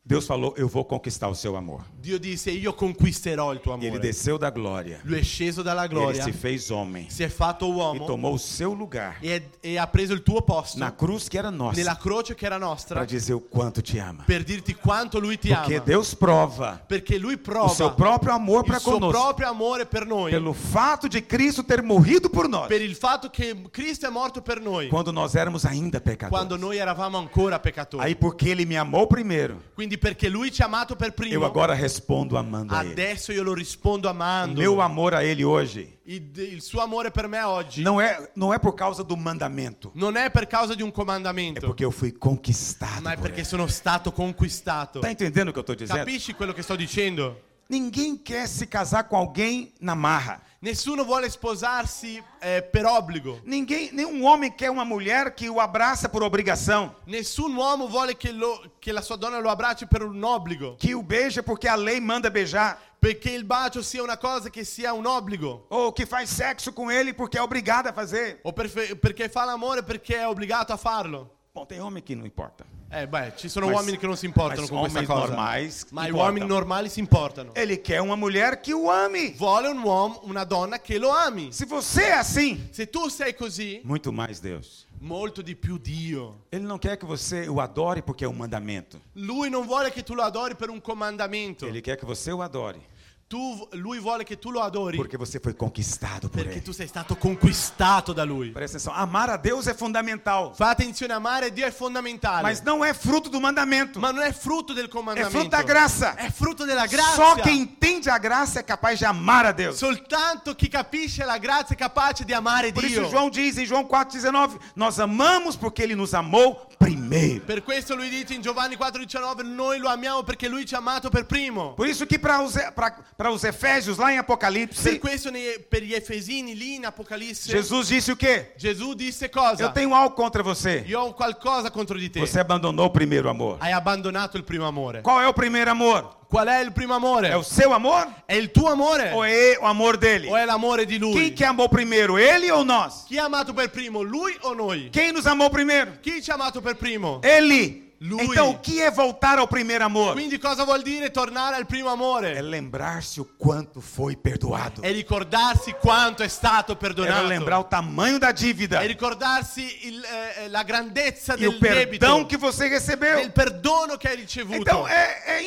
Speaker 3: Deus falou, eu vou conquistar o seu amor.
Speaker 2: Dio disse io conquisterò il tuo
Speaker 3: E ele
Speaker 2: amore.
Speaker 3: desceu da glória.
Speaker 2: Lui è sceso dalla
Speaker 3: e Ele
Speaker 2: gloria,
Speaker 3: se fez homem.
Speaker 2: si è fatto
Speaker 3: E
Speaker 2: uomo
Speaker 3: tomou o seu lugar
Speaker 2: e, è- e ha preso il tuo posto
Speaker 3: na cruz que era
Speaker 2: nella
Speaker 3: nossa.
Speaker 2: croce che era
Speaker 3: Para
Speaker 2: nostra
Speaker 3: dizer o quanto te ama.
Speaker 2: per dirti quanto lui ti
Speaker 3: Porque
Speaker 2: ama.
Speaker 3: Deus prova
Speaker 2: Perché lui
Speaker 3: o
Speaker 2: prova
Speaker 3: seu próprio amor para
Speaker 2: il suo
Speaker 3: conosco.
Speaker 2: proprio amore per noi,
Speaker 3: Pelo fato de Cristo ter morrido por nós.
Speaker 2: per il fatto che Cristo è morto per noi.
Speaker 3: Quando nós éramos ainda
Speaker 2: quando
Speaker 3: pecadores.
Speaker 2: noi eravamo ancora peccatori.
Speaker 3: Aí porque ele me amou primeiro,
Speaker 2: Quindi perché lui ci ha amato per
Speaker 3: eu
Speaker 2: primo,
Speaker 3: agora respondo amando a ele.
Speaker 2: adesso io lo rispondo amando.
Speaker 3: Meu amor a ele hoje
Speaker 2: Il, il suo amore per me oggi
Speaker 3: não é não é por causa do mandamento,
Speaker 2: non è per causa di un
Speaker 3: é
Speaker 2: comandamento,
Speaker 3: porque eu fui conquistado
Speaker 2: ma è
Speaker 3: por
Speaker 2: perché
Speaker 3: ele.
Speaker 2: sono stato conquistato.
Speaker 3: Tá entendendo o que eu tô dizendo?
Speaker 2: Capisci quello che sto dicendo?
Speaker 3: Ninguém quer se casar com alguém na marra.
Speaker 2: Nessuno vuole sposarsi eh, per obbligo.
Speaker 3: Ninguém, nenhum homem quer uma mulher que o abraça por obrigação,
Speaker 2: Nessun uomo vuole che, lo- che la sua donna lo abbracci per un obbligo.
Speaker 3: que o beija porque a lei manda beijar,
Speaker 2: Perché il bacio sia una cosa che sia un obbligo.
Speaker 3: ou que faz sexo com ele porque é obrigada a fazer.
Speaker 2: O perfe- perché fa l'amore perché è obbligato a farlo.
Speaker 3: Bom, tem homem que não importa.
Speaker 2: Eh, beh, ci sono
Speaker 3: Mas-
Speaker 2: uomini che non si importano
Speaker 3: mas
Speaker 2: con questa
Speaker 3: homens
Speaker 2: cosa.
Speaker 3: normais Eh.
Speaker 2: ma
Speaker 3: importam.
Speaker 2: gli uomini normali si importano.
Speaker 3: Ele quer uma mulher que o ame.
Speaker 2: Vuole un uomo, una donna che lo ami.
Speaker 3: Se você é assim,
Speaker 2: Se tu sei così,
Speaker 3: muito mais Deus.
Speaker 2: molto di più Dio.
Speaker 3: Ele não quer que você o adore porque é um mandamento.
Speaker 2: Lui non vuole che tu lo adori per un comandamento.
Speaker 3: Ele quer que você o adore
Speaker 2: Tu- lui vuole che tu lo adori
Speaker 3: porque você foi conquistado por
Speaker 2: perché
Speaker 3: ele.
Speaker 2: tu sei stato conquistato da lui.
Speaker 3: Presta atenção, amar a Deus é fundamental,
Speaker 2: Fa attenzione, amare Dio è fondamentale.
Speaker 3: mas não é fruto do mandamento.
Speaker 2: ma non è frutto del
Speaker 3: É
Speaker 2: comandamento.
Speaker 3: fruto da graça.
Speaker 2: È frutto della grazia.
Speaker 3: Só quem entende a graça é capaz de amar a Deus.
Speaker 2: Soltanto chi capisce la grazia è capace di amare
Speaker 3: Por
Speaker 2: Dio.
Speaker 3: isso João diz em João 4:19, nós amamos porque ele nos amou primeiro.
Speaker 2: Per questo lui dice in Giovanni 4,19: Noi lo amiamo perché lui ci ha amato per primo.
Speaker 3: Por isso que para os, pra- pra os Efésios lá em
Speaker 2: Per
Speaker 3: Apocalipse,
Speaker 2: questo nei- per gli Efesini lì in Apocalisse
Speaker 3: Jesus disse o quê?
Speaker 2: Gesù disse cosa?
Speaker 3: Eu tenho algo contra você.
Speaker 2: Io ho qualcosa contro di te.
Speaker 3: Você abandonou o primeiro amor.
Speaker 2: Hai abbandonato il primo amore.
Speaker 3: Qual é o primeiro amor?
Speaker 2: Qual è il primo amore?
Speaker 3: É o seu amor
Speaker 2: È il tuo amore?
Speaker 3: ou é o amor dele?
Speaker 2: O è l'amore di lui?
Speaker 3: Quem que amou primeiro, ele ou nós?
Speaker 2: Chi ha amato per primo, lui o noi?
Speaker 3: Quem nos amou primeiro?
Speaker 2: Chi ci ha amato per primo?
Speaker 3: Eh, Ele.
Speaker 2: Lui.
Speaker 3: Então o que é voltar ao primeiro amor?
Speaker 2: Quindi cosa vuol dire tornare al primo
Speaker 3: É
Speaker 2: amore?
Speaker 3: lembrar-se o quanto foi perdoado.
Speaker 2: È ricordarsi quanto è stato
Speaker 3: É lembrar o
Speaker 2: perdonato.
Speaker 3: tamanho da dívida
Speaker 2: È ricordarsi il, eh, eh, la grandezza
Speaker 3: e
Speaker 2: del
Speaker 3: o perdão
Speaker 2: debito.
Speaker 3: que você
Speaker 2: del
Speaker 3: recebeu.
Speaker 2: perdono che hai ricevuto.
Speaker 3: Então é, é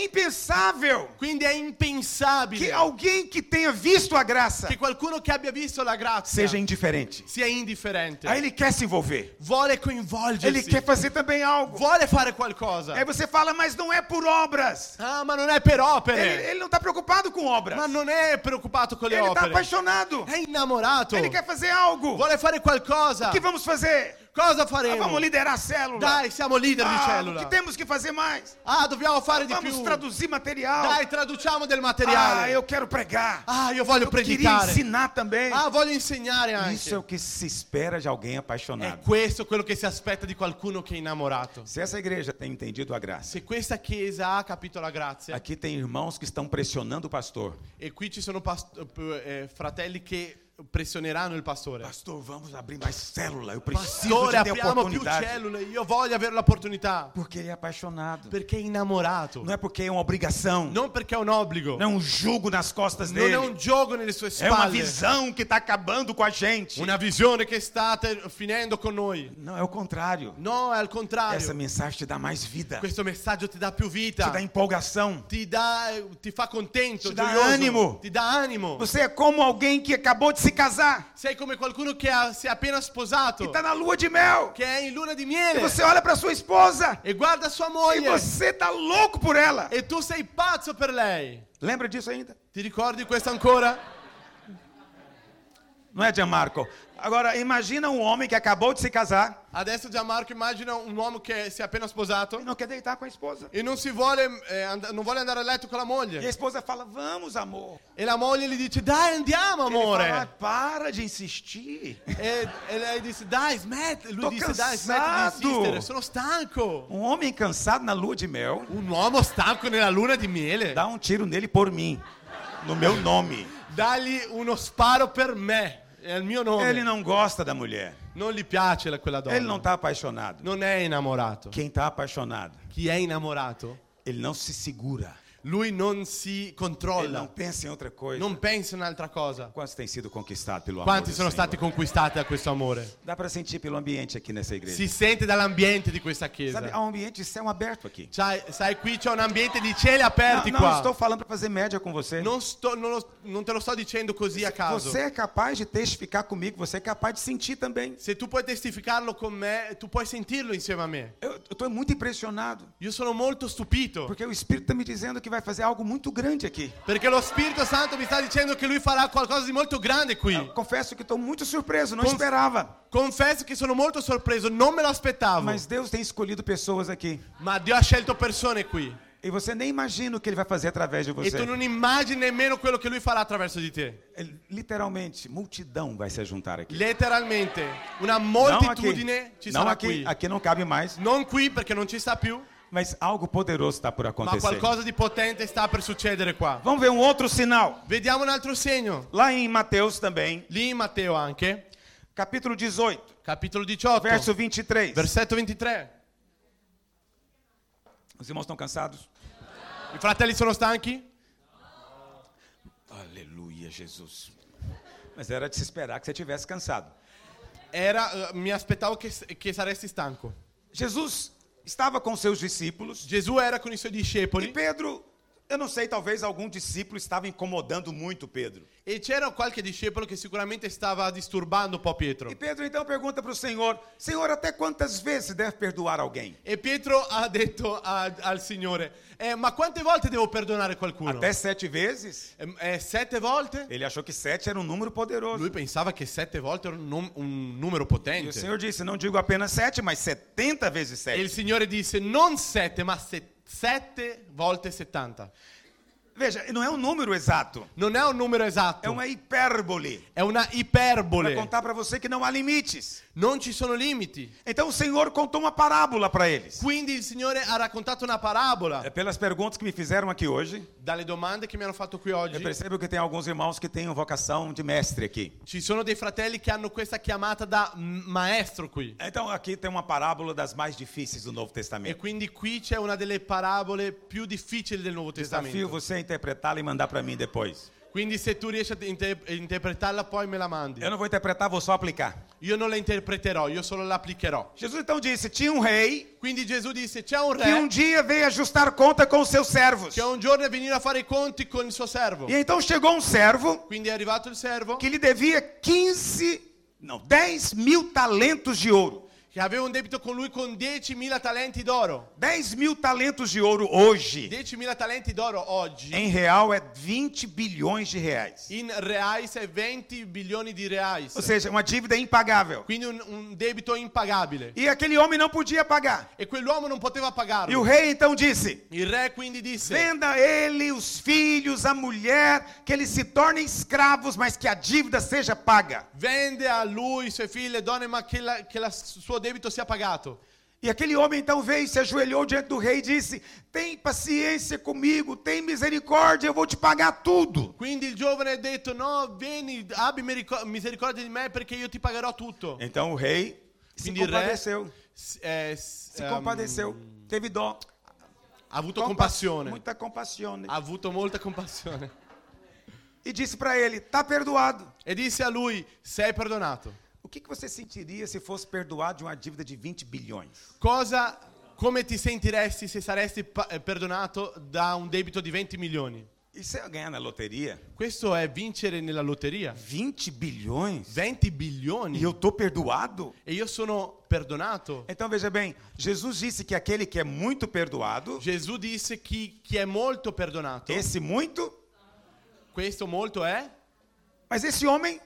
Speaker 3: impensável
Speaker 2: Quindi è impensabile
Speaker 3: que
Speaker 2: che,
Speaker 3: alguém que tenha visto a graça
Speaker 2: qualcuno che abbia visto la grazia
Speaker 3: seja indiferente.
Speaker 2: sia indifferente.
Speaker 3: Aí ele quer se envolver.
Speaker 2: Vuole
Speaker 3: Ele
Speaker 2: coinvolgersi.
Speaker 3: quer fazer também algo.
Speaker 2: Vuole fare qualcosa.
Speaker 3: Aí você fala, mas não é por obras.
Speaker 2: Ah, ma non è per
Speaker 3: Ele,
Speaker 2: opere.
Speaker 3: ele não está preocupado com obras.
Speaker 2: Ma non è preoccupato con le
Speaker 3: Ele está
Speaker 2: opere.
Speaker 3: apaixonado. Eh,
Speaker 2: È innamorato.
Speaker 3: Ele quer fazer algo.
Speaker 2: Vuole fare qualcosa.
Speaker 3: O que vamos fazer?
Speaker 2: Cosa
Speaker 3: Ah,
Speaker 2: faremo?
Speaker 3: vamos liderar a célula.
Speaker 2: Dai, siamo leader di
Speaker 3: Ah,
Speaker 2: cellula.
Speaker 3: o que temos que fazer mais?
Speaker 2: Ah, dobbiamo fare di
Speaker 3: Vamos
Speaker 2: più.
Speaker 3: traduzir material.
Speaker 2: Dai, traduciamo del
Speaker 3: ah,
Speaker 2: materiale.
Speaker 3: eu quero pregar.
Speaker 2: Ah, io voglio
Speaker 3: eu queria
Speaker 2: predicare.
Speaker 3: ensinar também.
Speaker 2: Ah, voglio insegnare anche.
Speaker 3: Isso é o que se espera de alguém
Speaker 2: È
Speaker 3: apaixonado.
Speaker 2: questo quello che si aspetta di qualcuno che è innamorato.
Speaker 3: Se essa igreja tem entendido a graça,
Speaker 2: Se questa chiesa ha capito la grazia,
Speaker 3: aqui tem irmãos que estão pressionando o pastor.
Speaker 2: e qui ci sono past- eh, fratelli che pressioneranno il pastore. cioè,
Speaker 3: Pastor, vamos abrir mais célula. Eu preciso
Speaker 2: Pastore,
Speaker 3: de ter
Speaker 2: apriamo più
Speaker 3: oportunidade.
Speaker 2: cellule, io voglio avere l'opportunità.
Speaker 3: Porque ele é apaixonado.
Speaker 2: Perché è innamorato.
Speaker 3: Não é porque é uma obrigação.
Speaker 2: Non perché è un obbligo.
Speaker 3: Não é um jugo nas costas
Speaker 2: Non
Speaker 3: dele.
Speaker 2: è un gioco nelle sue
Speaker 3: É uma
Speaker 2: spalle.
Speaker 3: visão que está acabando com a gente.
Speaker 2: Una visione che sta ter- finendo con noi.
Speaker 3: Não, é o contrário.
Speaker 2: No, è al
Speaker 3: Essa
Speaker 2: contrario.
Speaker 3: mensagem te dá mais vida,
Speaker 2: Questo messaggio ti dà più
Speaker 3: te
Speaker 2: vita.
Speaker 3: dá empolgação.
Speaker 2: Ti, dà, ti fa contento.
Speaker 3: Ti dà
Speaker 2: gioioso.
Speaker 3: animo.
Speaker 2: Ti dà animo.
Speaker 3: Você é como alguém que acabou de se casar,
Speaker 2: Sei come qualcuno che ha- si è appena sposato.
Speaker 3: que está na lua de mel.
Speaker 2: Che è in luna di
Speaker 3: E
Speaker 2: miele.
Speaker 3: você olha para sua esposa
Speaker 2: E guarda sua
Speaker 3: e
Speaker 2: moglie.
Speaker 3: você tá louco por ela.
Speaker 2: E tu sei pazzo per lei.
Speaker 3: Lembra disso ainda?
Speaker 2: Ti ricordi questo ancora?
Speaker 3: Não é, Gianmarco? Agora, imagina um homem que acabou de se casar
Speaker 2: Adesso Gianmarco immagina un uomo che si è appena sposato
Speaker 3: e não quer deitar com a esposa.
Speaker 2: e non, si vuole, eh, and- non vuole andare a letto con la
Speaker 3: E a
Speaker 2: moglie.
Speaker 3: esposa fala, vamos, amor.
Speaker 2: E la moglie gli dice, dai andiamo
Speaker 3: Ele fala, "Ah,
Speaker 2: amore.
Speaker 3: para de insistir.
Speaker 2: E, e lei dice, dai smetti. Lui
Speaker 3: Sto
Speaker 2: dice, dai smetti
Speaker 3: cansato."
Speaker 2: di insistere, sono stanco.
Speaker 3: Um homem cansado na lua de mel,
Speaker 2: Un uomo stanco nella luna di miele.
Speaker 3: dá um tiro nele por mim, no meu nome.
Speaker 2: Dagli uno sparo per me. È il mio nome.
Speaker 3: Ele não gosta da mulher.
Speaker 2: Non gli piace la- quella donna.
Speaker 3: Ele não está apaixonado.
Speaker 2: Non è innamorato.
Speaker 3: Quem está apaixonado,
Speaker 2: Chi è innamorato,
Speaker 3: ele não se segura.
Speaker 2: lui non si
Speaker 3: Ele não
Speaker 2: controlla.
Speaker 3: pensa em outra coisa.
Speaker 2: Non pensa in un'altra cosa.
Speaker 3: Quantos têm sido conquistados pelo amor
Speaker 2: Quanti
Speaker 3: do
Speaker 2: sono
Speaker 3: Senhor?
Speaker 2: stati conquistati da questo amore?
Speaker 3: Dá para sentir pelo ambiente aqui nessa igreja.
Speaker 2: Si sente dall'ambiente di questa
Speaker 3: Sabe,
Speaker 2: chiesa.
Speaker 3: há um ambiente de céu aberto aqui.
Speaker 2: Sai, sai, qui c'è un ambiente di cieli
Speaker 3: Não,
Speaker 2: aperti
Speaker 3: não
Speaker 2: qua.
Speaker 3: estou falando para fazer média com você.
Speaker 2: Non, sto- non lo- non te lo sto dicendo così a caso.
Speaker 3: Você é capaz de testificar comigo, você é capaz de sentir também.
Speaker 2: Se tu puoi testificarlo con me, tu puoi sentirlo insieme a me.
Speaker 3: Eu estou muito impressionado,
Speaker 2: Io sono molto stupito.
Speaker 3: porque o Espírito está me dizendo que vai fazer algo muito grande aqui.
Speaker 2: Perché lo Spirito Santo mi sta dicendo che lui farà qualcosa di molto grande qui.
Speaker 3: Eu confesso que estou muito surpreso, não
Speaker 2: Cons-
Speaker 3: esperava.
Speaker 2: Confesso che sono molto sorpreso, non me lo aspettavo.
Speaker 3: Mas Deus tem escolhido pessoas aqui.
Speaker 2: Ma Dio ha scelto persone qui.
Speaker 3: E você nem imagina o que ele vai fazer através de
Speaker 2: E
Speaker 3: você.
Speaker 2: tu non immagini nemmeno quello che lui farà attraverso di te.
Speaker 3: É, Literalmente, multidão vai se juntar aqui.
Speaker 2: Letteralmente, una
Speaker 3: Não aqui,
Speaker 2: moltitudine ci
Speaker 3: não
Speaker 2: sarà
Speaker 3: aqui,
Speaker 2: qui.
Speaker 3: aqui não cabe mais,
Speaker 2: Non qui perché non ci sta più,
Speaker 3: mas algo poderoso está por
Speaker 2: ma
Speaker 3: acontecer.
Speaker 2: qualcosa di potente sta per succedere qua.
Speaker 3: Vamos ver um outro sinal.
Speaker 2: Vediamo un altro segno.
Speaker 3: Lá em Mateus também,
Speaker 2: Lì in Matteo anche,
Speaker 3: capítulo 18,
Speaker 2: capitolo 18,
Speaker 3: verso 23.
Speaker 2: versetto 23.
Speaker 3: Os irmãos estão cansados?
Speaker 2: I fratelli sono stanchi?
Speaker 3: Aleluia, Jesus. Mas era de se esperar que você tivesse cansado.
Speaker 2: Era, eh, mi aspettavo che, che saresti stanco.
Speaker 3: Jesus estava com seus discípulos
Speaker 2: Gesù era con i suoi
Speaker 3: e
Speaker 2: discepoli
Speaker 3: Pedro, eu não sei, talvez algum discípulo estava incomodando muito Pedro.
Speaker 2: e c'era qualche discepolo che sicuramente stava disturbando un po' Pietro.
Speaker 3: E Pedro então pergunta para o Senhor: Senhor, até quantas vezes deve perdoar alguém?
Speaker 2: E Pietro ha detto a- al Signore, "Eh, ma quante volte devo perdonare qualcuno?
Speaker 3: Até sete vezes?
Speaker 2: Eh, eh, sette volte?
Speaker 3: Ele achou que sete era um número poderoso.
Speaker 2: Lui pensava che sette volte era un, num- un numero
Speaker 3: E o
Speaker 2: potente.
Speaker 3: Senhor disse: Não digo apenas sete, mas setenta vezes
Speaker 2: E il
Speaker 3: sete.
Speaker 2: Signore disse, non sette, ma se- sette volte settanta.
Speaker 3: Veja, não é um número exato,
Speaker 2: Non è un numero esatto,
Speaker 3: é uma hipérbole.
Speaker 2: è una
Speaker 3: Para
Speaker 2: iperbole.
Speaker 3: contar para você que não há limites.
Speaker 2: Non ci sono limiti.
Speaker 3: Então o Senhor contou uma parábola para eles.
Speaker 2: Quindi il Signore ha raccontato una
Speaker 3: É
Speaker 2: parabola
Speaker 3: pelas perguntas que me fizeram aqui hoje,
Speaker 2: dalle domande che mi hanno fatto qui
Speaker 3: eu
Speaker 2: oggi.
Speaker 3: percebo que tem alguns irmãos que têm vocação de mestre aqui.
Speaker 2: Ci sono dei fratelli che hanno questa chiamata da m- maestro qui.
Speaker 3: Então aqui tem uma parábola das mais difíceis do Novo
Speaker 2: E
Speaker 3: Testamento.
Speaker 2: quindi qui c'è una delle parabole più difficili del Nuovo
Speaker 3: Desafio
Speaker 2: Testamento.
Speaker 3: você a interpretá-la e mandar para mim depois.
Speaker 2: Quindi se tu riesci a inter- interpretarla poi me la mandi.
Speaker 3: Eu não vou interpretar, vou só aplicar.
Speaker 2: Io non la interpreterò, io solo la applicherò.
Speaker 3: Jesus então disse: Tinha um rei
Speaker 2: Quindi Gesù disse c'è un
Speaker 3: que um
Speaker 2: re
Speaker 3: dia veio ajustar conta com os seus servos.
Speaker 2: che un giorno è venuto a fare i conti con il suo servo.
Speaker 3: E então chegou um servo
Speaker 2: Quindi è arrivato il servo
Speaker 3: que lhe devia 15, não, 10 mil talentos de ouro.
Speaker 2: che aveva un debito con lui con 10.000 talenti d'oro.
Speaker 3: 10 mil talentos de ouro hoje,
Speaker 2: 10.000 talenti d'oro oggi
Speaker 3: em real, é 20 bilhões de reais.
Speaker 2: in reais è 20 bilioni di reais.
Speaker 3: Ou seja, uma dívida impagável.
Speaker 2: Quindi un, un debito impagabile.
Speaker 3: E aquele homem não podia pagar.
Speaker 2: E quell'uomo non poteva
Speaker 3: E o
Speaker 2: pagarlo.
Speaker 3: rei então disse:
Speaker 2: Il re quindi disse:
Speaker 3: Venda ele, os filhos, a mulher, que eles se tornem escravos, mas que a dívida seja paga.
Speaker 2: Vende a lui, sue figlie, donne, ma che la- che il suo debito sia pagato.
Speaker 3: E aquele homem então veio, se ajoelhou diante do rei e disse: Tem paciência comigo, tem misericórdia, eu vou te pagar tudo.
Speaker 2: Quindi il giovane ha detto: No, vieni, abbi merico- misericordia di me perché io ti pagherò tutto.
Speaker 3: Então o rei se
Speaker 2: Quindi il re
Speaker 3: compadeceu,
Speaker 2: s- eh, s-
Speaker 3: se
Speaker 2: ehm,
Speaker 3: compadeceu, teve dó.
Speaker 2: ha avuto
Speaker 3: Compa-
Speaker 2: compassione.
Speaker 3: Muita compassione.
Speaker 2: Ha avuto molta compassione.
Speaker 3: E disse para ele: Tá perdoado.
Speaker 2: E disse a lui: Sei perdonato.
Speaker 3: O que, que você sentiria se fosse perdoado de uma dívida de 20 bilhões?
Speaker 2: Cosa, come ti sentiresti se saresti pa- eh, perdonato da un debito di 20 milioni?
Speaker 3: Isso é ganhar na loteria?
Speaker 2: Questo è vincere nella lotteria.
Speaker 3: 20 bilhões?
Speaker 2: 20 bilioni.
Speaker 3: E eu tô perdoado?
Speaker 2: E io sono perdonato.
Speaker 3: Então veja bem, Jesus disse que aquele que é muito perdoado,
Speaker 2: Gesù disse chi, chi è molto perdonato.
Speaker 3: esse muito,
Speaker 2: Questo molto è.
Speaker 3: mas esse homem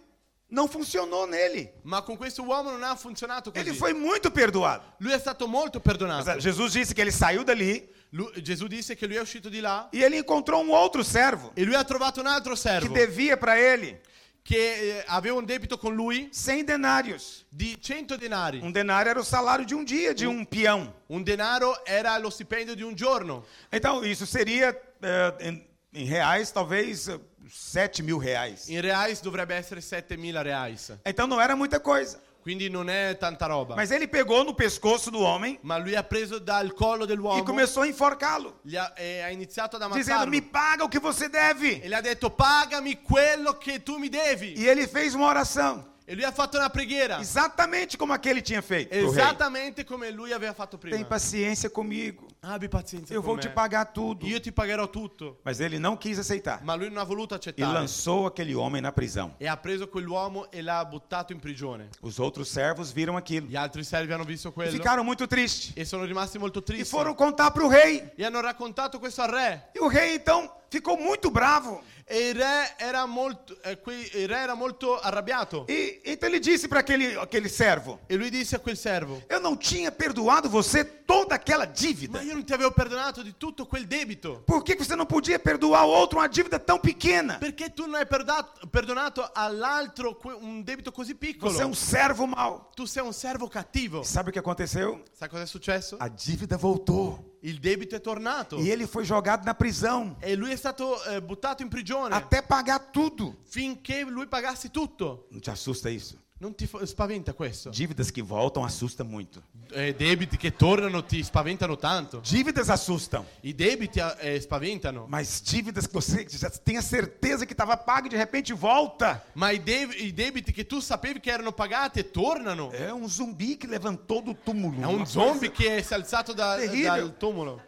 Speaker 3: não funcionou nele.
Speaker 2: Ma con questo uomo non ha funzionato così.
Speaker 3: Ele foi muito perdoado.
Speaker 2: Lui è stato molto perdonato.
Speaker 3: Mas ah, Jesus disse que ele saiu dali
Speaker 2: Lui- Gesù disse che lui è uscito di là
Speaker 3: e ele encontrou um outro servo
Speaker 2: e lui ha trovato un altro
Speaker 3: que
Speaker 2: servo che,
Speaker 3: devia para ele
Speaker 2: eh, aveva un debito con lui
Speaker 3: 100 denários.
Speaker 2: di 100 denari.
Speaker 3: Um denário era o salário de um dia de um peão.
Speaker 2: Un denaro era lo stipendio di un giorno.
Speaker 3: Então isso seria eh, em, em reais talvez eh, 7 mil reais.
Speaker 2: In reais dovrebbe essere 7.000 reais.
Speaker 3: Então não era muita coisa.
Speaker 2: Quindi non è tanta roba.
Speaker 3: Mas ele pegou no pescoço do homem
Speaker 2: Ma lui ha preso dal collo
Speaker 3: e
Speaker 2: dell'uomo
Speaker 3: começou a enforcá-lo.
Speaker 2: gli ha, e ha iniziato ad
Speaker 3: dizendo:
Speaker 2: ammazzarlo.
Speaker 3: Me paga o que você deve.
Speaker 2: E le ha detto pagami quello che tu mi devi.
Speaker 3: E ele fez uma oração,
Speaker 2: E lui ha fatto una
Speaker 3: Ah.
Speaker 2: preghiera.
Speaker 3: exatamente como aquele tinha feito. pro rei.
Speaker 2: Esattamente come lui aveva fatto
Speaker 3: Tem
Speaker 2: prima. Ah,
Speaker 3: paciência comigo,
Speaker 2: Abbi pazienza
Speaker 3: eu
Speaker 2: con
Speaker 3: vou
Speaker 2: me.
Speaker 3: te pagar tudo.
Speaker 2: Io ti pagherò tutto.
Speaker 3: Mas ele não quis aceitar
Speaker 2: Ma lui non ha voluto
Speaker 3: e
Speaker 2: accettare.
Speaker 3: lançou aquele homem na prisão.
Speaker 2: E ha preso quell'uomo e l'ha buttato in prigione.
Speaker 3: Os outros servos viram aquilo
Speaker 2: Gli altri servi hanno visto
Speaker 3: e
Speaker 2: quello.
Speaker 3: ficaram muito tristes
Speaker 2: E sono rimasti molto
Speaker 3: e
Speaker 2: tristi.
Speaker 3: foram contar para o rei.
Speaker 2: E hanno raccontato questo al re.
Speaker 3: E o rei então ficou muito bravo.
Speaker 2: E il re era molto, eh, qui- il re era molto arrabbiato.
Speaker 3: E então ele disse para aquele, aquele servo:
Speaker 2: E lui disse a quel servo:
Speaker 3: Eu não tinha perdoado você toda aquela
Speaker 2: Ma
Speaker 3: dívida.
Speaker 2: io non ti avevo perdonato di tutto quel debito.
Speaker 3: Por que que você não podia perdoar o outro uma dívida tão pequena?
Speaker 2: Perché tu non hai perdato- perdonato all'altro que- un debito così piccolo?
Speaker 3: Você é um servo mau.
Speaker 2: Tu sei un servo cattivo.
Speaker 3: Sabe o que aconteceu?
Speaker 2: Sai cosa è successo?
Speaker 3: A dívida voltou.
Speaker 2: Il debito è tornato.
Speaker 3: E ele foi jogado na prisão
Speaker 2: E lui è stato eh, buttato in prigione
Speaker 3: até pagar tudo.
Speaker 2: finché lui pagasse tutto.
Speaker 3: Não te assusta isso?
Speaker 2: Non ti fa- spaventa questo?
Speaker 3: Dívidas que voltam assusta muito.
Speaker 2: Eh, debiti che tornano ti spaventano tanto.
Speaker 3: Dívidas assustam,
Speaker 2: I debiti eh, spaventano.
Speaker 3: mas dívidas que você já tem a certeza que estava paga e de repente volta.
Speaker 2: Ma i, dev- i debiti che tu sapevi che erano pagati tornano.
Speaker 3: É um zumbi que levantou do túmulo.
Speaker 2: È un
Speaker 3: Uma
Speaker 2: zombie
Speaker 3: coisa-
Speaker 2: che si è alzato da-
Speaker 3: Terribile.
Speaker 2: dal tumulo.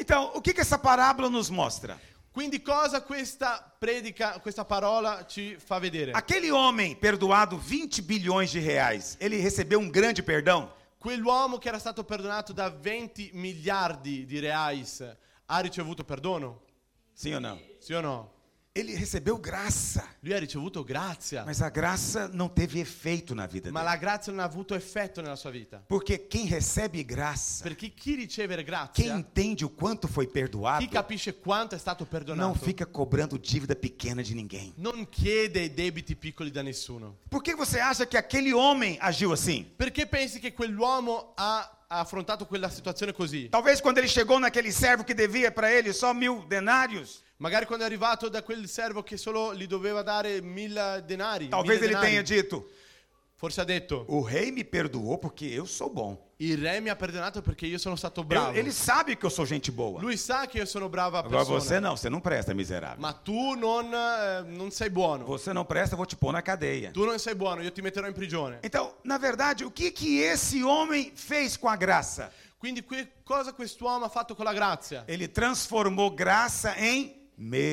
Speaker 3: Então, o que, que essa parábola nos mostra?
Speaker 2: Quindi cosa questa predica, questa parola ci fa vedere?
Speaker 3: Aquele homem perdoado 20 bilhões de reais, ele recebeu um grande perdão?
Speaker 2: Quell'uomo che era stato perdonato da 20 miliardi di reais ha ricevuto perdono?
Speaker 3: Sim ou não?
Speaker 2: Sì o no?
Speaker 3: Ele recebeu graça.
Speaker 2: Lui ha ricevuto grazia,
Speaker 3: Mas a graça não teve efeito na vida
Speaker 2: ma
Speaker 3: dele.
Speaker 2: la grazia non ha avuto effetto nella sua vita.
Speaker 3: Porque quem recebe graça,
Speaker 2: Perché chi riceve
Speaker 3: quem
Speaker 2: grazia,
Speaker 3: entende o quanto foi perdoado,
Speaker 2: chi capisce quanto è stato
Speaker 3: não
Speaker 2: perdonato,
Speaker 3: fica cobrando dívida pequena de ninguém.
Speaker 2: non chiede debiti piccoli da nessuno.
Speaker 3: Por que você acha que aquele homem agiu assim?
Speaker 2: Perché pensi che quell'uomo ha ha affrontato quella situazione così?
Speaker 3: Talvez quando ele chegou naquele servo que devia para ele só mil denários,
Speaker 2: Magari quando è arrivato da quel servo che solo gli doveva dare mille denari.
Speaker 3: talvez
Speaker 2: mille
Speaker 3: ele
Speaker 2: denari,
Speaker 3: tenha dito:
Speaker 2: Forse ha detto,
Speaker 3: O rei me perdoou porque eu sou bom.
Speaker 2: il re mi ha perdonato perché io sono stato
Speaker 3: Eu-
Speaker 2: bravo. é
Speaker 3: ele sabe que eu sou gente boa.
Speaker 2: Lui sa che io sono brava
Speaker 3: Agora
Speaker 2: persona.
Speaker 3: você não, você não presta, miserável.
Speaker 2: Ma tu non, eh, non sei buono.
Speaker 3: Você não presta, eu vou te pôr na cadeia.
Speaker 2: Tu non sei buono, io ti metterò in prigione.
Speaker 3: Então, na verdade, o que que esse homem fez com a graça? Eh,
Speaker 2: Quindi que cosa quest'uomo ha fatto con la grazia?
Speaker 3: Ele transformou graça em
Speaker 2: ha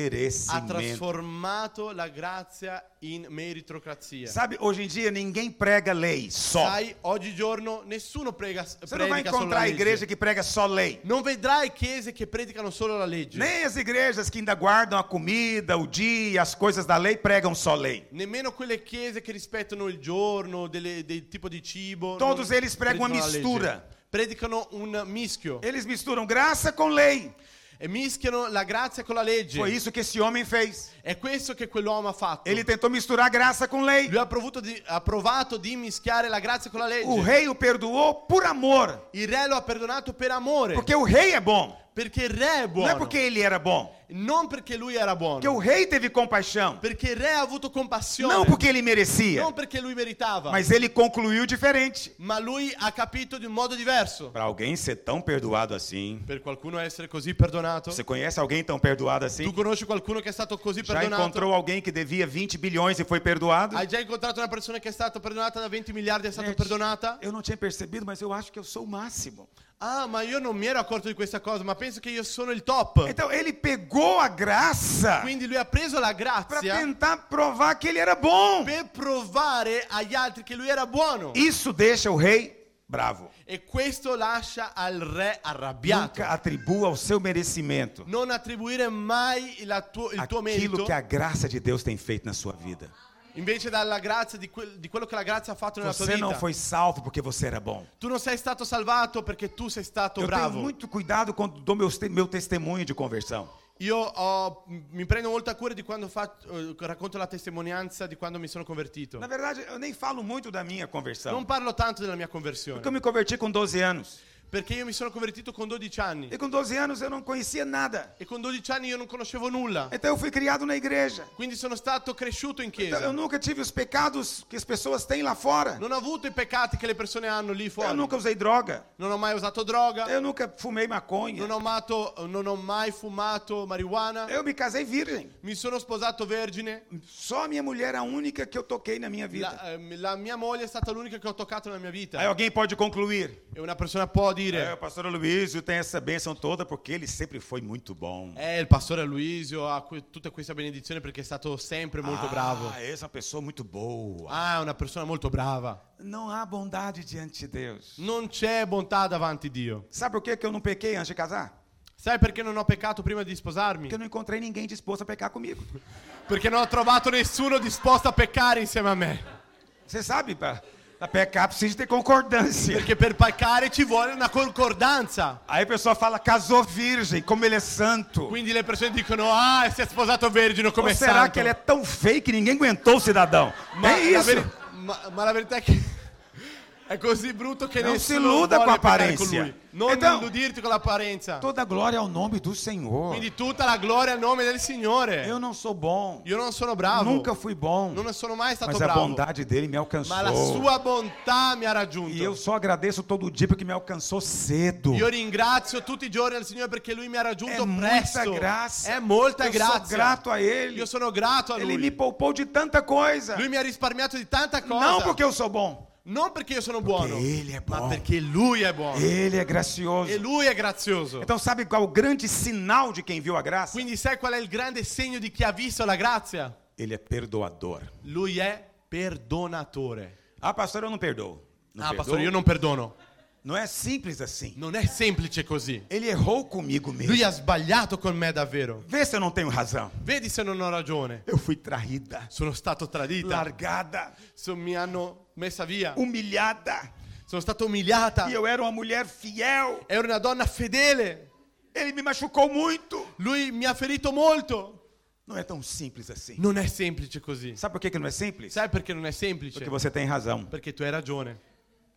Speaker 3: merecimento.
Speaker 2: trasformato la grazia in meritocrazia.
Speaker 3: Sabe, hoje em dia ninguém prega lei só.
Speaker 2: Sai, oggigiorno nessuno prega,
Speaker 3: Você não vai
Speaker 2: predica solo la
Speaker 3: encontrar igreja
Speaker 2: legge.
Speaker 3: que prega só lei.
Speaker 2: Non vedrai chiese che predicano solo la legge.
Speaker 3: Nem as igrejas que ainda guardam a comida, o dia, as coisas da lei pregam só lei.
Speaker 2: Nemmeno quelle chiese che rispettano il giorno, delle- del tipo di cibo.
Speaker 3: Todos
Speaker 2: non
Speaker 3: eles pregano una
Speaker 2: predicano la legge.
Speaker 3: mistura.
Speaker 2: Predicano un mischio.
Speaker 3: Eles misturam graça com lei.
Speaker 2: E mischiano la grazia con la legge.
Speaker 3: Foi isso que esse homem fez.
Speaker 2: È questo che quell'uomo ha fatto.
Speaker 3: Ele tentou misturar graça com lei.
Speaker 2: Lui ha, provuto di- ha provato di mischiare la grazia con la legge.
Speaker 3: O rei o perdoou por amor,
Speaker 2: Il re lo ha perdonato per amore.
Speaker 3: porque o rei é bom.
Speaker 2: Perché il re è
Speaker 3: Não
Speaker 2: buono.
Speaker 3: é porque ele era bom,
Speaker 2: Non perché lui era buono.
Speaker 3: porque o rei teve compaixão.
Speaker 2: Perché il re ha avuto compassione.
Speaker 3: Não porque ele merecia,
Speaker 2: Non perché lui meritava.
Speaker 3: mas ele concluiu diferente.
Speaker 2: Ma lui ha capito in un modo diverso.
Speaker 3: Para alguém ser tão perdoado assim,
Speaker 2: Per qualcuno essere così perdonato.
Speaker 3: você conhece alguém tão perdoado assim?
Speaker 2: Tu conosci qualcuno che è stato così
Speaker 3: Já
Speaker 2: perdonato?
Speaker 3: encontrou alguém que devia 20 bilhões e foi perdoado?
Speaker 2: Hai già incontrato una persona che è stata perdonata da 20 miliardi e è stata
Speaker 3: Gente.
Speaker 2: perdonata?
Speaker 3: Eu não tinha percebido, mas eu acho que eu sou o máximo.
Speaker 2: Ah, ma io non mi ero accorto di questa cosa, ma penso che io sono il top.
Speaker 3: Então ele pegou a graça
Speaker 2: Quindi lui ha preso la
Speaker 3: para
Speaker 2: grazia
Speaker 3: tentar provar que ele era bom.
Speaker 2: per provare agli altri che lui era buono.
Speaker 3: Isso deixa o rei bravo.
Speaker 2: E questo lascia al re arrabbiato.
Speaker 3: Nunca atribua ao seu merecimento
Speaker 2: Non attribuire mai la tuo- il tuo merito,
Speaker 3: aquilo que a graça de Deus tem feito na sua vida.
Speaker 2: invece dalla grazia di, quel- di quello che la grazia ha fatto nella tua
Speaker 3: Você não
Speaker 2: vita.
Speaker 3: foi salvo porque você era bom.
Speaker 2: Tu non sei stato salvato perché tu sei stato
Speaker 3: Eu tenho
Speaker 2: bravo.
Speaker 3: muito cuidado quando dou meus te- meu testemunho de conversão.
Speaker 2: Io ho- mi prendo molto a cuore di quando faccio- eh, racconto la testimonianza di quando mi sono convertito.
Speaker 3: Na verdade, eu nem falo muito da minha
Speaker 2: Non
Speaker 3: conversão.
Speaker 2: parlo tanto della mia
Speaker 3: Porque eu
Speaker 2: conversione,
Speaker 3: me converti com 12 anos.
Speaker 2: perché io mi sono convertito con 12 anni
Speaker 3: E com 12 anos eu não conhecia nada.
Speaker 2: e con 12 anni io non conoscevo nulla.
Speaker 3: Então eu fui criado na igreja.
Speaker 2: Quindi sono stato cresciuto in
Speaker 3: Então, eu
Speaker 2: chiesa.
Speaker 3: nunca tive os pecados que as pessoas têm lá fora.
Speaker 2: Non ho avuto i peccati che le persone hanno lì
Speaker 3: Eu
Speaker 2: fuori.
Speaker 3: nunca usei droga.
Speaker 2: Non ho mai usato droga,
Speaker 3: Eu nunca fumei maconha.
Speaker 2: non ho, amato- non ho mai fumato marijuana,
Speaker 3: Eu me casei virgem.
Speaker 2: mi sono sposato vergine.
Speaker 3: Só a minha mulher é a única que eu toquei na minha vida.
Speaker 2: La, ehm, la mia moglie è stata l'unica che ho toccato nella mia
Speaker 3: Aí
Speaker 2: vita.
Speaker 3: alguém pode concluir.
Speaker 2: E una persona può
Speaker 3: É, o
Speaker 2: dire:
Speaker 3: pastor Luísio tem essa bênção toda porque ele sempre foi muito bom.
Speaker 2: Eh, il pastore Luisio ha que- tutta questa benedizione perché è stato sempre molto bravo.
Speaker 3: Ah, essa é uma pessoa muito boa.
Speaker 2: Ah, è una persona molto brava.
Speaker 3: Não há bondade diante de Deus.
Speaker 2: Non c'è bontà davanti a Dio.
Speaker 3: Sabe por que que eu não pequei antes de casar?
Speaker 2: Sai perché non ho peccato prima di sposarmi?
Speaker 3: Porque eu não encontrei ninguém disposto a pecar comigo.
Speaker 2: Perché non ho trovato nessuno disposto a peccare insieme a me.
Speaker 3: Você sabe, pra, pra pecar precisa ter concordância.
Speaker 2: Perché per peccare ci vuole una concordanza.
Speaker 3: Aí a pessoa fala, casou virgem, como ele é santo.
Speaker 2: Quindi le persone dicono: Ah, si è sposato vergine come
Speaker 3: Ou será
Speaker 2: santo."
Speaker 3: que ele é tão feio que ninguém aguentou o cidadão?
Speaker 2: Ma,
Speaker 3: é
Speaker 2: la
Speaker 3: isso.
Speaker 2: veri- ma- ma la verità è che [LAUGHS] è così brutto che
Speaker 3: Non si
Speaker 2: nessuno
Speaker 3: illuda
Speaker 2: vuole
Speaker 3: con
Speaker 2: peccare con
Speaker 3: apparenza.
Speaker 2: lui. Non
Speaker 3: E da-
Speaker 2: illudirti con l'apparenza.
Speaker 3: Toda glória ao nome do Senhor.
Speaker 2: Quindi tutta la gloria al nome del Signore.
Speaker 3: Eu não sou bom.
Speaker 2: Io non sono bravo. é
Speaker 3: Nunca fui bom.
Speaker 2: Non sono mai stato
Speaker 3: Mas a
Speaker 2: bravo.
Speaker 3: bondade dele me alcançou.
Speaker 2: Ma la sua bontà mi ha raggiunto.
Speaker 3: E eu só agradeço todo dia porque me alcançou cedo.
Speaker 2: Io ringrazio tutti i giorni al Signore perché lui mi ha raggiunto
Speaker 3: É muita
Speaker 2: presto.
Speaker 3: graça.
Speaker 2: È molta
Speaker 3: eu
Speaker 2: grazia.
Speaker 3: sou grato a ele.
Speaker 2: Io sono grato a
Speaker 3: Ele
Speaker 2: lui.
Speaker 3: me poupou de tanta coisa.
Speaker 2: Lui mi ha risparmiato di tanta cosa.
Speaker 3: Não porque eu sou bom.
Speaker 2: Non perché io sono buono,
Speaker 3: Ele è
Speaker 2: ma
Speaker 3: buono.
Speaker 2: perché lui è buono.
Speaker 3: Ele é
Speaker 2: E
Speaker 3: gracioso.
Speaker 2: lui è grazioso.
Speaker 3: Então sabe qual é o grande sinal de quem viu a graça?
Speaker 2: Quindi sai qual è il grande segno di chi ha visto la grazia?
Speaker 3: Ele é perdoador.
Speaker 2: Lui è perdonatore.
Speaker 3: Ah, pastor, eu não perdoo. Não,
Speaker 2: ah,
Speaker 3: perdoo.
Speaker 2: pastore, io non perdono.
Speaker 3: Não é simples assim.
Speaker 2: Non è semplice così.
Speaker 3: Ele errou comigo mesmo.
Speaker 2: Lui ha sbagliato con me davvero.
Speaker 3: Vê se eu não tenho razão.
Speaker 2: Vedi se non ho ragione.
Speaker 3: Eu fui traída,
Speaker 2: Sono stato tradita.
Speaker 3: largada,
Speaker 2: So- mi hanno messa via.
Speaker 3: humilhada.
Speaker 2: Sono stata umiliata.
Speaker 3: E eu era uma mulher fiel.
Speaker 2: Ero una donna fedele.
Speaker 3: Ele me machucou muito.
Speaker 2: Lui mi ha ferito molto.
Speaker 3: Não é tão simples assim.
Speaker 2: Non è semplice così.
Speaker 3: Sabe por que, que não é simples?
Speaker 2: Sai perché non è semplice?
Speaker 3: Porque você tem razão.
Speaker 2: Perché tu hai ragione.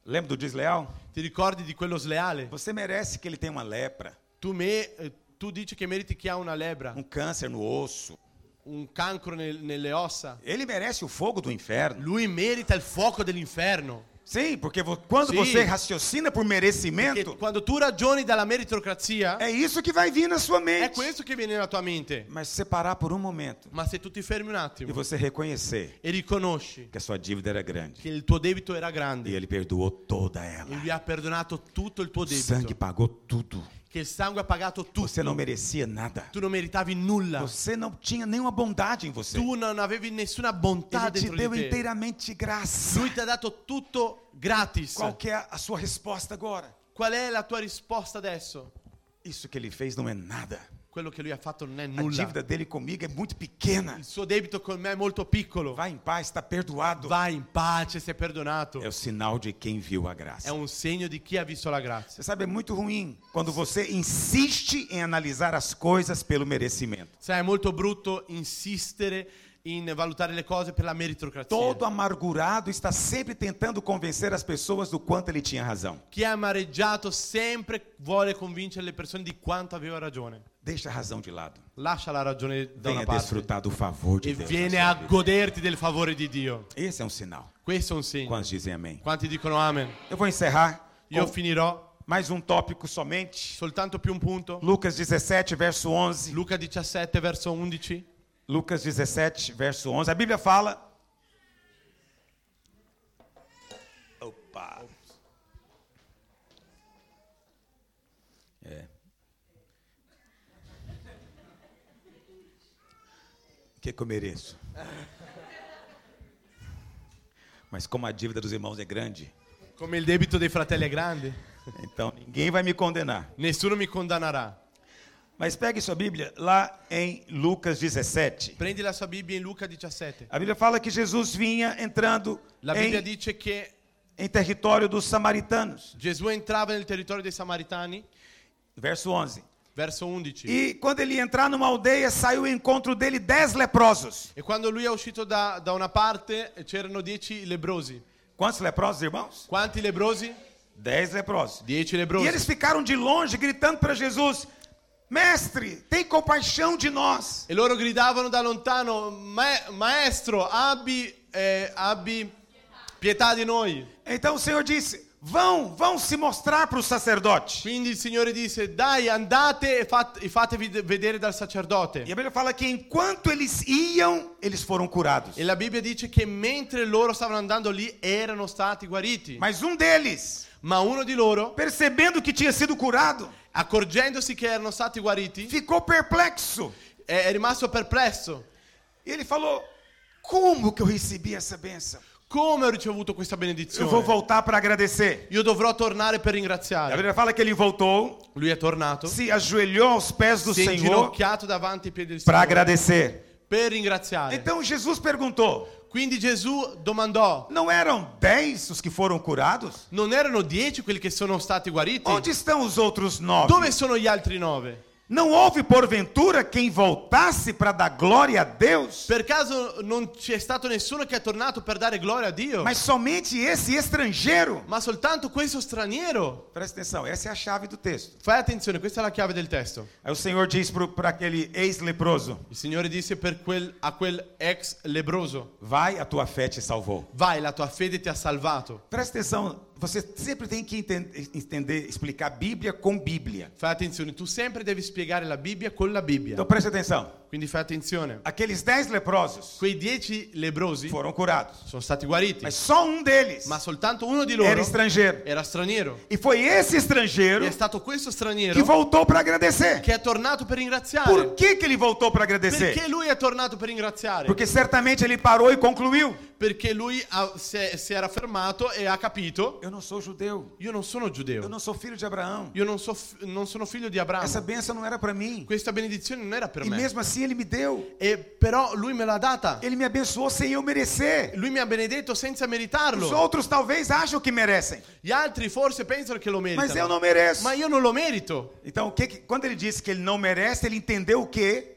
Speaker 3: Lembra do desleal?
Speaker 2: Ti ricordi di quello sleale?
Speaker 3: Você merece que ele tenha uma lepra,
Speaker 2: Tu, me- eh, tu dici che meriti chi ha una lebra,
Speaker 3: um câncer no osso.
Speaker 2: un cancro nel- nelle ossa.
Speaker 3: Ele merece o fogo do inferno.
Speaker 2: Lui merita il fuoco dell'inferno.
Speaker 3: Sim, porque vo- quando
Speaker 2: Sim.
Speaker 3: você raciocina por
Speaker 2: Perché
Speaker 3: merecimento,
Speaker 2: quando tu ragioni dalla meritocrazia,
Speaker 3: é isso que vai vir na sua
Speaker 2: è
Speaker 3: mente.
Speaker 2: questo che viene nella tua mente.
Speaker 3: Mas se parar por um momento
Speaker 2: Ma se tu ti fermi un
Speaker 3: e
Speaker 2: attimo
Speaker 3: você reconhecer
Speaker 2: e riconosci
Speaker 3: que a sua dívida era grande
Speaker 2: che il tuo debito era
Speaker 3: e
Speaker 2: grande
Speaker 3: ele perdoou toda ela,
Speaker 2: e lui ha perdonato tutto il tuo
Speaker 3: o sangue
Speaker 2: debito,
Speaker 3: pagou tudo.
Speaker 2: che il sangue ha pagato tutto.
Speaker 3: Você não merecia nada.
Speaker 2: Tu non meritavi nulla.
Speaker 3: Você não tinha nenhuma bondade em você.
Speaker 2: Tu non avevi nessuna bontà
Speaker 3: Ele te
Speaker 2: dentro
Speaker 3: deu
Speaker 2: di te.
Speaker 3: inteiramente de graça.
Speaker 2: Lui ti ha dato tutto gratis.
Speaker 3: Qual que é a sua resposta agora?
Speaker 2: Qual è la tua risposta adesso?
Speaker 3: Isso que ele fez não é nada.
Speaker 2: Quello che lui ha fatto non è
Speaker 3: A
Speaker 2: nulla.
Speaker 3: dívida dele comigo é muito pequena.
Speaker 2: Il suo debito con me è molto piccolo.
Speaker 3: Vá em paz, está perdoado.
Speaker 2: Vai in pace, sei perdonato.
Speaker 3: É o sinal de quem viu a
Speaker 2: È
Speaker 3: graça.
Speaker 2: un segno di chi ha visto la grazia.
Speaker 3: Você sabe, é muito ruim quando você insiste em analisar as coisas pelo merecimento.
Speaker 2: Sai, è molto brutto insistere in valutare le cose per la meritocrazia.
Speaker 3: Todo amargurado está sempre tentando convencer as pessoas do quanto ele tinha razão.
Speaker 2: Chi è amareggiato sempre vuole convincere le persone di quanto aveva ragione.
Speaker 3: Deixa a razão de lado.
Speaker 2: Lascia la ragione da
Speaker 3: Venha
Speaker 2: una parte
Speaker 3: desfrutar do favor de
Speaker 2: e
Speaker 3: Deus.
Speaker 2: viene
Speaker 3: na
Speaker 2: a
Speaker 3: sua vida.
Speaker 2: goderti del favore di Dio.
Speaker 3: Esse é um sinal.
Speaker 2: Questo è un segno.
Speaker 3: Quantos dizem amém?
Speaker 2: Quanti dicono amen?
Speaker 3: Eu vou encerrar
Speaker 2: Io
Speaker 3: com
Speaker 2: finirò
Speaker 3: mais um tópico somente.
Speaker 2: soltanto più un punto.
Speaker 3: Lucas 17, verso 11.
Speaker 2: Luca 17 verso 11.
Speaker 3: Lucas 17, verso 11. A Bíblia fala. Opa! É. O que, que eu mereço? Mas como a dívida dos irmãos é grande,
Speaker 2: Come il debito dei fratelli è grande,
Speaker 3: então ninguém vai me condenar.
Speaker 2: nessuno mi condannerà.
Speaker 3: Mas pegue sua Bíblia lá em Lucas 17.
Speaker 2: Prendi la sua Bibbia in Luca 17.
Speaker 3: A Bíblia fala que Jesus vinha entrando
Speaker 2: La Bibbia
Speaker 3: em,
Speaker 2: dice che
Speaker 3: em território dos samaritanos.
Speaker 2: Gesù entrava nel territorio dei Samaritani,
Speaker 3: Verso 11.
Speaker 2: verso 11.
Speaker 3: E quando ele ia entrar numa aldeia, saiu ao encontro dele dez leprosos.
Speaker 2: E quando lui è uscito da, da una parte c'erano dieci lebrosi.
Speaker 3: Quantos leprosos, irmãos?
Speaker 2: Quanti lebrosi?
Speaker 3: Dez leprosos.
Speaker 2: Dieci
Speaker 3: E
Speaker 2: lebrosi.
Speaker 3: eles ficaram de longe gritando para Jesus: Mestre, tem compaixão de nós.
Speaker 2: E loro gridavano da lontano, "Ma- maestro, abbi, eh, abbi pietà di noi.
Speaker 3: Então o Senhor disse: Vão, vão se mostrar para o sacerdote.
Speaker 2: Quindi il Signore disse, dai andate e, fat- e fatevi de- vedere dal sacerdote.
Speaker 3: E a Bíblia fala que enquanto eles iam, eles foram curados.
Speaker 2: E la Bibbia dice che mentre loro stavano andando lì erano stati guariti.
Speaker 3: Mas um deles,
Speaker 2: Ma uno di loro,
Speaker 3: percebendo que tinha sido curado,
Speaker 2: accorgendosi che erano stati guariti,
Speaker 3: ficou perplexo.
Speaker 2: è è rimasto perplesso.
Speaker 3: E ele falou: Como que eu recebi essa benção?
Speaker 2: Come ho ricevuto questa
Speaker 3: Eu vou
Speaker 2: benedizione?
Speaker 3: voltar para agradecer.
Speaker 2: Io dovrò tornare per
Speaker 3: A
Speaker 2: ringraziare.
Speaker 3: Bíblia fala que ele voltou,
Speaker 2: Lui è tornato, si
Speaker 3: se ajoelhou aos pés do
Speaker 2: è
Speaker 3: Senhor
Speaker 2: inginocchiato davanti ai piedi del
Speaker 3: para
Speaker 2: Signore
Speaker 3: agradecer.
Speaker 2: per ringraziare.
Speaker 3: Então Jesus perguntou:
Speaker 2: Quindi Gesù domandò,
Speaker 3: Não eram dez os que foram curados?
Speaker 2: non erano dieci quelli che sono stati
Speaker 3: Onde
Speaker 2: guariti?
Speaker 3: estão os outros nove?
Speaker 2: Dove sono gli altri nove?
Speaker 3: Não houve porventura quem voltasse para dar glória a Deus?
Speaker 2: Per caso non c'è stato nessuno che è tornato per dare gloria a Dio?
Speaker 3: Mas somente esse estrangeiro.
Speaker 2: ma soltanto questo straniero.
Speaker 3: Presta atenção, essa é a chave do texto.
Speaker 2: Fai attenzione, questa è la chiave del testo.
Speaker 3: Aí o Senhor diz para aquele ex-leproso:
Speaker 2: Il Signore disse per quel- a quel ex lebroso,
Speaker 3: Vai, a tua fé te salvou.
Speaker 2: vai, la tua fede ti ha salvato.
Speaker 3: Presta atenção, você sempre tem que enten- entender, explicar Bíblia com Bíblia.
Speaker 2: Fai attenzione, tu sempre devi spiegare la Bibbia con la Bibbia.
Speaker 3: Então presta atenção.
Speaker 2: Quindi fai attenzione.
Speaker 3: Aqueles dez leprosos
Speaker 2: Quei dieci lebrosi
Speaker 3: foram curados,
Speaker 2: sono stati guariti,
Speaker 3: mas só um deles
Speaker 2: ma soltanto uno di
Speaker 3: era
Speaker 2: loro
Speaker 3: estrangeiro.
Speaker 2: era straniero.
Speaker 3: E foi esse estrangeiro
Speaker 2: E è stato questo
Speaker 3: que
Speaker 2: straniero
Speaker 3: voltou para agradecer.
Speaker 2: che è tornato per
Speaker 3: Por
Speaker 2: ringraziare.
Speaker 3: que, que ele voltou para agradecer?
Speaker 2: Perché lui è tornato per ringraziare?
Speaker 3: Porque certamente ele parou e concluiu:
Speaker 2: Perché lui ha- si è- si era fermato e ha capito,
Speaker 3: Eu não sou judeu,
Speaker 2: io non sono giudeo.
Speaker 3: eu não sou filho de Abraão.
Speaker 2: Io non, so- non sono figlio di Abramo.
Speaker 3: Essa benção não era para mim.
Speaker 2: Questa benedizione non era per
Speaker 3: E
Speaker 2: me.
Speaker 3: mesmo assim ele me deu.
Speaker 2: E però lui me l'ha data.
Speaker 3: Ele me abençoou sem eu merecer.
Speaker 2: Lui mi ha benedetto senza
Speaker 3: Os
Speaker 2: meritarlo.
Speaker 3: outros talvez acham que merecem,
Speaker 2: Gli altri forse pensano che lo
Speaker 3: mas eu
Speaker 2: meritano.
Speaker 3: não mereço.
Speaker 2: Ma io non lo merito.
Speaker 3: Então, o que que- quando ele disse que ele não merece, ele entendeu o quê?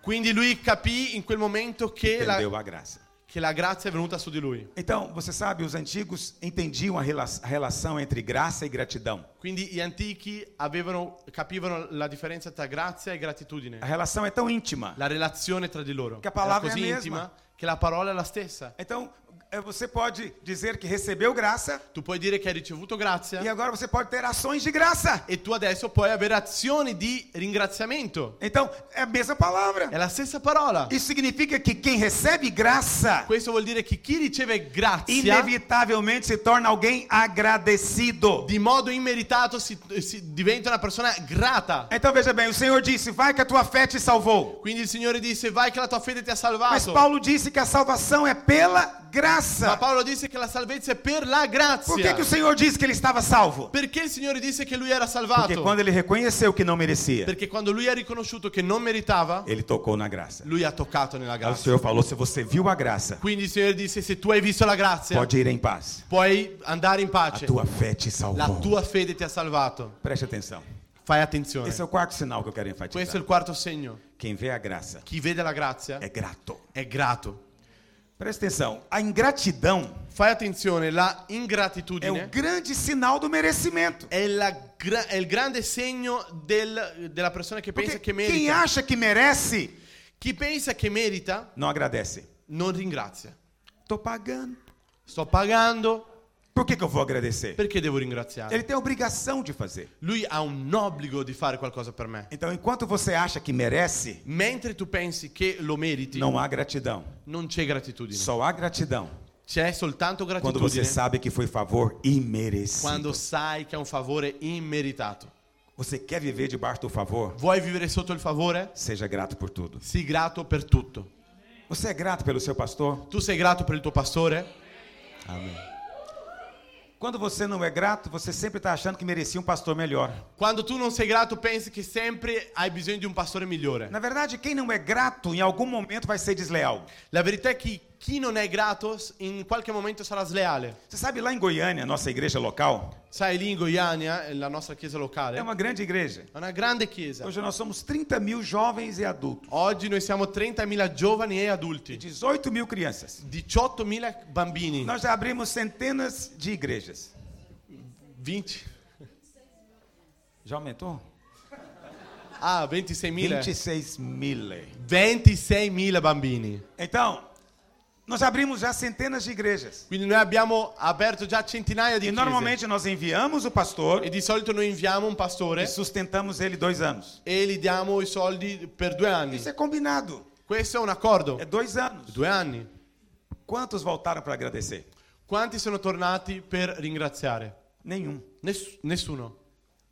Speaker 2: Quindi lui capì in quel momento che la,
Speaker 3: a graça.
Speaker 2: che la grazia è venuta su di lui.
Speaker 3: Então, você sabe, os antigos entendiam a rela- a relação entre graça e gratidão.
Speaker 2: Quindi gli antichi avevano- capivano la differenza tra grazia e
Speaker 3: A
Speaker 2: gratitudine.
Speaker 3: relação é tão íntima.
Speaker 2: La relazione tra di loro
Speaker 3: Che
Speaker 2: era
Speaker 3: la parola è
Speaker 2: così
Speaker 3: la
Speaker 2: intima
Speaker 3: mesma.
Speaker 2: che la parola è la stessa.
Speaker 3: Então, É, Você pode dizer que recebeu graça
Speaker 2: Tu puoi dire che hai ricevuto
Speaker 3: e
Speaker 2: grazia
Speaker 3: agora você pode ter ações de graça.
Speaker 2: e tu adesso puoi avere azioni di ringraziamento.
Speaker 3: Então, é a mesma palavra.
Speaker 2: È la stessa parola.
Speaker 3: Isso significa que quem recebe graça
Speaker 2: Questo vuol dire che chi riceve grazia
Speaker 3: inevitavelmente se torna alguém agradecido.
Speaker 2: di modo immeritato si, si diventa una persona grata.
Speaker 3: Então veja bem, o Senhor disse: "Vai que a tua fé te salvou".
Speaker 2: Quindi il Signore disse vai che la tua fede ti ha
Speaker 3: Mas
Speaker 2: salvato.
Speaker 3: Paulo disse que a salvação é pela
Speaker 2: Ma
Speaker 3: graça.
Speaker 2: Paolo disse che la salvezza è per la
Speaker 3: Por que,
Speaker 2: grazia.
Speaker 3: que o Senhor disse que ele estava salvo?
Speaker 2: Perché il Signore disse che lui era
Speaker 3: Porque
Speaker 2: salvato?
Speaker 3: quando ele reconheceu que não merecia,
Speaker 2: Perché quando lui ha riconosciuto che non meritava,
Speaker 3: ele tocou na graça.
Speaker 2: lui ha toccato nella
Speaker 3: Aí o
Speaker 2: grazia.
Speaker 3: Senhor falou: "Se você viu a graça,
Speaker 2: Quindi il Signore disse se tu hai visto la grazia,
Speaker 3: pode ir em paz.
Speaker 2: puoi andare in
Speaker 3: A
Speaker 2: pace.
Speaker 3: tua fé te
Speaker 2: La
Speaker 3: salvou."
Speaker 2: tua fede ti ha salvato.
Speaker 3: Preste atenção.
Speaker 2: Fai attenzione.
Speaker 3: Esse é o quarto sinal que eu quero
Speaker 2: Questo è
Speaker 3: enfatizar.
Speaker 2: il quarto segno.
Speaker 3: Quem vê a graça
Speaker 2: Chi vede la grazia
Speaker 3: é grato.
Speaker 2: è grato.
Speaker 3: Presta atenção. A ingratidão
Speaker 2: Fai attenzione, la
Speaker 3: é o
Speaker 2: ingratitudine
Speaker 3: grande sinal do merecimento.
Speaker 2: è, la gra- è il grande segno del- della persona che pensa
Speaker 3: Porque
Speaker 2: che
Speaker 3: quem
Speaker 2: merita.
Speaker 3: acha que merece,
Speaker 2: Chi pensa che merita
Speaker 3: não agradece.
Speaker 2: non ringrazia.
Speaker 3: Tô pagando.
Speaker 2: Sto pagando,
Speaker 3: Por que, que eu vou agradecer?
Speaker 2: perché devo
Speaker 3: Ele
Speaker 2: ringraziare?
Speaker 3: tem a obrigação de fazer.
Speaker 2: Lui ha un obbligo di fare qualcosa per me.
Speaker 3: Então, enquanto você acha que merece,
Speaker 2: Mentre tu pensi che lo meriti,
Speaker 3: não há gratidão.
Speaker 2: non c'è gratitudine.
Speaker 3: Só há gratidão
Speaker 2: C'è soltanto
Speaker 3: quando você
Speaker 2: gratitudine
Speaker 3: sabe que foi favor imerecido.
Speaker 2: quando sai che è un favore immeritato.
Speaker 3: Você quer viver debaixo do favor?
Speaker 2: Vuoi vivere sotto il favore?
Speaker 3: Seja grato por tudo.
Speaker 2: Sii grato per tutto.
Speaker 3: Você é grato pelo seu pastor?
Speaker 2: Tu sei grato per il tuo pastore?
Speaker 3: Amém. Quando você não é grato, você sempre está achando que merecia um pastor melhor.
Speaker 2: Quando tu non sei grato pensi che sempre hai bisogno di un pastore migliore.
Speaker 3: Na verdade, quem não é grato, em algum momento vai ser desleal.
Speaker 2: La verità è che chi non è grato s- in qualche momento sarà sleale.
Speaker 3: Você sabe, lá em Goiânia, nossa igreja local,
Speaker 2: Sai, lì in Goiânia, eh, la nostra chiesa locale,
Speaker 3: é
Speaker 2: è
Speaker 3: uma grande igreja.
Speaker 2: una grande chiesa.
Speaker 3: Hoje nós somos 30 mil jovens e adultos,
Speaker 2: Oggi noi siamo 30.000 giovani e adulti,
Speaker 3: 18 mil crianças.
Speaker 2: 18.000 bambini,
Speaker 3: Nós já abrimos centenas de igrejas.
Speaker 2: 20.
Speaker 3: Já aumentou?
Speaker 2: Ah, 26.000.
Speaker 3: 26 mil.
Speaker 2: 26.000 bambini.
Speaker 3: Então, nós abrimos já centenas de igrejas.
Speaker 2: Quindi noi abbiamo aperto già centinaia di
Speaker 3: E
Speaker 2: chiese.
Speaker 3: normalmente nós enviamos o pastor
Speaker 2: E di solito noi inviamo un
Speaker 3: e
Speaker 2: pastore
Speaker 3: sustentamos ele dois anos.
Speaker 2: e gli diamo i soldi per due anni.
Speaker 3: Isso é combinado.
Speaker 2: Questo è un accordo.
Speaker 3: É dois anos.
Speaker 2: Due anni.
Speaker 3: Quantos voltaram para agradecer?
Speaker 2: Quanti sono tornati per ringraziare?
Speaker 3: Nenhum.
Speaker 2: Ness- nessuno.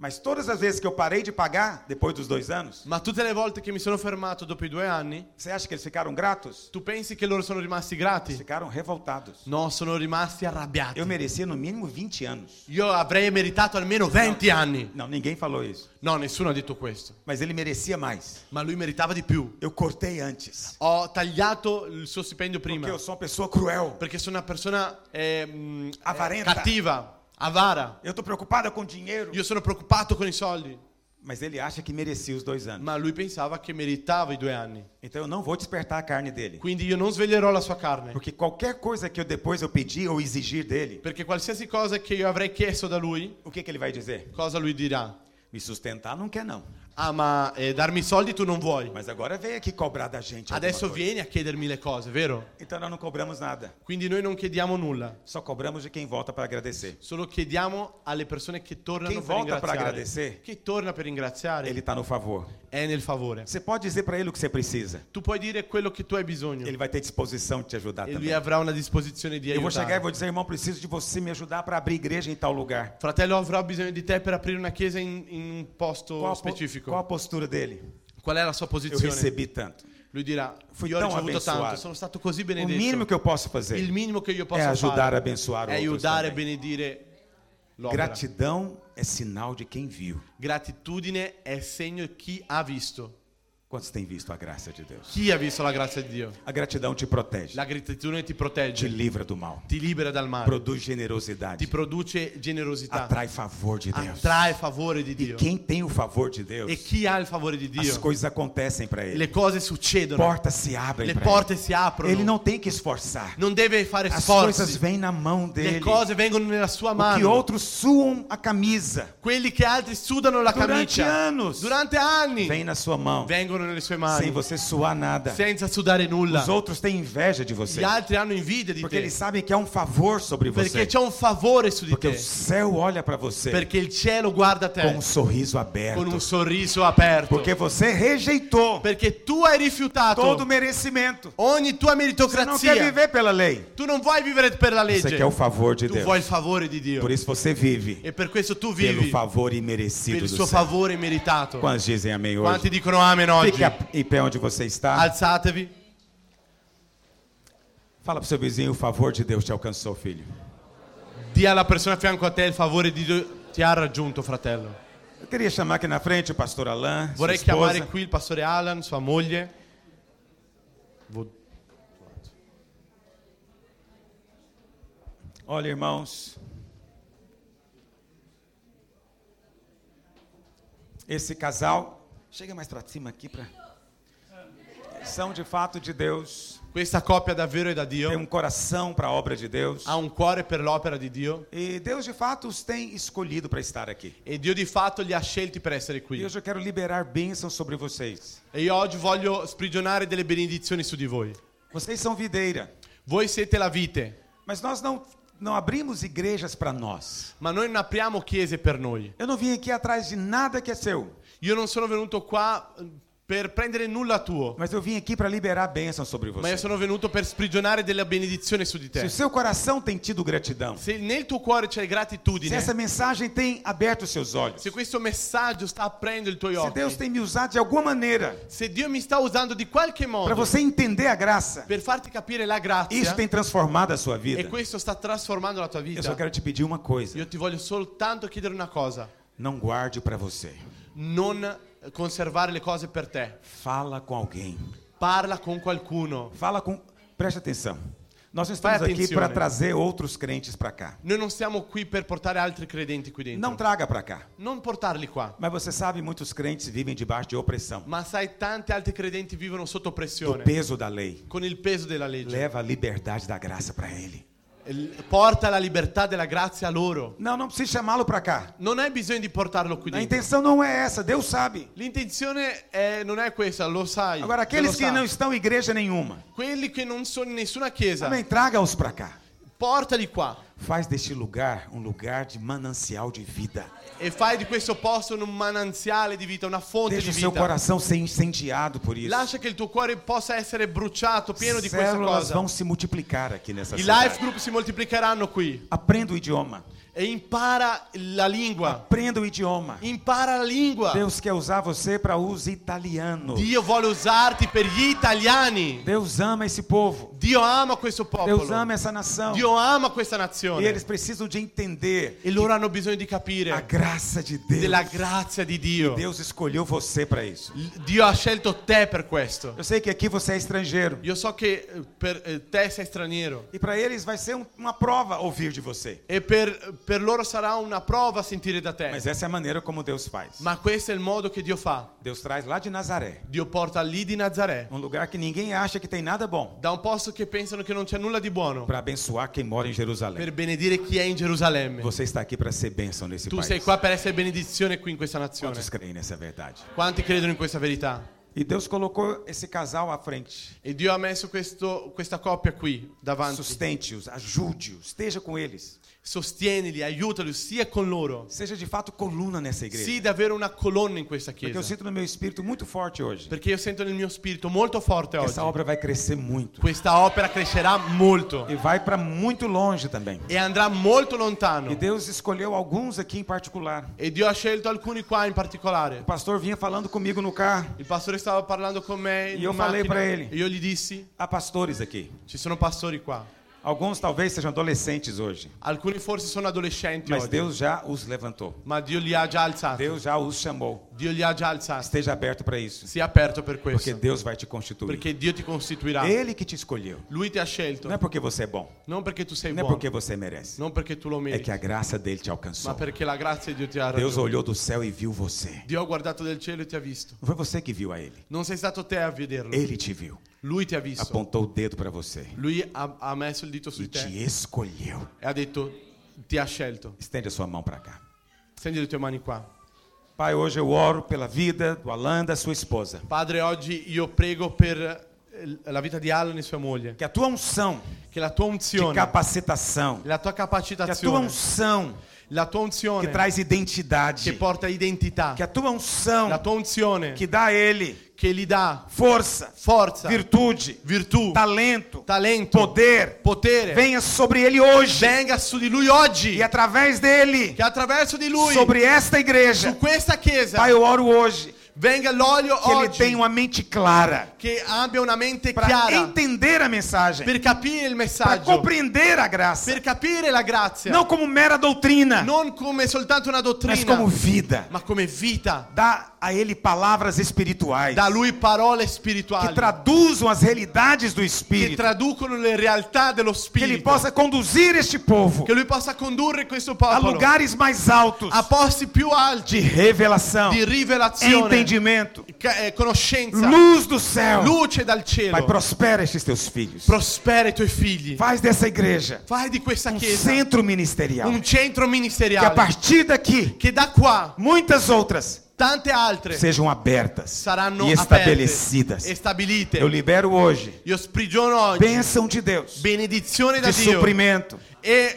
Speaker 3: Mas todas as vezes que eu parei de pagar, depois dos dois anos,
Speaker 2: Ma tutte le volte che mi sono fermato dopo i due anni,
Speaker 3: você acha que eles ficaram gratos?
Speaker 2: tu pensi che loro sono rimasti grati?
Speaker 3: Ficaram revoltados.
Speaker 2: No, sono rimasti arrabbiati.
Speaker 3: Eu merecia no mínimo 20 anos.
Speaker 2: Io avrei meritato almeno 20 anni.
Speaker 3: Não, ninguém falou isso.
Speaker 2: No, nessuno ha detto questo.
Speaker 3: Mas ele merecia mais.
Speaker 2: Ma lui meritava di più.
Speaker 3: Eu cortei antes.
Speaker 2: Ho tagliato il suo stipendio prima.
Speaker 3: Porque eu sou uma pessoa cruel.
Speaker 2: Perché sono una persona ehm, eh,
Speaker 3: Avarenta.
Speaker 2: cattiva, avara.
Speaker 3: Eu tô preocupada com dinheiro.
Speaker 2: Io sono preoccupato con i soldi.
Speaker 3: Mas ele acha que merecia os dois anos.
Speaker 2: Ma lui pensava che meritava i due anni.
Speaker 3: Então eu não vou despertar a carne dele.
Speaker 2: Quindi io non sveglierò la sua carne.
Speaker 3: Porque qualquer coisa que eu depois eu pedir ou exigir dele,
Speaker 2: Perché qualsiasi cosa che io avrei chiesto da lui,
Speaker 3: o que, que ele vai dizer?
Speaker 2: cosa lui dirà?
Speaker 3: Me sustentar não quer não.
Speaker 2: Ah, ma eh, darmi i soldi tu non vuoi.
Speaker 3: Mas agora veio aqui cobrar da gente. alguma
Speaker 2: Adesso
Speaker 3: coisa.
Speaker 2: vieni a chiedermi le cose, vero?
Speaker 3: Então nós não cobramos nada.
Speaker 2: Quindi noi non chiediamo nulla.
Speaker 3: Só cobramos de quem volta para agradecer.
Speaker 2: Solo chiediamo alle persone che tornano
Speaker 3: Chi
Speaker 2: per
Speaker 3: vota per
Speaker 2: ringraziare.
Speaker 3: agradecer?
Speaker 2: Chi torna per ringraziare
Speaker 3: Ele está no favor.
Speaker 2: è nel favore.
Speaker 3: Você pode dizer para ele o que você precisa.
Speaker 2: Tu puoi dire quello che tu hai bisogno
Speaker 3: Ele vai ter disposição de te ajudar
Speaker 2: e lui
Speaker 3: também.
Speaker 2: avrà una disposizione di
Speaker 3: Eu vou chegar e
Speaker 2: aiutare.
Speaker 3: vou dizer, irmão, preciso de você me ajudar para abrir igreja em tal lugar.
Speaker 2: Fratello, avrò bisogno di te per aprire una chiesa in, in un posto
Speaker 3: Qual a, po-
Speaker 2: specifico.
Speaker 3: qual a postura dele?
Speaker 2: Qual è la sua
Speaker 3: Eu
Speaker 2: posizione?
Speaker 3: recebi tanto.
Speaker 2: Lui dirà:
Speaker 3: Fui
Speaker 2: Io ho
Speaker 3: tão
Speaker 2: ricevuto tanto,
Speaker 3: abençoado.
Speaker 2: sono stato così
Speaker 3: O
Speaker 2: benedetto.
Speaker 3: mínimo que eu posso
Speaker 2: Il
Speaker 3: fazer
Speaker 2: minimo che io posso
Speaker 3: é ajudar
Speaker 2: fare
Speaker 3: a abençoar
Speaker 2: è
Speaker 3: outros
Speaker 2: aiutare e
Speaker 3: também.
Speaker 2: benedire l'opera.
Speaker 3: Gratidão é sinal de quem viu.
Speaker 2: Gratitudine è segno di chi ha visto.
Speaker 3: Quantos têm visto a graça de Deus?
Speaker 2: Chi ha visto la grazia di Dio?
Speaker 3: A gratidão te protege,
Speaker 2: La gratitudine ti
Speaker 3: te
Speaker 2: protegge,
Speaker 3: livra do mal,
Speaker 2: ti libera dal male,
Speaker 3: produz
Speaker 2: ti
Speaker 3: generosidade,
Speaker 2: produce generosità,
Speaker 3: atrai favor de Deus.
Speaker 2: attrae favore di
Speaker 3: E
Speaker 2: Dio.
Speaker 3: quem tem o favor de Deus,
Speaker 2: E chi ha il favore di
Speaker 3: as
Speaker 2: Dio?
Speaker 3: coisas acontecem para ele.
Speaker 2: Le cose succedono,
Speaker 3: Portas se abrem.
Speaker 2: le
Speaker 3: pra
Speaker 2: porte si
Speaker 3: ele. ele
Speaker 2: aprono,
Speaker 3: não tem que esforçar.
Speaker 2: non deve fare
Speaker 3: As coisas
Speaker 2: sforzi,
Speaker 3: vêm na mão
Speaker 2: le
Speaker 3: dele.
Speaker 2: cose vengono nella sua
Speaker 3: O que
Speaker 2: mano.
Speaker 3: outros suam a camisa
Speaker 2: Quelli che altri sudano la
Speaker 3: Durante
Speaker 2: camicia
Speaker 3: anos.
Speaker 2: durante anni
Speaker 3: vem na sua mão.
Speaker 2: vengono prendono nelle sue mani
Speaker 3: sem você suar nada.
Speaker 2: senza sudare nulla.
Speaker 3: Os outros têm inveja de você.
Speaker 2: Gli altri hanno invidia di
Speaker 3: Porque
Speaker 2: te
Speaker 3: eles sabem que há um favor sobre
Speaker 2: perché
Speaker 3: você.
Speaker 2: c'è un favore su di
Speaker 3: Porque o
Speaker 2: te,
Speaker 3: céu olha para você
Speaker 2: perché il cielo guarda
Speaker 3: com
Speaker 2: te
Speaker 3: um sorriso
Speaker 2: con un
Speaker 3: aberto.
Speaker 2: sorriso aperto,
Speaker 3: Porque você rejeitou
Speaker 2: perché tu hai
Speaker 3: todo
Speaker 2: rifiutato
Speaker 3: merecimento.
Speaker 2: ogni tua
Speaker 3: Você não quer
Speaker 2: meritocrazia.
Speaker 3: viver pela lei.
Speaker 2: Tu non vuoi vivere per la
Speaker 3: Você
Speaker 2: legge,
Speaker 3: quer o favor de
Speaker 2: tu vuoi il
Speaker 3: Deus.
Speaker 2: favore di Dio
Speaker 3: Por isso você vive
Speaker 2: e per questo tu
Speaker 3: pelo
Speaker 2: vivi
Speaker 3: favor
Speaker 2: per
Speaker 3: imerecido
Speaker 2: il
Speaker 3: do
Speaker 2: suo
Speaker 3: céu.
Speaker 2: favore meritato.
Speaker 3: Quantos dizem amém hoje?
Speaker 2: Quanti dicono amen oggi?
Speaker 3: Fique a- em pé onde você
Speaker 2: Ah.
Speaker 3: está.
Speaker 2: Alzatevi.
Speaker 3: Fala pro seu vizinho, o favor de Deus te alcançou, filho.
Speaker 2: Dì alla persona a fianco a te il favore di Dio ti ha raggiunto, fratello.
Speaker 3: Eu queria chamar aqui na frente o pastor Alain, sua
Speaker 2: Vorrei
Speaker 3: esposa.
Speaker 2: chiamare qui il pastore Alan, sua moglie. Vo-
Speaker 3: Olha, irmãos, esse casal, chega mais para cima aqui para são de fato de Deus,
Speaker 2: Questa coppia davvero è da
Speaker 3: tem
Speaker 2: Dio,
Speaker 3: um coração para a obra de Deus.
Speaker 2: ha un cuore per l'opera di Dio
Speaker 3: E Deus de fato os tem escolhido para estar aqui.
Speaker 2: e Dio di fatto li ha scelti per essere
Speaker 3: E
Speaker 2: qui.
Speaker 3: hoje eu quero liberar bênçãos sobre vocês.
Speaker 2: E io oggi voglio sprigionare delle benedizioni su di voi.
Speaker 3: Vocês são videira,
Speaker 2: Voi siete la vite,
Speaker 3: mas nós não não abrimos igrejas para nós.
Speaker 2: ma noi non apriamo chiese per noi.
Speaker 3: Eu não vim aqui atrás de nada que é seu,
Speaker 2: Io non sono venuto qua eh, per prendere nulla tuo,
Speaker 3: mas eu vim aqui para liberar bênçãos sobre
Speaker 2: ma io
Speaker 3: vocês.
Speaker 2: sono venuto per sprigionare della benedizione su di
Speaker 3: Se o
Speaker 2: te.
Speaker 3: seu coração tem tido gratidão,
Speaker 2: Se nel tuo cuore c'è
Speaker 3: Se
Speaker 2: gratitudine,
Speaker 3: essa mensagem tem aberto os seus olhos,
Speaker 2: né? se questo messaggio sta aprendo i tuoi
Speaker 3: se
Speaker 2: occhi,
Speaker 3: Deus tem me usado de alguma maneira
Speaker 2: se Dio mi sta usando di qualche
Speaker 3: para
Speaker 2: modo
Speaker 3: você entender a graça,
Speaker 2: per farti capire la
Speaker 3: isso
Speaker 2: grazia,
Speaker 3: tem transformado a sua
Speaker 2: e
Speaker 3: vida.
Speaker 2: questo sta trasformando la tua
Speaker 3: Eu só
Speaker 2: vita,
Speaker 3: quero te pedir uma coisa:
Speaker 2: io ti voglio soltanto chiedere una cosa,
Speaker 3: não guarde para você.
Speaker 2: non eh, conservare le cose per te,
Speaker 3: Fala com alguém.
Speaker 2: parla con qualcuno.
Speaker 3: Fala com. Preste atenção. Nós não
Speaker 2: Vai
Speaker 3: estamos aqui
Speaker 2: atenzione.
Speaker 3: para trazer outros crentes para cá.
Speaker 2: Noi non siamo qui per portare altri credenti qui dentro,
Speaker 3: Não traga para cá.
Speaker 2: non portarli qua.
Speaker 3: Mas você sabe, muitos crentes vivem debaixo de opressão,
Speaker 2: Ma sai, tanti altri credenti vivono sotto
Speaker 3: do
Speaker 2: pressione,
Speaker 3: peso da lei.
Speaker 2: con il peso della legge.
Speaker 3: Leva a liberdade da graça para ele.
Speaker 2: L- Porta la libertà della grazia a loro.
Speaker 3: Não, não precisa chamá-lo para cá.
Speaker 2: Non hai bisogno di portarlo qui
Speaker 3: A
Speaker 2: dentro.
Speaker 3: intenção não é essa, Deus sabe.
Speaker 2: L'intenzione è- non è questa, lo sai.
Speaker 3: Agora,
Speaker 2: Dio lo
Speaker 3: aqueles que
Speaker 2: sa.
Speaker 3: não estão em igreja nenhuma,
Speaker 2: Quelli che non sono in nessuna chiesa,
Speaker 3: também traga-os para cá.
Speaker 2: portali qua
Speaker 3: Faz deste lugar um lugar de manancial de vida.
Speaker 2: e fai di questo posto un mananziale di vita, una fonte
Speaker 3: Deixa o
Speaker 2: di
Speaker 3: seu
Speaker 2: vita.
Speaker 3: coração ser incendiado por isso.
Speaker 2: Lascia che il tuo cuore possa essere bruciato, pieno di questa
Speaker 3: Células
Speaker 2: cosa.
Speaker 3: vão se multiplicar aqui nessa
Speaker 2: I life
Speaker 3: cidade.
Speaker 2: group si moltiplicheranno qui
Speaker 3: Aprenda o idioma.
Speaker 2: e impara la lingua.
Speaker 3: Aprenda o idioma.
Speaker 2: Impara la lingua.
Speaker 3: Deus quer usar você para uso italiano.
Speaker 2: Dio vuole usarti per gli italiani.
Speaker 3: Deus ama esse povo.
Speaker 2: Dio ama questo popolo.
Speaker 3: Deus ama essa nação.
Speaker 2: Dio ama questa
Speaker 3: E
Speaker 2: nazione.
Speaker 3: eles precisam de entender
Speaker 2: E loro hanno bisogno di
Speaker 3: a
Speaker 2: capire
Speaker 3: graça de Deus.
Speaker 2: della grazia di Dio.
Speaker 3: Deus escolheu você para isso.
Speaker 2: L- Dio ha scelto te per questo.
Speaker 3: Eu sei que aqui você é estrangeiro.
Speaker 2: Io so che eh, per eh, te sei straniero
Speaker 3: E para eles vai ser um- uma prova ouvir de você.
Speaker 2: e per, per loro sarà una prova sentire da te.
Speaker 3: Mas essa é a maneira como Deus faz.
Speaker 2: Ma questo è il modo che Dio fa.
Speaker 3: Deus traz lá de Nazaré,
Speaker 2: Dio porta lì di Nazaré,
Speaker 3: um lugar que ninguém acha que tem nada bom,
Speaker 2: da un posto che pensano che non c'è nulla di buono,
Speaker 3: para abençoar quem mora em Jerusalém.
Speaker 2: per benedire chi è in Gerusalemme.
Speaker 3: Você está aqui para ser bênção nesse
Speaker 2: Tu
Speaker 3: país.
Speaker 2: sei é qua per essere benedizione qui in questa nazione.
Speaker 3: Quantos creem nessa verdade?
Speaker 2: Quanti credono in questa verità?
Speaker 3: E Deus colocou esse casal à frente.
Speaker 2: E Dio ha messo questo- questa coppia qui davanti.
Speaker 3: Sustente-os, ajude-os, esteja com eles.
Speaker 2: Sostienili, aiutali, sia con loro.
Speaker 3: Seja de fato coluna nessa igreja.
Speaker 2: Sii davvero una colonna in questa
Speaker 3: Porque eu
Speaker 2: chiesa.
Speaker 3: sinto no meu espírito muito forte hoje.
Speaker 2: Perché io sento nel mio spirito molto forte
Speaker 3: que
Speaker 2: oggi.
Speaker 3: Essa obra vai crescer muito.
Speaker 2: Questa opera crescerà molto
Speaker 3: E vai para muito longe também.
Speaker 2: e andrà molto
Speaker 3: E
Speaker 2: lontano.
Speaker 3: Deus escolheu alguns aqui em particular.
Speaker 2: E Dio ha scelto alcuni qua in particolare.
Speaker 3: O pastor vinha falando comigo no carro.
Speaker 2: Il pastore stava parlando con me in
Speaker 3: Io
Speaker 2: macchina
Speaker 3: falei pra ele.
Speaker 2: e io gli dissi,
Speaker 3: Há pastores aqui.
Speaker 2: ci sono pastori qua.
Speaker 3: Alguns talvez sejam adolescentes hoje.
Speaker 2: Alcuni forse sono adolescenti
Speaker 3: Mas
Speaker 2: oggi,
Speaker 3: Deus já os levantou.
Speaker 2: ma Dio li ha già alzati.
Speaker 3: Deus já os chamou.
Speaker 2: Dio li ha già alzati.
Speaker 3: Esteja aberto para isso.
Speaker 2: Sia aperto per
Speaker 3: Porque
Speaker 2: questo.
Speaker 3: Deus vai te constituir.
Speaker 2: Perché Dio ti costituirà.
Speaker 3: Ele que te escolheu.
Speaker 2: Lui ti ha scelto.
Speaker 3: Não é porque você é bom.
Speaker 2: Non perché tu sei
Speaker 3: Não é
Speaker 2: buono.
Speaker 3: porque você merece.
Speaker 2: Non perché tu lo
Speaker 3: É tá
Speaker 2: meriti.
Speaker 3: que a graça dele te
Speaker 2: Ma
Speaker 3: alcançou.
Speaker 2: perché la grazia di Dio ti ha
Speaker 3: Deus
Speaker 2: raggiunto.
Speaker 3: olhou do céu e viu você.
Speaker 2: Dio ha guardato dal cielo e ti ha visto.
Speaker 3: Não foi você que viu a ele.
Speaker 2: Non sei stato te a vederlo.
Speaker 3: Ele te viu.
Speaker 2: Lui ti ha visto.
Speaker 3: Apontou o dedo para você.
Speaker 2: Lui ha, ha messo il dito su
Speaker 3: E
Speaker 2: di
Speaker 3: te
Speaker 2: te
Speaker 3: escolheu.
Speaker 2: e ha detto ti ha scelto.
Speaker 3: Estende a sua mão para cá.
Speaker 2: Stendi le tue mani qua.
Speaker 3: Pai, hoje eu oro pela vida do Alan, da sua esposa.
Speaker 2: Padre, oggi io prego per eh, la vita di Alan e sua moglie,
Speaker 3: Que a tua unção
Speaker 2: che la tua
Speaker 3: de
Speaker 2: unzione,
Speaker 3: capacitação,
Speaker 2: la tua
Speaker 3: que a tua
Speaker 2: capacitazione,
Speaker 3: unção
Speaker 2: la tua
Speaker 3: que
Speaker 2: unzione
Speaker 3: traz
Speaker 2: che
Speaker 3: identidade,
Speaker 2: porta identità,
Speaker 3: que a tua unção
Speaker 2: la tua unzione
Speaker 3: que dá a ele
Speaker 2: che gli dà
Speaker 3: força,
Speaker 2: forza,
Speaker 3: virtude,
Speaker 2: virtù,
Speaker 3: talento,
Speaker 2: talento,
Speaker 3: poder,
Speaker 2: potere,
Speaker 3: venha sobre ele hoje
Speaker 2: venga su di lui oggi,
Speaker 3: e através dele
Speaker 2: che attraverso di lui,
Speaker 3: sobre esta
Speaker 2: su
Speaker 3: igreja.
Speaker 2: questa chiesa,
Speaker 3: Pai, eu oro hoje
Speaker 2: venga l'olio
Speaker 3: que ele
Speaker 2: oggi,
Speaker 3: tenha uma mente clara
Speaker 2: che abbia una mente
Speaker 3: para
Speaker 2: chiara
Speaker 3: entender a mensagem,
Speaker 2: per capire il
Speaker 3: para
Speaker 2: messaggio,
Speaker 3: compreender a graça,
Speaker 2: per capire la grazia,
Speaker 3: não como mera doutrina,
Speaker 2: non come soltanto una
Speaker 3: mas
Speaker 2: dottrina,
Speaker 3: como vida.
Speaker 2: ma come vita.
Speaker 3: Dá a ele palavras espirituais
Speaker 2: Da lui parole
Speaker 3: que
Speaker 2: spirituali
Speaker 3: traduzam as realidades do
Speaker 2: che
Speaker 3: espírito,
Speaker 2: traducono le realtà dello
Speaker 3: que ele
Speaker 2: spirito.
Speaker 3: possa conduzir este povo
Speaker 2: che lui possa condurre questo
Speaker 3: a
Speaker 2: popolo
Speaker 3: lugares mais altos
Speaker 2: a posti più alti
Speaker 3: de revelação,
Speaker 2: di rivelazione,
Speaker 3: entendimento,
Speaker 2: ca- eh, conoscenza,
Speaker 3: luz do céu.
Speaker 2: luce dal cielo.
Speaker 3: Pai, prospera estes teus filhos.
Speaker 2: Prospera i tuoi figli.
Speaker 3: Faz dessa igreja
Speaker 2: Fai di questa
Speaker 3: um
Speaker 2: chiesa
Speaker 3: centro ministerial.
Speaker 2: un centro
Speaker 3: Que a
Speaker 2: ministeriale
Speaker 3: partir daqui,
Speaker 2: che da qua
Speaker 3: muitas outras
Speaker 2: tante altre
Speaker 3: sejam abertas é
Speaker 2: saranno
Speaker 3: e estabelecidas.
Speaker 2: aperte e stabilite.
Speaker 3: Eu libero hoje
Speaker 2: Io sprigiono oggi
Speaker 3: bênção de Deus,
Speaker 2: benedizione da
Speaker 3: de
Speaker 2: Dio
Speaker 3: suprimento,
Speaker 2: e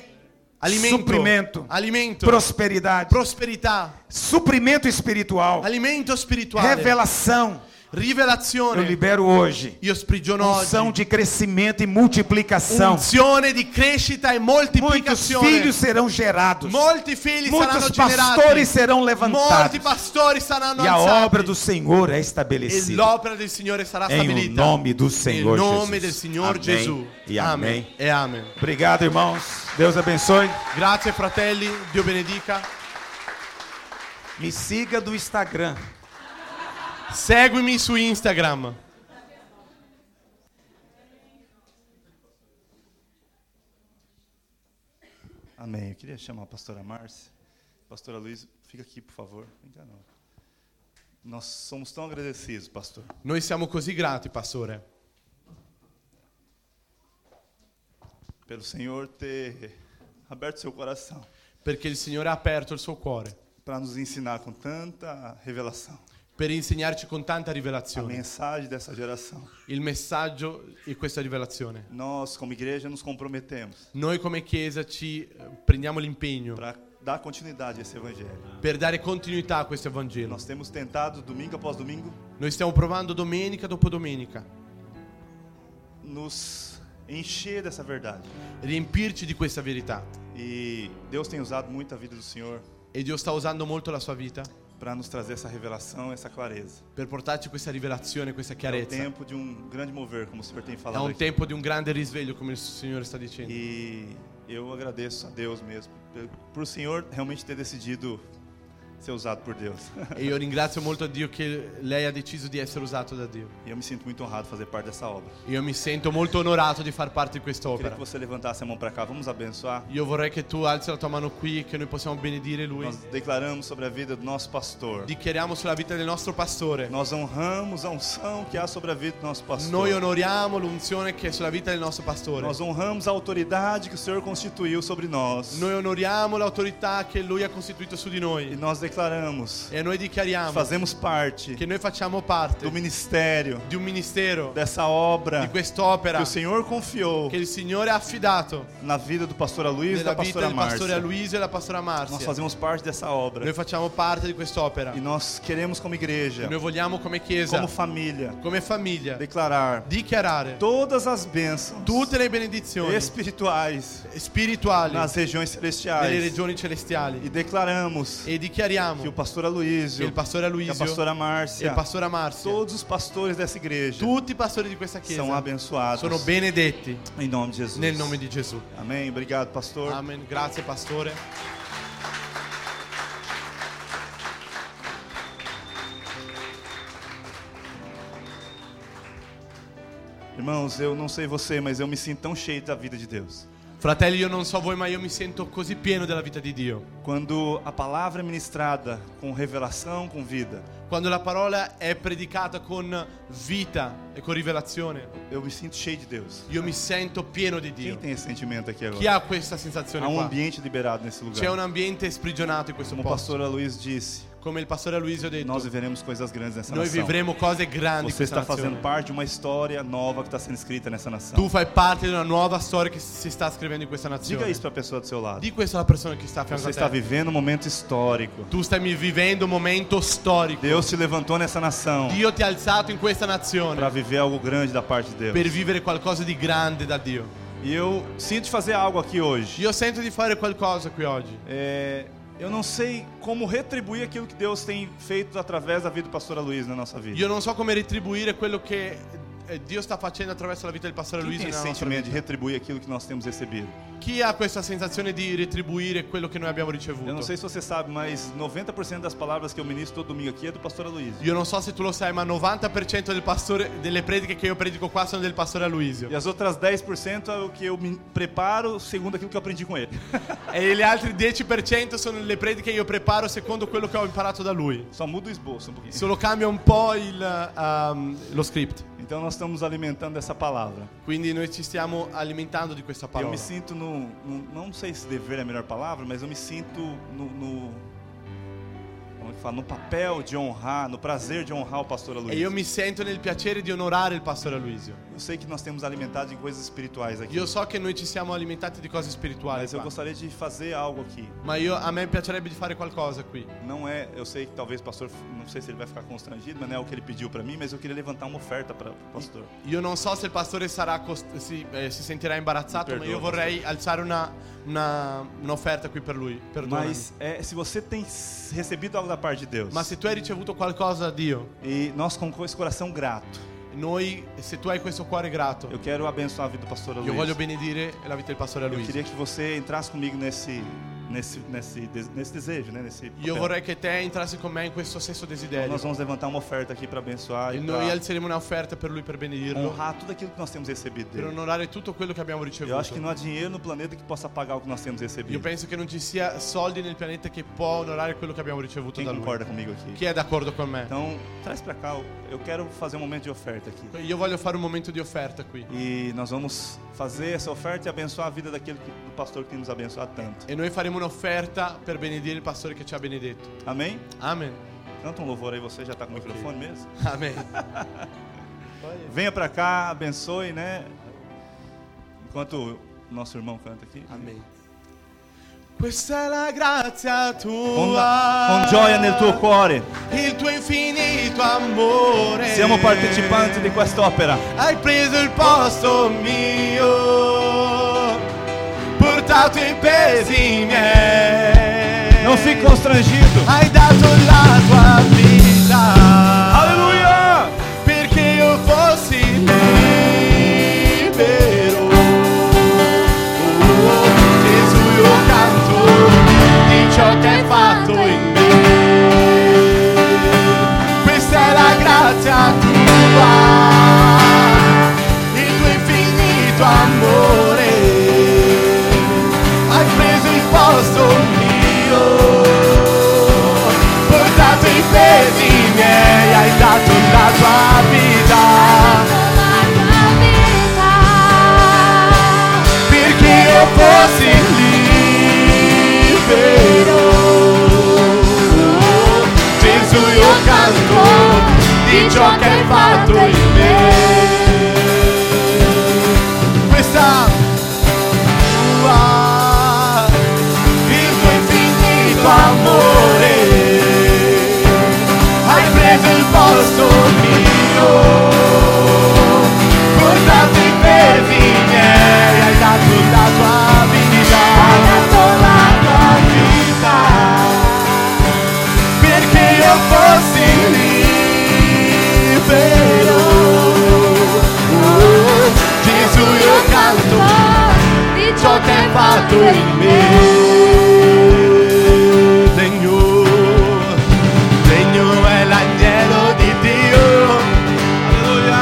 Speaker 2: alimento,
Speaker 3: suprimento,
Speaker 2: alimento,
Speaker 3: prosperidade,
Speaker 2: prosperità,
Speaker 3: suprimento espiritual,
Speaker 2: alimento spirituale,
Speaker 3: revelação. Eu
Speaker 2: rivelazione.
Speaker 3: libero hoje
Speaker 2: Io sprigiono
Speaker 3: unção
Speaker 2: oggi
Speaker 3: de crescimento e multiplicação.
Speaker 2: unzione di crescita e
Speaker 3: Muitos
Speaker 2: moltiplicazione.
Speaker 3: filhos serão gerados.
Speaker 2: Molti figli saranno
Speaker 3: Muitos pastores
Speaker 2: generati.
Speaker 3: serão
Speaker 2: Molti
Speaker 3: levantados.
Speaker 2: pastori saranno
Speaker 3: E a
Speaker 2: alzati.
Speaker 3: obra do Senhor é
Speaker 2: e
Speaker 3: estabelecida.
Speaker 2: l'opera del Signore sarà
Speaker 3: Em o
Speaker 2: stabilita.
Speaker 3: nome do Senhor
Speaker 2: Nel nome
Speaker 3: Jesus.
Speaker 2: del Signor
Speaker 3: Amém
Speaker 2: Gesù.
Speaker 3: E amém.
Speaker 2: E amen.
Speaker 3: Obrigado, irmãos. Deus abençoe.
Speaker 2: Grazie fratelli, Dio benedica.
Speaker 3: Me siga do Instagram.
Speaker 2: Seguimi su Instagram.
Speaker 1: Amém. Eu queria chamar a pastora Márcia. Pastora Luiz, fica aqui, por favor. Vem cá, não. Nós somos tão agradecidos, pastor.
Speaker 2: Noi siamo così grati, pastore,
Speaker 1: pelo Senhor ter aberto seu coração
Speaker 2: perché il Signore ha aperto il suo cuore
Speaker 1: para nos ensinar com tanta revelação
Speaker 2: per insegnarci con tanta
Speaker 1: a
Speaker 2: rivelazione
Speaker 1: mensagem dessa geração.
Speaker 2: il messaggio e questa rivelazione.
Speaker 1: Nós, como igreja, nos comprometemos
Speaker 2: Noi come Chiesa ci eh, prendiamo l'impegno
Speaker 1: para dar continuidade a esse evangelho.
Speaker 2: per dare continuità a questo Evangelo.
Speaker 1: Nós temos tentado domingo após domingo
Speaker 2: Noi stiamo provando domenica dopo domenica,
Speaker 1: nos encher dessa verdade.
Speaker 2: riempirci di questa verità.
Speaker 1: E Deus tem usado muito a vida do Senhor
Speaker 2: E Dio sta usando molto la sua vita
Speaker 1: para nos trazer essa revelação, essa clareza.
Speaker 2: per portarci questa rivelazione, questa
Speaker 1: É o
Speaker 2: chiarezza.
Speaker 1: tempo de um grande mover, como o Senhor tem
Speaker 2: È
Speaker 1: falado
Speaker 2: un
Speaker 1: aqui.
Speaker 2: É um tempo di un grande risveglio, come il Signore sta dicendo.
Speaker 1: E eu agradeço a Deus mesmo pe- por o Senhor realmente ter decidido ser usado por Deus. [LAUGHS]
Speaker 2: E io ringrazio molto Dio che lei ha deciso di essere usato da Dio.
Speaker 1: E eu me sinto muito honrado de fazer parte dessa obra.
Speaker 2: Io mi sento molto onorato di far parte
Speaker 1: Eu
Speaker 2: di
Speaker 1: queria
Speaker 2: quest'opera.
Speaker 1: que você levantasse a mão para cá, vamos abençoar.
Speaker 2: Io vorrei che tu alzi la tua mano qui e che noi possiamo benedire
Speaker 1: Nós
Speaker 2: Lui.
Speaker 1: declaramos sobre a vida do nosso pastor.
Speaker 2: Dichiariamo sulla vita del nostro pastore.
Speaker 1: Nós honramos a unção que há sobre a vida do nosso
Speaker 2: Noi
Speaker 1: pastor.
Speaker 2: onoriamo l'unzione che è sulla vita del nostro pastore.
Speaker 1: Nós honramos a autoridade que o Senhor constituiu sobre nós.
Speaker 2: Noi onoriamo l'autorità che lui ha costituito su di
Speaker 1: E
Speaker 2: noi.
Speaker 1: nós declaramos,
Speaker 2: E noi dichiariamo
Speaker 1: fazemos parte
Speaker 2: che noi facciamo
Speaker 1: do
Speaker 2: parte
Speaker 1: ministério,
Speaker 2: di un ministero,
Speaker 1: dessa obra
Speaker 2: di
Speaker 1: que
Speaker 2: quest'opera
Speaker 1: o Senhor confiou
Speaker 2: che il Signore ha affidato
Speaker 1: na vida do pastor Luiz e
Speaker 2: nella
Speaker 1: da
Speaker 2: vita
Speaker 1: pastora
Speaker 2: del pastore
Speaker 1: Márcia.
Speaker 2: Aloisio e della pastora
Speaker 1: Nós
Speaker 2: Marzia.
Speaker 1: fazemos parte dessa
Speaker 2: Noi
Speaker 1: obra
Speaker 2: facciamo parte di quest'opera.
Speaker 1: e nós queremos, como igreja,
Speaker 2: Noi vogliamo come chiesa,
Speaker 1: como família,
Speaker 2: come famiglia,
Speaker 1: declarar
Speaker 2: dichiarare
Speaker 1: todas as bênçãos
Speaker 2: tutte le benedizioni
Speaker 1: espirituais
Speaker 2: spirituali
Speaker 1: nas regiões
Speaker 2: nelle
Speaker 1: celestiais
Speaker 2: regioni
Speaker 1: e
Speaker 2: celestiali.
Speaker 1: declaramos
Speaker 2: E
Speaker 1: que o
Speaker 2: dichiariamo
Speaker 1: pastor
Speaker 2: che
Speaker 1: Aloysio,
Speaker 2: il pastore
Speaker 1: que a
Speaker 2: Aloisio
Speaker 1: pastora
Speaker 2: e il
Speaker 1: Márcia, é
Speaker 2: pastore Marzia,
Speaker 1: todos os pastores dessa igreja
Speaker 2: tutti i pastori di questa
Speaker 1: são
Speaker 2: chiesa, sono
Speaker 1: abençoados
Speaker 2: benedetti
Speaker 1: em nome de Jesus.
Speaker 2: nel nome di Gesù.
Speaker 1: Amém. Obrigado, pastor.
Speaker 2: Amen. Grazie pastore.
Speaker 1: Irmãos, eu não sei você, mas eu me sinto tão cheio da vida de Deus.
Speaker 2: Fratelli, io non so voi, ma io mi sento così pieno della vita di Dio.
Speaker 1: Quando a palavra é ministrada com revelação, com vida,
Speaker 2: Quando la parola è predicata con vita e con rivelazione,
Speaker 1: eu me sinto cheio de Deus.
Speaker 2: io mi sento pieno di
Speaker 1: Quem
Speaker 2: Dio.
Speaker 1: tem esse sentimento aqui
Speaker 2: Chi
Speaker 1: agora?
Speaker 2: ha questa sensazione
Speaker 1: Há um
Speaker 2: qua?
Speaker 1: ambiente liberado nesse
Speaker 2: C'è un
Speaker 1: lugar.
Speaker 2: ambiente sprigionato in questo
Speaker 1: Como o
Speaker 2: posto.
Speaker 1: pastor Luiz disse,
Speaker 2: Come il pastore Aloisio ha detto,
Speaker 1: Nós viveremos coisas grandes nessa
Speaker 2: noi
Speaker 1: nação.
Speaker 2: vivremo cose grandi. in
Speaker 1: Você
Speaker 2: questa
Speaker 1: está fazendo
Speaker 2: nazione.
Speaker 1: parte de uma história nova que está sendo escrita nessa
Speaker 2: Tu
Speaker 1: nação.
Speaker 2: fai parte di una nuova storia che si sta scrivendo in questa
Speaker 1: Diga
Speaker 2: nazione.
Speaker 1: isso para a pessoa do seu lado.
Speaker 2: Di questo alla persona che sta a fianco
Speaker 1: Você
Speaker 2: a
Speaker 1: está
Speaker 2: te.
Speaker 1: vivendo um momento histórico.
Speaker 2: Tu stai vivendo un momento storico.
Speaker 1: Deus te levantou nessa nação
Speaker 2: Dio ti ha alzato in questa
Speaker 1: para
Speaker 2: nazione
Speaker 1: viver algo grande da parte de Deus.
Speaker 2: per vivere qualcosa di grande da Dio.
Speaker 1: E eu sinto de fazer algo aqui hoje.
Speaker 2: Io sento di fare qualcosa qui oggi.
Speaker 1: É, eu não sei como retribuir aquilo que Deus tem feito através da vida do pastor Luiz na nossa vida.
Speaker 2: Io non so come retribuire quello che eh, Dio sta facendo attraverso la vita del pastore
Speaker 1: Quem
Speaker 2: Luigi
Speaker 1: tem esse
Speaker 2: nella nostra vita.
Speaker 1: sentimento de retribuir aquilo que nós temos recebido?
Speaker 2: Chi ha questa sensazione di retribuire quello che noi abbiamo
Speaker 1: Eu não
Speaker 2: ricevuto?
Speaker 1: sei se você sabe, mas 90% das palavras que eu ministro todo domingo aqui é do pastor Luiz.
Speaker 2: Io non so se tu lo sai, ma 90% del pastore- delle prediche che io predico qua sono del pastore Aloisio.
Speaker 1: E as outras 10% é o que eu me preparo segundo aquilo que eu aprendi com ele. [LAUGHS]
Speaker 2: E le altre 10% sono le prediche che io preparo secondo quello che ho imparato da lui.
Speaker 1: Só muda o esboço um pouquinho.
Speaker 2: Solo cambia un po' il, ehm, lo script.
Speaker 1: Então nós estamos alimentando essa palavra.
Speaker 2: Quindi noi ci stiamo alimentando di questa
Speaker 1: Eu
Speaker 2: parola.
Speaker 1: me sinto no, no- Não sei se dever é a melhor palavra, mas eu me sinto no. no como é que fala? No papel de honrar, no prazer de honrar o pastor
Speaker 2: E
Speaker 1: Luiz.
Speaker 2: io mi sento nel piacere di onorare il pastore Aloisio.
Speaker 1: Eu sei que nós temos alimentado em coisas espirituais aqui.
Speaker 2: Io so che noi ci siamo alimentati di cose spirituali,
Speaker 1: Mas eu
Speaker 2: qua,
Speaker 1: gostaria de fazer algo aqui.
Speaker 2: ma io, a me piacerebbe di fare qualcosa qui.
Speaker 1: Não é, eu sei que talvez o pastor, não sei se ele vai ficar constrangido, mas não é o que ele pediu para mim, mas eu queria levantar uma oferta para o pastor.
Speaker 2: Io non so se il pastore sarà cost- si, eh, si sentirà imbarazzato,
Speaker 1: Mi
Speaker 2: ma io
Speaker 1: perdono,
Speaker 2: vorrei alzare una, una- un'offerta qui per lui. Perdonami.
Speaker 1: Mas é, se você tem s- recebido algo da parte de Deus,
Speaker 2: Ma se tu hai ricevuto qualcosa da Dio,
Speaker 1: e nós com esse coração grato,
Speaker 2: noi, se tu hai questo cuore grato,
Speaker 1: eu
Speaker 2: io,
Speaker 1: quero abençoar a vida do pastor Luiz.
Speaker 2: voglio benedire la vita del pastore
Speaker 1: Eu
Speaker 2: Luigi.
Speaker 1: queria que você entrasse comigo nesse nesse nesse des- nesse desejo, né, nesse
Speaker 2: Io
Speaker 1: papel.
Speaker 2: vorrei che te entrassi con me in questo stesso
Speaker 1: Então,
Speaker 2: desiderio.
Speaker 1: nós vamos levantar uma oferta aqui para abençoar
Speaker 2: E
Speaker 1: e
Speaker 2: noi
Speaker 1: pra
Speaker 2: alzeremo un'offerta per lui per benedirlo,
Speaker 1: honrar tudo aquilo que nós temos recebido
Speaker 2: per
Speaker 1: dele.
Speaker 2: onorare tutto quello che abbiamo ricevuto.
Speaker 1: Eu Oh, acho que não há dinheiro no planeta que possa pagar o que nós temos
Speaker 2: Io
Speaker 1: recebido.
Speaker 2: penso che non ci sia soldi nel pianeta che può onorare quello che abbiamo ricevuto
Speaker 1: Quem
Speaker 2: da lui.
Speaker 1: concorda comigo aqui?
Speaker 2: Chi è d'accordo con me?
Speaker 1: Então, traz pra cá, eu- eu quero fazer um momento de oferta aqui.
Speaker 2: Io voglio fare un momento di offerta qui.
Speaker 1: E nós vamos fazer essa oferta e abençoar a vida daquele que, do pastor que tem nos abençoado tanto.
Speaker 2: E noi faremo un'offerta per benedire il pastore che ci ha benedetto.
Speaker 1: Amém?
Speaker 2: Amen.
Speaker 1: Canta um louvor aí, você já tá com o microfone mesmo? [LAUGHS]
Speaker 2: Amen.
Speaker 1: Venha pra cá, abençoe, né? Enquanto o nosso irmão canta aqui.
Speaker 2: Amen. Questa è la grazia
Speaker 1: Con,
Speaker 2: tua.
Speaker 1: con gioia nel tuo cuore
Speaker 2: Il tuo infinito amore.
Speaker 1: siamo partecipanti di quest'opera.
Speaker 2: Hai preso il posto mio. Portato i pesi miei.
Speaker 1: Não fique constrangido.
Speaker 2: Hai dato la tua vita.
Speaker 1: Aleluia!
Speaker 2: perché io fossi libero. Oh, oh, Gesù, io canto di ciò che hai fatto in me. Questa è la grazia tua, il tuo infinito amore. Hai preso il posto mio portato i pesi miei, hai dato la tua vita, perché io fossi libero. Gesù io canto di ciò che hai fatto in me. Questa tua, il tuo infinito amore hai preso il posto mio portato i pesi miei hai dato la tua vita hai dato la tua vita perché io fossi libero Oh, Gesù io canto ciò che hai fatto in me Degno, degno è l'agnello di Dio Alleluia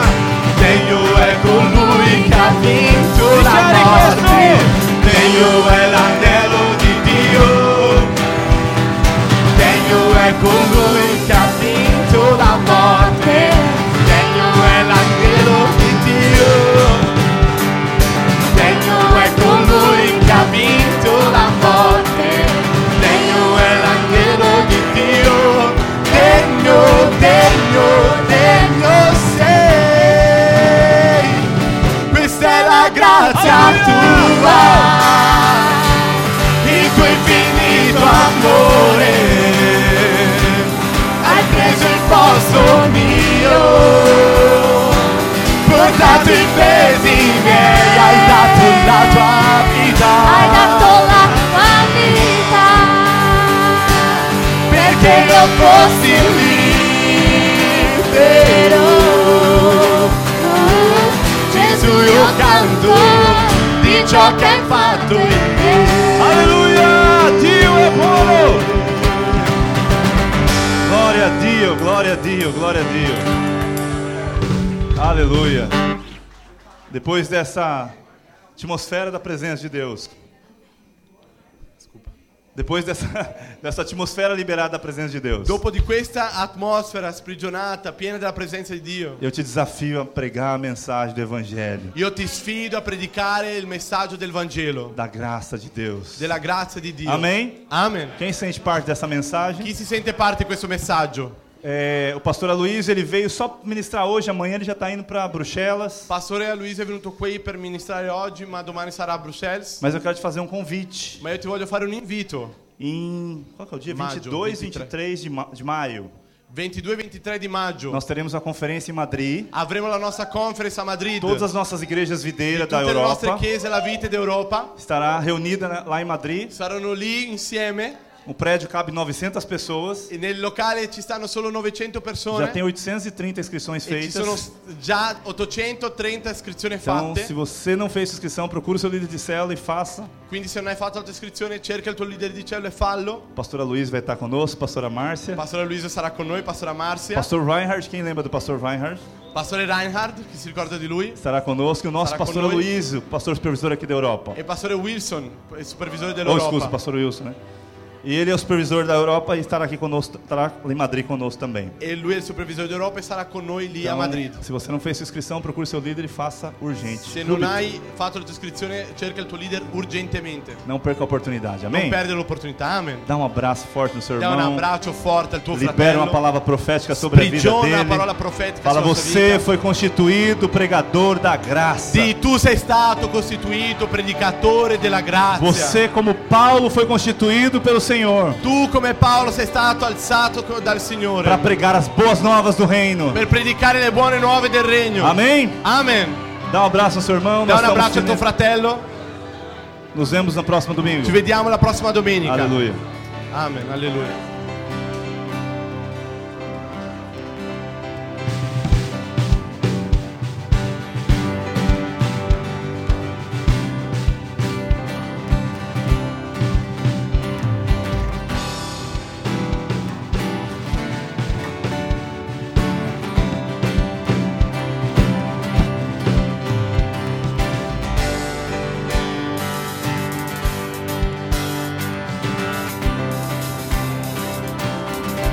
Speaker 2: Degno è colui che ha vinto la
Speaker 1: Dichiari
Speaker 2: morte
Speaker 1: questo.
Speaker 2: Degno è l'agnello di Dio Degno è colui che ha vinto la morte Degno è l'agnello di Dio Degno è colui che ha vinto
Speaker 4: nós dormiu. Quantas vezes e meia e da tua
Speaker 5: Ai
Speaker 4: vida
Speaker 5: da tola vita
Speaker 4: Per che io fossi libero Gesù io canto di ciò che hai fatto in me
Speaker 1: Aleluia! Dio é bom! Glória a Dio, glória a Dio, glória a Dio. Aleluia. Depois dessa atmosfera da presença de Deus. Depois dessa, [LAUGHS] dessa atmosfera liberada da presença de Deus.
Speaker 2: Dopo di questa atmosfera sprigionata, piena della presenza di Dio,
Speaker 1: Eu te desafio a pregar a mensagem do Evangelho,
Speaker 2: io ti sfido a predicare il messaggio del Vangelo,
Speaker 1: da graça de Deus.
Speaker 2: della grazia di Dio.
Speaker 1: Amém?
Speaker 2: Amen.
Speaker 1: Quem sente parte dessa mensagem?
Speaker 2: Chi si sente parte di questo messaggio?
Speaker 1: É, o pastor Aloysio, ele veio só ministrar hoje, amanhã ele já está indo para Bruxelas.
Speaker 2: Pastore Luisa è venuto qui per ministrare oggi, ma domani sarà a Bruxelles.
Speaker 1: Mas eu quero te fazer um convite.
Speaker 2: Ma io ti voglio fare un invito.
Speaker 1: Em. Qual que é o dia?
Speaker 2: Maio,
Speaker 1: 22,
Speaker 2: 23.
Speaker 1: 23 de, ma de maio.
Speaker 2: 22 e 23 di maggio
Speaker 1: Nós teremos a conferência em Madrid.
Speaker 2: avremo la nostra conference a Madrid.
Speaker 1: Todas as nossas igrejas videiras da
Speaker 2: Tutte le nostre
Speaker 1: Europa
Speaker 2: chiese, la vita d'Europa,
Speaker 1: estará reunida na- lá em Madrid.
Speaker 2: saranno lì insieme.
Speaker 1: O prédio cabe 900 pessoas.
Speaker 2: E nel locale ci stanno solo 900
Speaker 1: Já
Speaker 2: persone.
Speaker 1: tem 830 inscrições
Speaker 2: e ci sono
Speaker 1: feitas.
Speaker 2: s- già 830 iscrizioni
Speaker 1: Então,
Speaker 2: fatte.
Speaker 1: se você não fez sua inscrição, procure o seu líder de célula e faça.
Speaker 2: Quindi, se non hai fatto l'autoiscrizione, cerca il tuo leader di cellula e fallo.
Speaker 1: A pastora Luiz vai estar conosco, pastora Márcia.
Speaker 2: Pastore Luisa sarà con noi, Pastore Marzia,
Speaker 1: Pastor Reinhard, quem lembra do pastor Reinhard?
Speaker 2: Pastore Reinhard, che si ricorda di lui,
Speaker 1: Estará conosco. E o nosso
Speaker 2: Estará
Speaker 1: pastor
Speaker 2: conosco. É
Speaker 1: Luiz, o pastor supervisor aqui da Europa.
Speaker 2: e Pastore Wilson, il supervisore
Speaker 1: Ou
Speaker 2: dell'Europa.
Speaker 1: excusa, pastor Wilson, né? E ele é o supervisor da Europa e estará aqui conosco, estará em Madrid conosco também.
Speaker 2: e lui è il supervisore d'Europa e sarà con noi lì a
Speaker 1: Então,
Speaker 2: Madrid.
Speaker 1: Se você não fez sua inscrição, procure seu líder e faça urgente.
Speaker 2: Se non hai fatto l'autoiscrizione, cerca il tuo leader urgentemente.
Speaker 1: Não perca a oportunità,
Speaker 2: Non
Speaker 1: amém?
Speaker 2: perdere l'opportunità, amen.
Speaker 1: Dá um abraço forte no seu
Speaker 2: Dá um un
Speaker 1: irmão.
Speaker 2: abbraccio forte al tuo
Speaker 1: Libera uma
Speaker 2: fratello.
Speaker 1: palavra profética sobre a vida
Speaker 2: Sprigiona la parola
Speaker 1: dele.
Speaker 2: profetica
Speaker 1: Fala,
Speaker 2: sulla sua
Speaker 1: você
Speaker 2: vita.
Speaker 1: foi constituído pregador da graça.
Speaker 2: Sì, tu sei stato costituito predicatore della grazia.
Speaker 1: Você, como Paulo, foi constituído pelo Senhor
Speaker 2: Tu come Paolo sei stato alzato co- dal Signore
Speaker 1: para pregar as boas novas do reino.
Speaker 2: per predicare le buone nuove del regno.
Speaker 1: Amém?
Speaker 2: Amen.
Speaker 1: Dá um abraço no seu irmão.
Speaker 2: Dà
Speaker 1: nós
Speaker 2: un
Speaker 1: estamos
Speaker 2: abbraccio al tuo
Speaker 1: finalizando.
Speaker 2: fratello.
Speaker 1: Nos vemos na próxima domingo.
Speaker 2: Ci vediamo la prossima domenica.
Speaker 1: Aleluia.
Speaker 2: Amen. Alleluia.
Speaker 4: Quantas vezes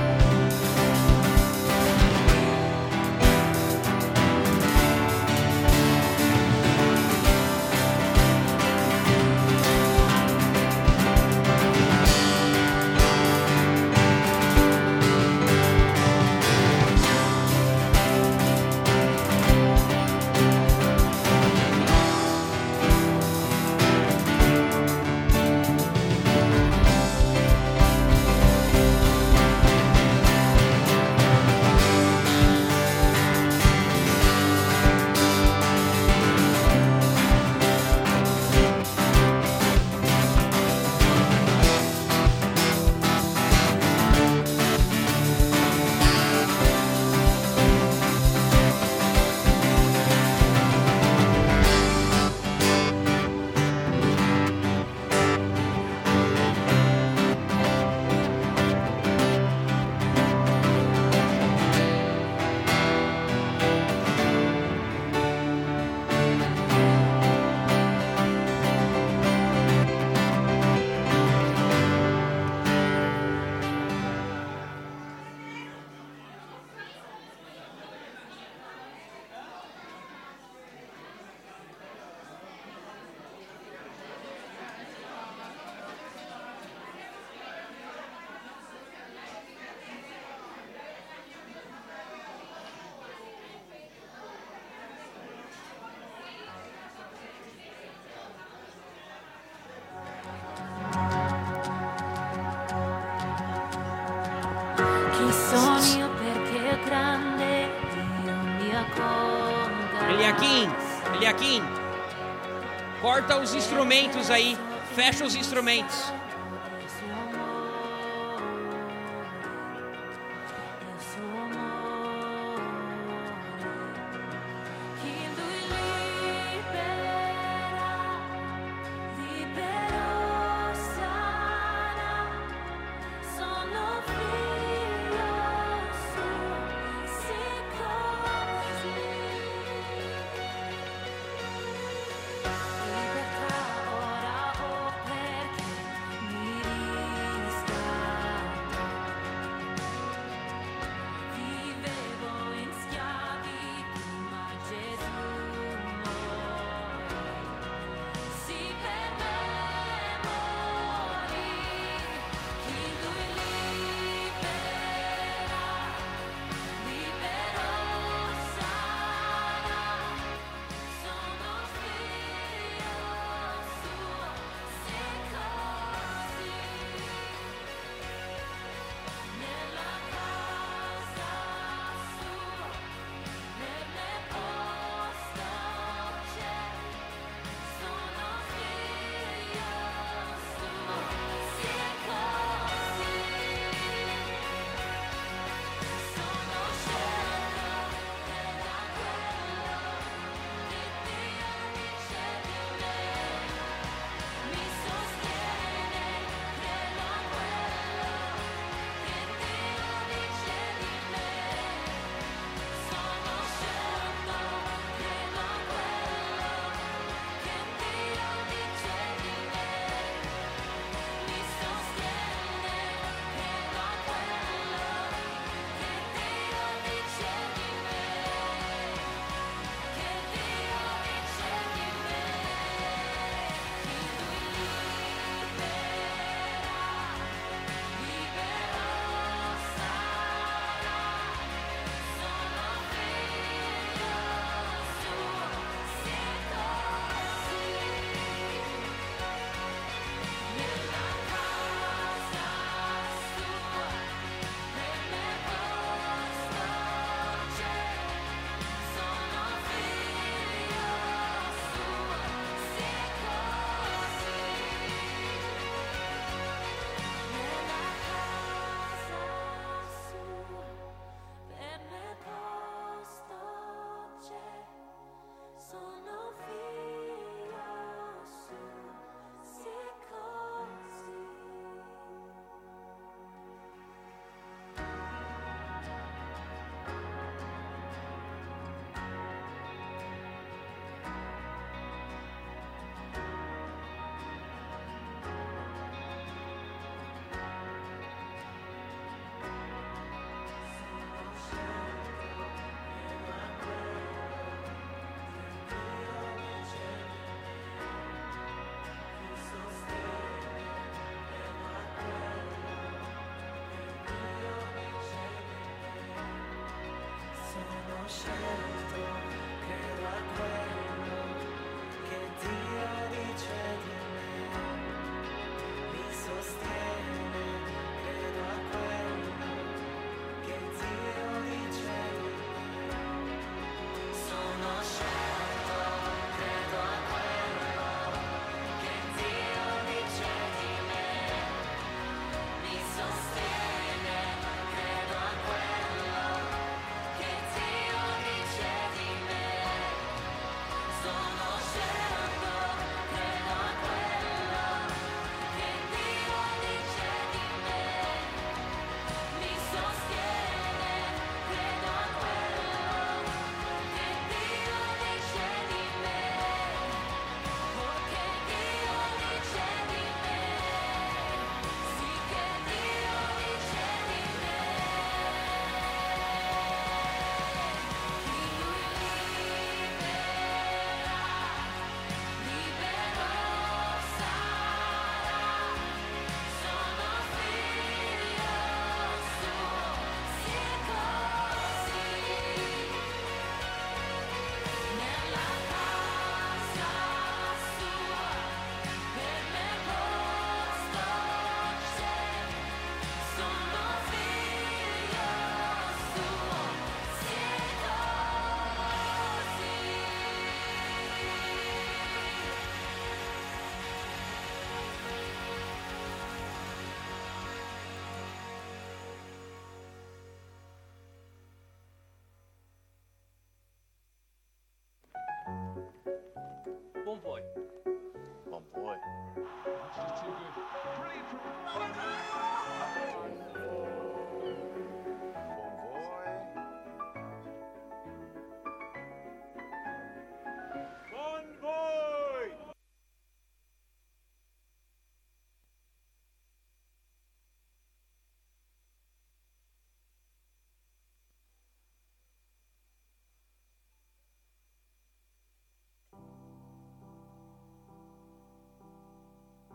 Speaker 6: Eliakim, Eliakim, corta os instrumentos aí, fecha os instrumentos.
Speaker 5: É Sono figlio suo, se così Libertà ora ho perché mi riscalda Vivevo in schiavitù ma Gesù morì Si per me morì Chi Lui libera, libero sarà sono figlio suo, se così nella casa sua, nelle posta c'è, sono figlio suo, se così sono scelta della guerra. Che Dio dice di me, mi sostiene nella guerra. Che Dio dice di me, sono scelto nella guerra. Che Dio dice di me, mi sostiene nella guerra. Che Dio dice di me. Che Dio dice di me, che Lui libera, libero sarà, sono figlio suo, se così, nella casa sua, nelle posta c'è. Sono figlio suo, se così nella casa sua per me posto c'è. Sono figlio suo, se così. Sono scelto credo a quello che Dio dice di me, mi sostiene